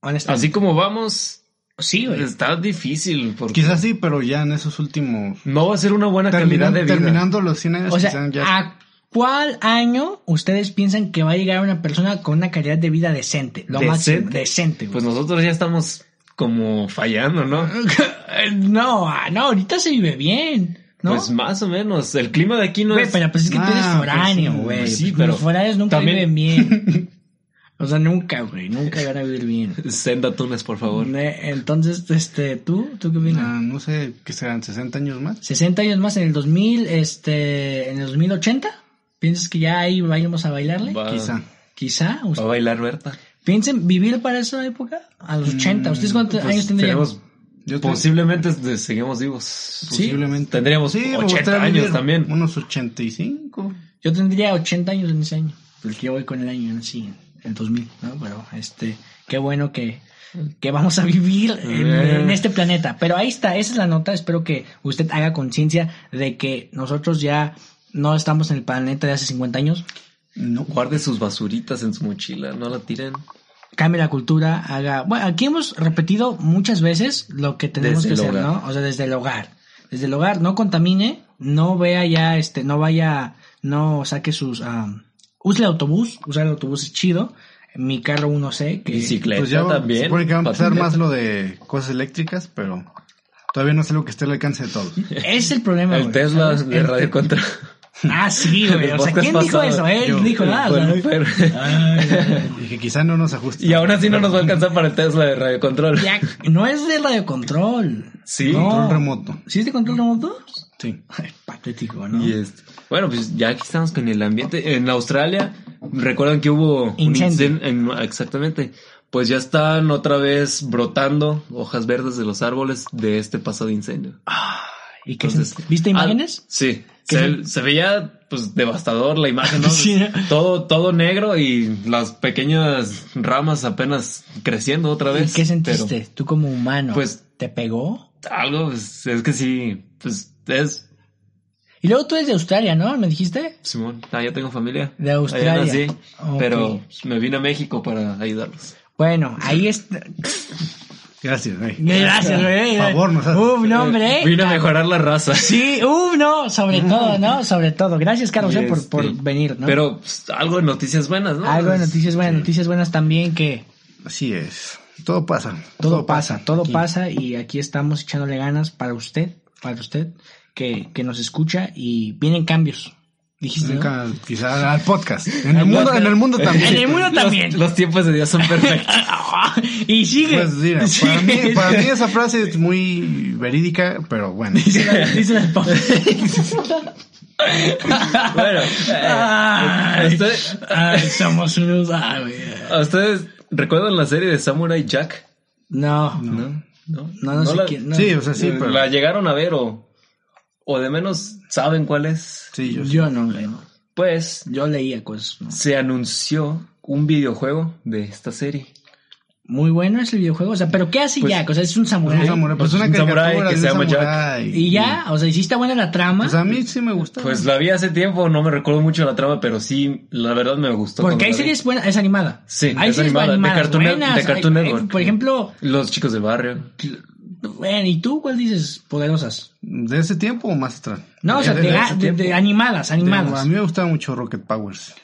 Speaker 3: Honestamente.
Speaker 1: Así como vamos,
Speaker 3: Sí, güey.
Speaker 1: está difícil porque
Speaker 2: Quizás sí, pero ya en esos últimos.
Speaker 1: no va a ser una buena calidad
Speaker 2: Terminan-
Speaker 1: de vida. ah,
Speaker 2: terminando los 100 años,
Speaker 3: O sea,
Speaker 2: quizás ya.
Speaker 3: ¿a cuál año ustedes piensan que va a llegar una persona con una calidad de vida decente? Lo máximo,
Speaker 1: ¿Decente?
Speaker 3: decente. güey.
Speaker 1: Pues nosotros ya estamos como fallando, ¿no?
Speaker 2: Ah,
Speaker 3: no, ah, no, ahorita se vive bien, ¿no?
Speaker 1: Pues más o menos. El clima de aquí no
Speaker 3: Güey,
Speaker 1: es.
Speaker 3: pero pues es que tú eres
Speaker 2: Ah, pues
Speaker 3: foráneo,
Speaker 2: sí,
Speaker 3: güey.
Speaker 1: pues sí,
Speaker 3: Los
Speaker 1: pero
Speaker 3: foráneos nunca
Speaker 1: también-
Speaker 3: viven bien. O sea, nunca, güey, nunca van a vivir bien.
Speaker 1: Senda Tunes, por favor.
Speaker 3: Ne- Entonces, este, ¿tú? ¿Tú qué opinas?
Speaker 2: Ah, no sé, que serán 60 años más.
Speaker 3: 60 años más en el 2000, este, en el 2080. ¿Piensas que ya ahí vayamos a bailarle?
Speaker 1: Va,
Speaker 2: Quizá.
Speaker 3: Quizá.
Speaker 1: va a bailar Berta.
Speaker 3: ¿Piensen vivir para esa época? A los 80. ¿Ustedes
Speaker 2: Mm,
Speaker 3: cuántos
Speaker 1: Pues
Speaker 3: años tendrían?
Speaker 1: tenemos-
Speaker 2: Yo creo-
Speaker 1: posiblemente de- seguimos vivos.
Speaker 2: posiblemente.
Speaker 1: Tendríamos
Speaker 2: Sí, me
Speaker 1: 80
Speaker 2: gustaría
Speaker 1: años
Speaker 2: vivir
Speaker 1: también.
Speaker 2: Unos 85.
Speaker 3: Yo tendría 80 años en ese año. Porque yo voy con el año en sí, el 2000, ¿no? Pero, este, qué bueno que, que vamos a vivir en,
Speaker 1: Eh.
Speaker 3: en este planeta. Pero ahí está, esa es la nota. Espero que usted haga conciencia de que nosotros ya no estamos en el planeta de hace 50 años.
Speaker 2: No.
Speaker 1: Guarde sus basuritas en su mochila, no la tiren.
Speaker 3: cambie la cultura, haga... Bueno, aquí hemos repetido muchas veces lo que tenemos
Speaker 1: Desde
Speaker 3: que
Speaker 1: el
Speaker 3: hacer,
Speaker 1: hogar.
Speaker 3: ¿no? O sea, desde el hogar. Desde el hogar, no contamine, no vea ya, este, no vaya, no saque sus... am, use el autobús, usar el autobús es chido. Mi carro 1C, que...
Speaker 1: Bicicleta
Speaker 2: Pues ya va-
Speaker 1: también.
Speaker 2: supone que va a empezar
Speaker 1: patineta.
Speaker 2: más lo de cosas eléctricas, pero todavía no es algo que esté al alcance de todos.
Speaker 3: Ese es el problema,
Speaker 1: El
Speaker 3: güey,
Speaker 1: Tesla
Speaker 3: ¿sabes?
Speaker 1: de
Speaker 3: El-
Speaker 1: Radio Contra.
Speaker 3: Ah, sí, güey.
Speaker 1: El
Speaker 3: O sea,
Speaker 1: podcast
Speaker 3: ¿quién dijo
Speaker 1: pasado,
Speaker 3: eso? Él
Speaker 1: yo.
Speaker 3: dijo nada. o
Speaker 1: Fue
Speaker 3: sea,
Speaker 1: el Fer.
Speaker 2: Y que quizá no nos ajuste.
Speaker 1: Y aún así no nos va a alcanzar para el Tesla de Radio Control.
Speaker 3: ya- no es de radiocontrol.
Speaker 1: Sí.
Speaker 3: No.
Speaker 2: Control remoto.
Speaker 3: ¿Sí es de control remoto?
Speaker 2: Sí.
Speaker 3: Ay, Patético, ¿no?
Speaker 1: Y este, bueno, pues ya aquí estamos con el ambiente. En Australia, recuerdan que hubo
Speaker 3: Incendio.
Speaker 1: incen- en- exactamente. Pues ya están otra vez brotando hojas verdes de los árboles de este pasado incendio.
Speaker 3: ¿Y Ah, qué
Speaker 1: Entonces-
Speaker 3: sen- ¿Viste imágenes?
Speaker 1: Ah, sí.
Speaker 3: ¿Qué
Speaker 1: Se,
Speaker 3: sen-
Speaker 1: se veía pues devastador la imagen, ¿no?
Speaker 3: Sí.
Speaker 1: Todo, todo negro y las pequeñas ramas apenas creciendo otra
Speaker 3: ¿Y
Speaker 1: vez.
Speaker 3: qué sentiste?
Speaker 1: Pero
Speaker 3: Tú como humano.
Speaker 1: Pues-
Speaker 3: ¿Te pegó?
Speaker 1: algo, pues, es que sí, pues es
Speaker 3: Y luego tú eres de Australia, ¿no? ¿Me dijiste?
Speaker 1: Simón, allá tengo familia.
Speaker 3: De Australia.
Speaker 1: Sí,
Speaker 3: Ok.
Speaker 1: pero me vine a México para ayudarlos.
Speaker 3: Bueno, ahí está.
Speaker 2: Gracias, güey.
Speaker 3: Gracias, güey.
Speaker 2: Por favor, nos haces-
Speaker 3: Uf, no, hombre. eh.
Speaker 1: Vine a mejorar la raza.
Speaker 3: Sí, uf, no. Sobre todo, ¿no? Sobre todo. Gracias, Carlos,
Speaker 1: Y
Speaker 3: eh,
Speaker 1: Mm.
Speaker 3: por,
Speaker 1: este,
Speaker 3: por venir, ¿no?
Speaker 1: Pero pues, algo de noticias buenas, ¿no?
Speaker 3: Algo de noticias buenas. Noticias buenas también que
Speaker 2: Así es. Todo pasa.
Speaker 3: todo, pasa, todo
Speaker 2: aquí.
Speaker 3: pasa y aquí estamos echándole ganas para usted, para usted que, que nos escucha y vienen cambios. Dijiste, ¿no?
Speaker 2: Nunca, quizá al podcast. En el
Speaker 3: Al
Speaker 2: mundo,
Speaker 3: podcast.
Speaker 2: en el mundo
Speaker 3: En
Speaker 2: también.
Speaker 3: el mundo también.
Speaker 1: Los tiempos de Dios son perfectos.
Speaker 3: y sigue.
Speaker 2: Pues mira, para,
Speaker 3: Sigue.
Speaker 2: mí, para mí esa frase es muy verídica, pero bueno.
Speaker 3: Dice la- dice la esposa.
Speaker 1: bueno, eh,
Speaker 3: Ay.
Speaker 1: ¿ustedes,
Speaker 3: Ay, somos unos. ay, güey.
Speaker 1: ¿ustedes recuerdan la serie de Samurai Jack?
Speaker 3: No, no,
Speaker 1: No, no,
Speaker 3: no, sé
Speaker 1: la,
Speaker 3: quién. no.
Speaker 2: Sí, o sea, sí,
Speaker 1: eh,
Speaker 2: pero.
Speaker 1: la llegaron a ver o, o de menos saben cuál es.
Speaker 2: Sí, yo, sí.
Speaker 3: yo no, güey, no.
Speaker 1: Pues
Speaker 3: Yo leía cosas. ¿no?
Speaker 1: se anunció un videojuego de esta serie.
Speaker 3: Muy bueno es el videojuego. O sea, pero ¿qué hace
Speaker 1: Pues,
Speaker 3: Jack? O sea, es un samurái.
Speaker 2: Un samurái, pues
Speaker 1: Un
Speaker 2: una
Speaker 1: samurái
Speaker 2: caricatura
Speaker 1: que
Speaker 2: de un
Speaker 1: se llama Jack.
Speaker 2: samurái.
Speaker 3: Y ya, o sea, ¿y sí está buena la trama.
Speaker 2: Pues a mí sí me gusta.
Speaker 1: Pues la vi hace tiempo, no me recuerdo mucho la trama, pero sí, la verdad me gustó. cuando
Speaker 3: porque hay
Speaker 1: la vi.
Speaker 3: series buenas, es animada.
Speaker 1: Sí,
Speaker 3: hay
Speaker 1: es
Speaker 3: series
Speaker 1: animada, de
Speaker 3: animadas
Speaker 1: Cartoon Net-
Speaker 3: buenas.
Speaker 1: de Cartoon
Speaker 3: Hay- hay-
Speaker 1: Network.
Speaker 3: Por ejemplo,
Speaker 1: Los chicos del barrio.
Speaker 3: bueno, ¿y tú cuál dices poderosas?
Speaker 2: ¿De ese tiempo o más atrás?
Speaker 3: No, o sea,
Speaker 2: De-
Speaker 3: de,
Speaker 2: de ese
Speaker 3: de-
Speaker 2: tiempo.
Speaker 3: de animadas, animadas.
Speaker 2: A mí me gustaba mucho Rocket Powers.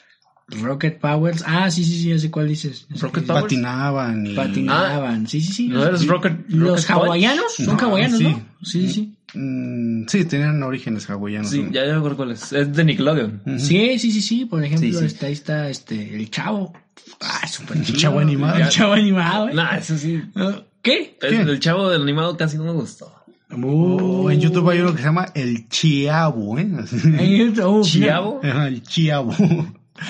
Speaker 3: Rocket Powers. Ah, sí, sí, sí, ya sé cuál dices. Ya sé
Speaker 1: Rocket Powers.
Speaker 3: cuál
Speaker 2: Eh, Patinaban y.
Speaker 3: dices. Patinaban. sí, sí, sí.
Speaker 1: ¿No eres Rocket-
Speaker 3: Los
Speaker 1: Rocket Punch?
Speaker 3: hawaianos. Son
Speaker 2: No,
Speaker 3: hawaianos,
Speaker 2: sí.
Speaker 3: ¿no? Sí, sí, sí.
Speaker 2: Mm, sí, tenían orígenes hawaianos.
Speaker 1: Sí,
Speaker 2: ¿no?
Speaker 1: ya me acuerdo cuál es. Es de Nickelodeon.
Speaker 3: Sí, sí, sí, sí. Por ejemplo,
Speaker 1: Sí, sí.
Speaker 3: este, ahí está este, el chavo. Ah, súper chido.
Speaker 2: chavo animado.
Speaker 3: El chavo animado, eh.
Speaker 1: Nah, eso sí.
Speaker 3: ¿Qué?
Speaker 1: El, el chavo del animado casi no me gustó.
Speaker 2: Oh, en YouTube hay uno que se llama El Chiabo, ¿eh?
Speaker 3: En YouTube,
Speaker 1: Chiavo,
Speaker 2: Ajá, el Chiabo.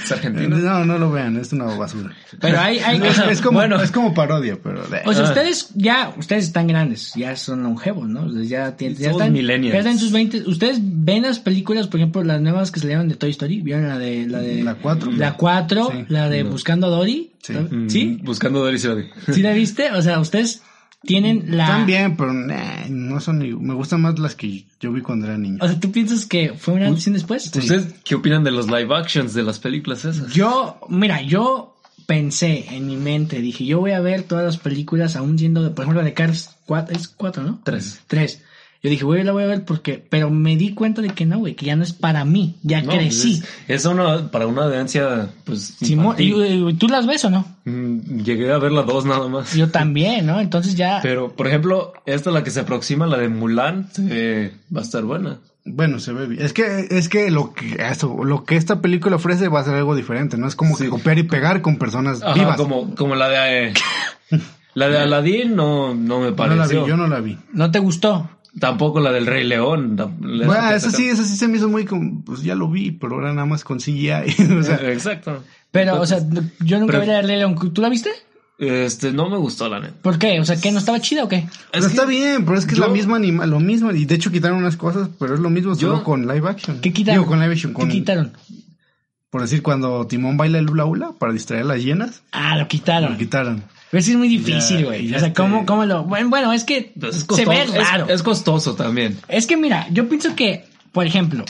Speaker 1: es argentino.
Speaker 2: No, no lo vean, es una basura.
Speaker 3: no. Pero hay, hay
Speaker 2: Es, es como,
Speaker 1: Bueno.
Speaker 2: es como parodia, pero.
Speaker 3: O sea,
Speaker 1: Ah.
Speaker 3: ustedes ya, ustedes están grandes, ya son longevos, ¿no? O sea, ya, tienen- ya
Speaker 1: Somos
Speaker 3: están,
Speaker 1: millennials.
Speaker 3: ya están en sus 20. Ustedes ven las películas, por ejemplo, las nuevas que salieron de Toy Story, vieron la de la de
Speaker 2: La cuatro. pues.
Speaker 3: la 4,
Speaker 2: Sí.
Speaker 3: la de Buscando a Dory.
Speaker 2: Sí.
Speaker 1: Mm,
Speaker 3: ¿Sí?
Speaker 1: Buscando Dory se lo vi.
Speaker 3: ¿Sí la viste? O sea, ustedes
Speaker 1: Mm,
Speaker 3: tienen la
Speaker 2: También, pero nah, no son. ni- Me gustan más las que yo vi cuando era niño.
Speaker 3: O sea, ¿tú piensas que fue una antes y un después?
Speaker 1: ¿Ustedes qué opinan de los live actions de las películas esas?
Speaker 3: Yo, mira, yo pensé en mi mente, dije, yo voy a ver todas las películas aún siendo, por ejemplo, la de Cars 4, es 4, ¿no?
Speaker 1: Tres.
Speaker 3: 3. Yo dije, güey, la voy a ver porque, pero me di cuenta de que no, güey, que ya no es para mí, ya
Speaker 1: No, pues
Speaker 3: crecí.
Speaker 1: es, es una, para una audiencia, pues.
Speaker 3: Simón,
Speaker 1: infantil.
Speaker 3: y- y- ¿Tú las ves o no?
Speaker 1: Mm, Llegué a ver las dos nada más.
Speaker 3: Yo también, ¿no? Entonces ya...
Speaker 1: Pero, por ejemplo, esta la que se aproxima, la de Mulan, eh, va a estar buena.
Speaker 2: Bueno, se ve bien. Es que, es que lo que eso, lo que esta película ofrece va a ser algo diferente, ¿no? Es como que copiar y pegar con personas
Speaker 1: Ajá,
Speaker 2: vivas.
Speaker 1: como, como la de. eh, la de Aladdin no, no me
Speaker 2: Yo no la vi,
Speaker 1: pareció.
Speaker 2: yo no la vi.
Speaker 3: ¿No te gustó?
Speaker 1: Tampoco la del Rey León. la- la-
Speaker 2: Bueno,
Speaker 1: que
Speaker 2: esa sí,
Speaker 1: sacaron.
Speaker 2: esa sí se me hizo muy como, pues ya lo vi, pero ahora nada más con CGI. o sea,
Speaker 1: Eh, Exacto.
Speaker 3: Pero, o sea, yo nunca
Speaker 1: pero-
Speaker 3: vi la de Rey León. ¿Tú la viste?
Speaker 1: Este, no me gustó la neta.
Speaker 3: ¿Por qué? O sea, ¿qué? ¿No estaba chida o qué?
Speaker 2: pero
Speaker 1: Es
Speaker 2: está
Speaker 1: que
Speaker 2: bien, pero es que
Speaker 1: yo-
Speaker 2: es la misma anima, lo mismo. Y de hecho quitaron unas cosas, pero es lo mismo
Speaker 1: Yo-
Speaker 2: solo con live action.
Speaker 3: ¿Qué quitaron?
Speaker 2: Digo, con live action, con-
Speaker 3: ¿Qué quitaron?
Speaker 2: por decir cuando Timón baila el hula hula para distraer a las hienas,
Speaker 3: Ah, lo
Speaker 2: lo
Speaker 3: quitaron.
Speaker 2: quitaron.
Speaker 3: Pero sí es muy
Speaker 2: Ya,
Speaker 3: difícil, güey.
Speaker 2: ya
Speaker 3: O sea,
Speaker 2: este-
Speaker 3: ¿cómo, cómo lo...? Bueno, bueno, es que
Speaker 1: pues, es
Speaker 3: se
Speaker 1: costoso,
Speaker 3: ve
Speaker 1: es-
Speaker 3: raro.
Speaker 1: Es, costoso también.
Speaker 3: Es que mira, yo pienso que, por ejemplo,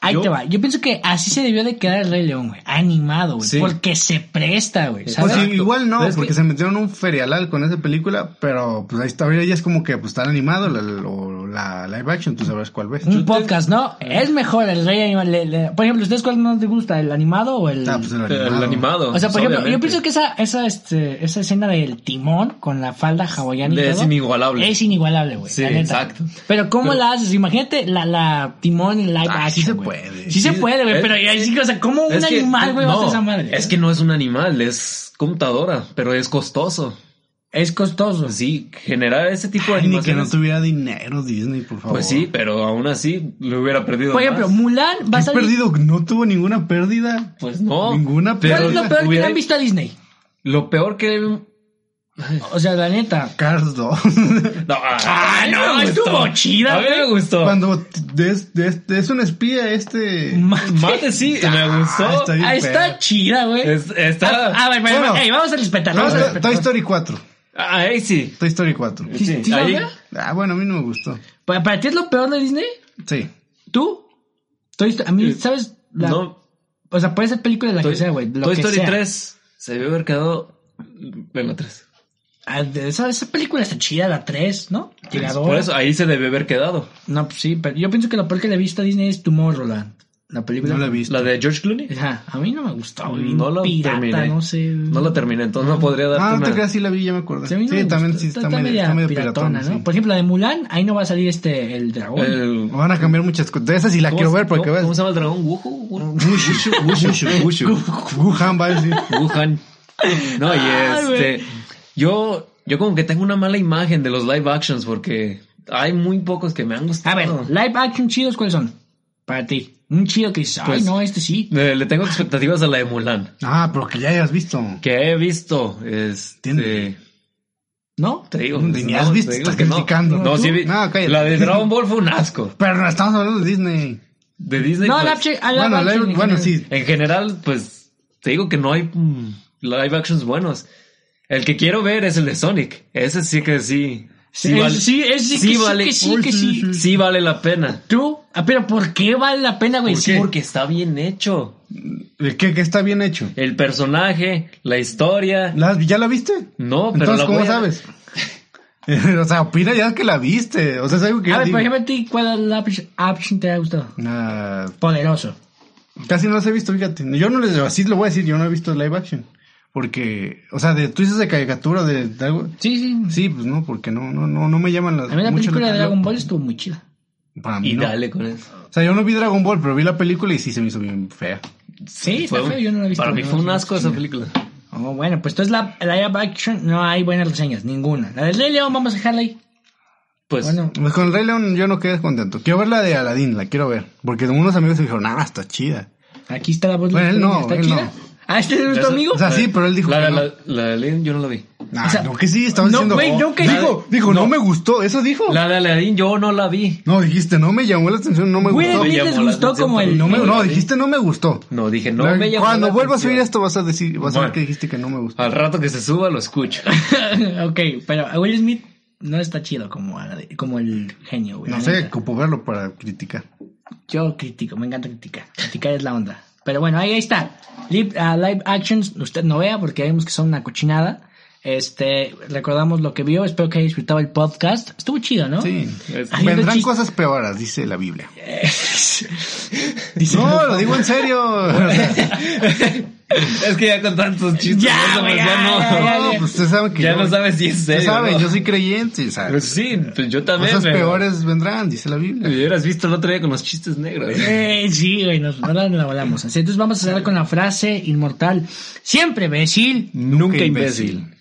Speaker 3: ahí
Speaker 1: Yo-
Speaker 3: te va. Yo pienso que así se debió de quedar el Rey León, güey. Animado, güey.
Speaker 1: Sí.
Speaker 3: Porque se presta, güey.
Speaker 2: Pues
Speaker 3: ¿sabes?
Speaker 2: sí,
Speaker 1: Exacto.
Speaker 2: igual no,
Speaker 1: Pero es
Speaker 2: porque
Speaker 1: que-
Speaker 2: se metieron un ferialal con esa película, pero pues ahí está, ahorita ya es como que pues está animado la, o la live action, tú sabrás cuál ves.
Speaker 3: Un podcast, ¿no?
Speaker 2: Eh.
Speaker 3: Es mejor el Rey Animado. le- le- Por ejemplo, ¿ustedes cuál no les gusta? ¿El animado o el...?
Speaker 2: Ah, pues el
Speaker 1: El
Speaker 2: animado.
Speaker 1: animado.
Speaker 3: o sea, por ejemplo, yo
Speaker 1: obviamente.
Speaker 3: pienso que esa, esa, este, esa escena del timón con la falda hawaiana y
Speaker 1: Es
Speaker 3: todo,
Speaker 1: inigualable.
Speaker 3: Es inigualable, güey.
Speaker 1: Sí,
Speaker 3: la neta.
Speaker 1: exacto.
Speaker 3: Pero ¿cómo
Speaker 1: Pero-
Speaker 3: la haces? Imagínate la, la timón en live
Speaker 2: Ah, sí
Speaker 3: action,
Speaker 2: se
Speaker 3: güey.
Speaker 2: puede.
Speaker 3: Sí se
Speaker 1: Sí,
Speaker 3: puede, güey.
Speaker 1: es-
Speaker 3: Pero ya sí, o sea, ¿cómo un
Speaker 1: Es que-
Speaker 3: animal, güey, va a hacer
Speaker 1: no,
Speaker 3: esa madre?
Speaker 1: Es que no es un animal, es computadora, pero es costoso.
Speaker 3: Es costoso.
Speaker 1: Sí, generar ese tipo de
Speaker 2: Ay, ni que no
Speaker 1: animaciones.
Speaker 2: tuviera dinero Disney, por favor.
Speaker 1: pues sí, pero aún así lo hubiera perdido.
Speaker 3: Por ejemplo,
Speaker 1: más.
Speaker 3: Mulan va a
Speaker 2: ¿Qué
Speaker 3: salir...
Speaker 2: perdido? No tuvo ninguna pérdida.
Speaker 1: pues no.
Speaker 2: Ninguna
Speaker 1: pero
Speaker 3: ¿Cuál es lo
Speaker 2: la-
Speaker 3: peor que le
Speaker 1: hubiera-
Speaker 3: han visto a Disney?
Speaker 1: Lo peor que. No,
Speaker 3: O sea, la neta.
Speaker 2: Cars 2.
Speaker 1: ah,
Speaker 3: Ah,
Speaker 1: a mí
Speaker 3: no,
Speaker 1: me gustó.
Speaker 3: estuvo chida,
Speaker 1: A mí me
Speaker 3: güey.
Speaker 1: gustó.
Speaker 2: Cuando t- des- des- es un espía este.
Speaker 3: Mate.
Speaker 1: Mate, sí, me gustó.
Speaker 2: está bien
Speaker 3: Ah, está
Speaker 2: feo.
Speaker 3: chida, güey.
Speaker 1: Es- está.
Speaker 3: Ah, A ver, bueno,
Speaker 2: Bueno.
Speaker 3: ey, vamos a respetar.
Speaker 2: No,
Speaker 3: Vamos a
Speaker 2: Toy-
Speaker 3: respetar.
Speaker 2: Toy Story 4.
Speaker 1: Ah, ahí sí.
Speaker 2: Toy Story 4.
Speaker 3: ¿Sí-
Speaker 1: Sí,
Speaker 3: sí
Speaker 1: ahí-
Speaker 3: sabía?
Speaker 2: Ah, bueno, a mí no me gustó.
Speaker 3: ¿Para, para ti es lo peor de Disney?
Speaker 2: Sí.
Speaker 3: ¿Tú? Toy Story- a mí,
Speaker 1: Eh,
Speaker 3: ¿sabes? La-
Speaker 1: No,
Speaker 3: O sea, puede ser película de la
Speaker 1: Toy,
Speaker 3: que sea, güey. lo
Speaker 1: Toy
Speaker 3: que
Speaker 1: Story
Speaker 3: sea.
Speaker 1: 3 se debió haber quedado en la 3.
Speaker 3: Ah, de- Esa, esa película está chida, la 3, ¿no? Tirador.
Speaker 1: Ah, Por eso, ahí se debió haber quedado.
Speaker 3: No, pues sí, pero yo pienso que lo peor que le he visto a Disney es Tomorrowland. La película.
Speaker 2: No la he visto.
Speaker 1: La de George Clooney.
Speaker 3: Ajá, a mí no me gustó, güey.
Speaker 1: No la
Speaker 3: pirata,
Speaker 1: terminé.
Speaker 3: no sé.
Speaker 1: No la terminé, entonces no podría darte
Speaker 2: Ah, no te
Speaker 1: una-
Speaker 2: creas, sí la vi, ya me acuerdo.
Speaker 3: Sí,
Speaker 2: Sí,
Speaker 3: a mí no me
Speaker 2: también
Speaker 3: gustó.
Speaker 2: sí está, medio, está medio piratona,
Speaker 3: ¿no?
Speaker 2: sí.
Speaker 3: Por ejemplo, la de Mulan, ahí no va a salir este, el dragón.
Speaker 1: El-
Speaker 2: Van a cambiar muchas cosas. De esas sí la
Speaker 1: ¿cómo
Speaker 2: quiero
Speaker 1: se-
Speaker 2: ver porque
Speaker 1: ¿cómo,
Speaker 2: ves.
Speaker 1: ¿Cómo se llama el dragón? Wushu. Wushu. Wushu. Wushu.
Speaker 2: Wuhan va a decir.
Speaker 1: Wuhan. No, y
Speaker 3: Ay, Ah, güey.
Speaker 1: este. Yo, yo como que tengo una mala imagen de los live actions porque hay muy pocos que me han
Speaker 3: A
Speaker 1: gustado.
Speaker 3: ver, live action chidos, ¿cuáles son? Para ti. Un chido que dices, ay,
Speaker 1: Pues-
Speaker 3: no, este sí.
Speaker 1: Eh, le tengo expectativas a la de Mulan.
Speaker 2: Ah, pero que ya hayas visto.
Speaker 1: Que he visto. Este.
Speaker 2: Entiende.
Speaker 3: ¿no?
Speaker 1: Te digo.
Speaker 2: Ni has
Speaker 1: te
Speaker 2: visto,
Speaker 1: digo
Speaker 2: estás
Speaker 1: que no.
Speaker 2: criticando.
Speaker 1: No,
Speaker 2: ¿Tú?
Speaker 1: sí vi-
Speaker 2: No, cállate.
Speaker 1: La de Dragon Ball fue un asco.
Speaker 2: Pero no estamos hablando de Disney.
Speaker 1: De Disney.
Speaker 3: No,
Speaker 1: pues,
Speaker 3: live action- ah, live
Speaker 2: Bueno,
Speaker 3: action
Speaker 2: live-
Speaker 3: en
Speaker 2: bueno,
Speaker 3: general.
Speaker 2: sí.
Speaker 1: En general, pues te digo que no hay mm, live actions buenos. El que quiero ver es el de Sonic. Ese sí que sí.
Speaker 3: Sí, ese sí, ese sí que sí, que sí,
Speaker 1: Uy,
Speaker 3: que sí.
Speaker 1: Sí vale la pena.
Speaker 3: ¿Tú? Ah, pero ¿por qué vale la pena, güey?
Speaker 1: ¿Por
Speaker 3: Sí,
Speaker 1: qué?
Speaker 3: porque-
Speaker 1: Porque está bien hecho.
Speaker 2: ¿El qué, qué está bien hecho?
Speaker 1: El personaje, la historia.
Speaker 2: ¿La- ¿Ya la viste?
Speaker 1: No, pero
Speaker 2: Entonces,
Speaker 1: la
Speaker 2: ¿cómo
Speaker 1: voy a-
Speaker 2: sabes? o sea, opina ya que la viste. O sea, es algo que
Speaker 3: A
Speaker 2: yo
Speaker 3: ver,
Speaker 2: digo.
Speaker 3: por ejemplo, ¿a ti cuál live action te ha gustado?
Speaker 2: Ah,
Speaker 3: Poderoso.
Speaker 2: casi no las he visto, fíjate. Yo no les así lo voy a decir, yo no he visto live action. Porque, o sea, de, tú dices de caricatura, de, de algo.
Speaker 3: Sí, sí.
Speaker 2: Sí, pues no, porque no, no, no, no me llaman las.
Speaker 3: A mí la
Speaker 2: mucho
Speaker 3: película de
Speaker 2: la-
Speaker 3: Dragon Ball estuvo muy chida.
Speaker 2: Para mí
Speaker 1: Y
Speaker 2: no.
Speaker 1: dale con eso.
Speaker 2: O sea, yo no vi Dragon Ball, pero vi la película y sí se me hizo bien fea.
Speaker 3: Sí, está
Speaker 1: Fue un-
Speaker 3: feo, yo no la he visto.
Speaker 1: Para mí
Speaker 3: No,
Speaker 1: fue un
Speaker 3: no,
Speaker 1: asco
Speaker 3: sí,
Speaker 1: esa
Speaker 3: no.
Speaker 1: película.
Speaker 3: Oh, bueno, pues entonces la la live action no hay buenas reseñas, ninguna. La del Rey León vamos a dejarla ahí.
Speaker 1: Pues
Speaker 3: Bueno,
Speaker 2: Pues con el Rey León yo no quedé contento. Quiero ver la de Aladdin, la quiero ver. Porque unos amigos me dijeron, ah, está chida.
Speaker 3: aquí está la voz de
Speaker 2: Bueno, él no,
Speaker 3: ¿Está
Speaker 2: él
Speaker 3: chida?
Speaker 2: no.
Speaker 3: Ah, ¿este es nuestro
Speaker 1: Eso-
Speaker 3: amigo?
Speaker 2: O sea, sí, pero él dijo
Speaker 1: la,
Speaker 2: que
Speaker 1: de
Speaker 2: no.
Speaker 1: la, la de Lin yo no la vi.
Speaker 2: Nah,
Speaker 3: o sea,
Speaker 2: no que sí, estaba
Speaker 3: no,
Speaker 2: diciendo.
Speaker 3: güey, no que-
Speaker 2: dijo, dijo, no,
Speaker 1: no.
Speaker 2: me gustó, eso dijo.
Speaker 1: La de Aladdin yo no la vi.
Speaker 2: No, dijiste, no me llamó la atención, no me
Speaker 3: Güey,
Speaker 2: gustó.
Speaker 3: a mí
Speaker 1: Me
Speaker 3: les
Speaker 1: llamó la
Speaker 3: gustó
Speaker 1: atención,
Speaker 3: como
Speaker 1: pero
Speaker 3: el...
Speaker 2: No me-
Speaker 1: güey,
Speaker 2: no,
Speaker 1: güey.
Speaker 2: dijiste, no me gustó.
Speaker 1: No, dije, no me llamó
Speaker 2: Cuando
Speaker 1: la
Speaker 2: vuelvas a oír
Speaker 1: atención.
Speaker 2: esto vas a decir, vas a ver
Speaker 1: Bueno. Ah,
Speaker 2: que dijiste que no me
Speaker 3: este-
Speaker 2: gustó.
Speaker 1: Al rato que se suba lo escucho.
Speaker 3: ok, pero a Will Smith no está chido como, a la de- como el genio, güey.
Speaker 2: No
Speaker 3: la
Speaker 2: sé,
Speaker 3: neta.
Speaker 2: como verlo para criticar.
Speaker 3: Yo critico, me encanta criticar. Criticar es la onda. Pero bueno, ahí, ahí está. Lip- ah, live actions, usted no vea porque vemos que son una cochinada. Este, recordamos lo que vio, espero que haya disfrutado el podcast. Estuvo chido, ¿no?
Speaker 2: Sí.
Speaker 1: Es-
Speaker 3: Ay, no
Speaker 2: Vendrán
Speaker 3: chis-
Speaker 2: cosas peores, dice la Biblia.
Speaker 3: Dice-
Speaker 2: No, lo digo en serio.
Speaker 1: Es que ya con tantos chistes,
Speaker 3: Ya,
Speaker 1: no sé,
Speaker 3: güey,
Speaker 1: pues, ya
Speaker 3: ya,
Speaker 1: no.
Speaker 3: ya,
Speaker 2: No, pues ustedes saben que
Speaker 1: Ya
Speaker 2: yo-
Speaker 1: no sabes si es
Speaker 2: ustedes
Speaker 1: serio.
Speaker 2: saben,
Speaker 1: ¿no?
Speaker 2: yo soy creyente,
Speaker 1: Pues
Speaker 2: ¿sabes?
Speaker 1: sí, pues yo también.
Speaker 2: Cosas
Speaker 1: pero-
Speaker 2: peores vendrán, dice la
Speaker 1: Me
Speaker 2: Biblia.
Speaker 1: hubieras visto el otro día con los chistes negros.
Speaker 3: Eh, sí, güey, nos, no la no la volamos. Así, entonces vamos a cerrar con la frase inmortal. Siempre, becil.
Speaker 1: Nunca
Speaker 2: Qué
Speaker 1: imbécil.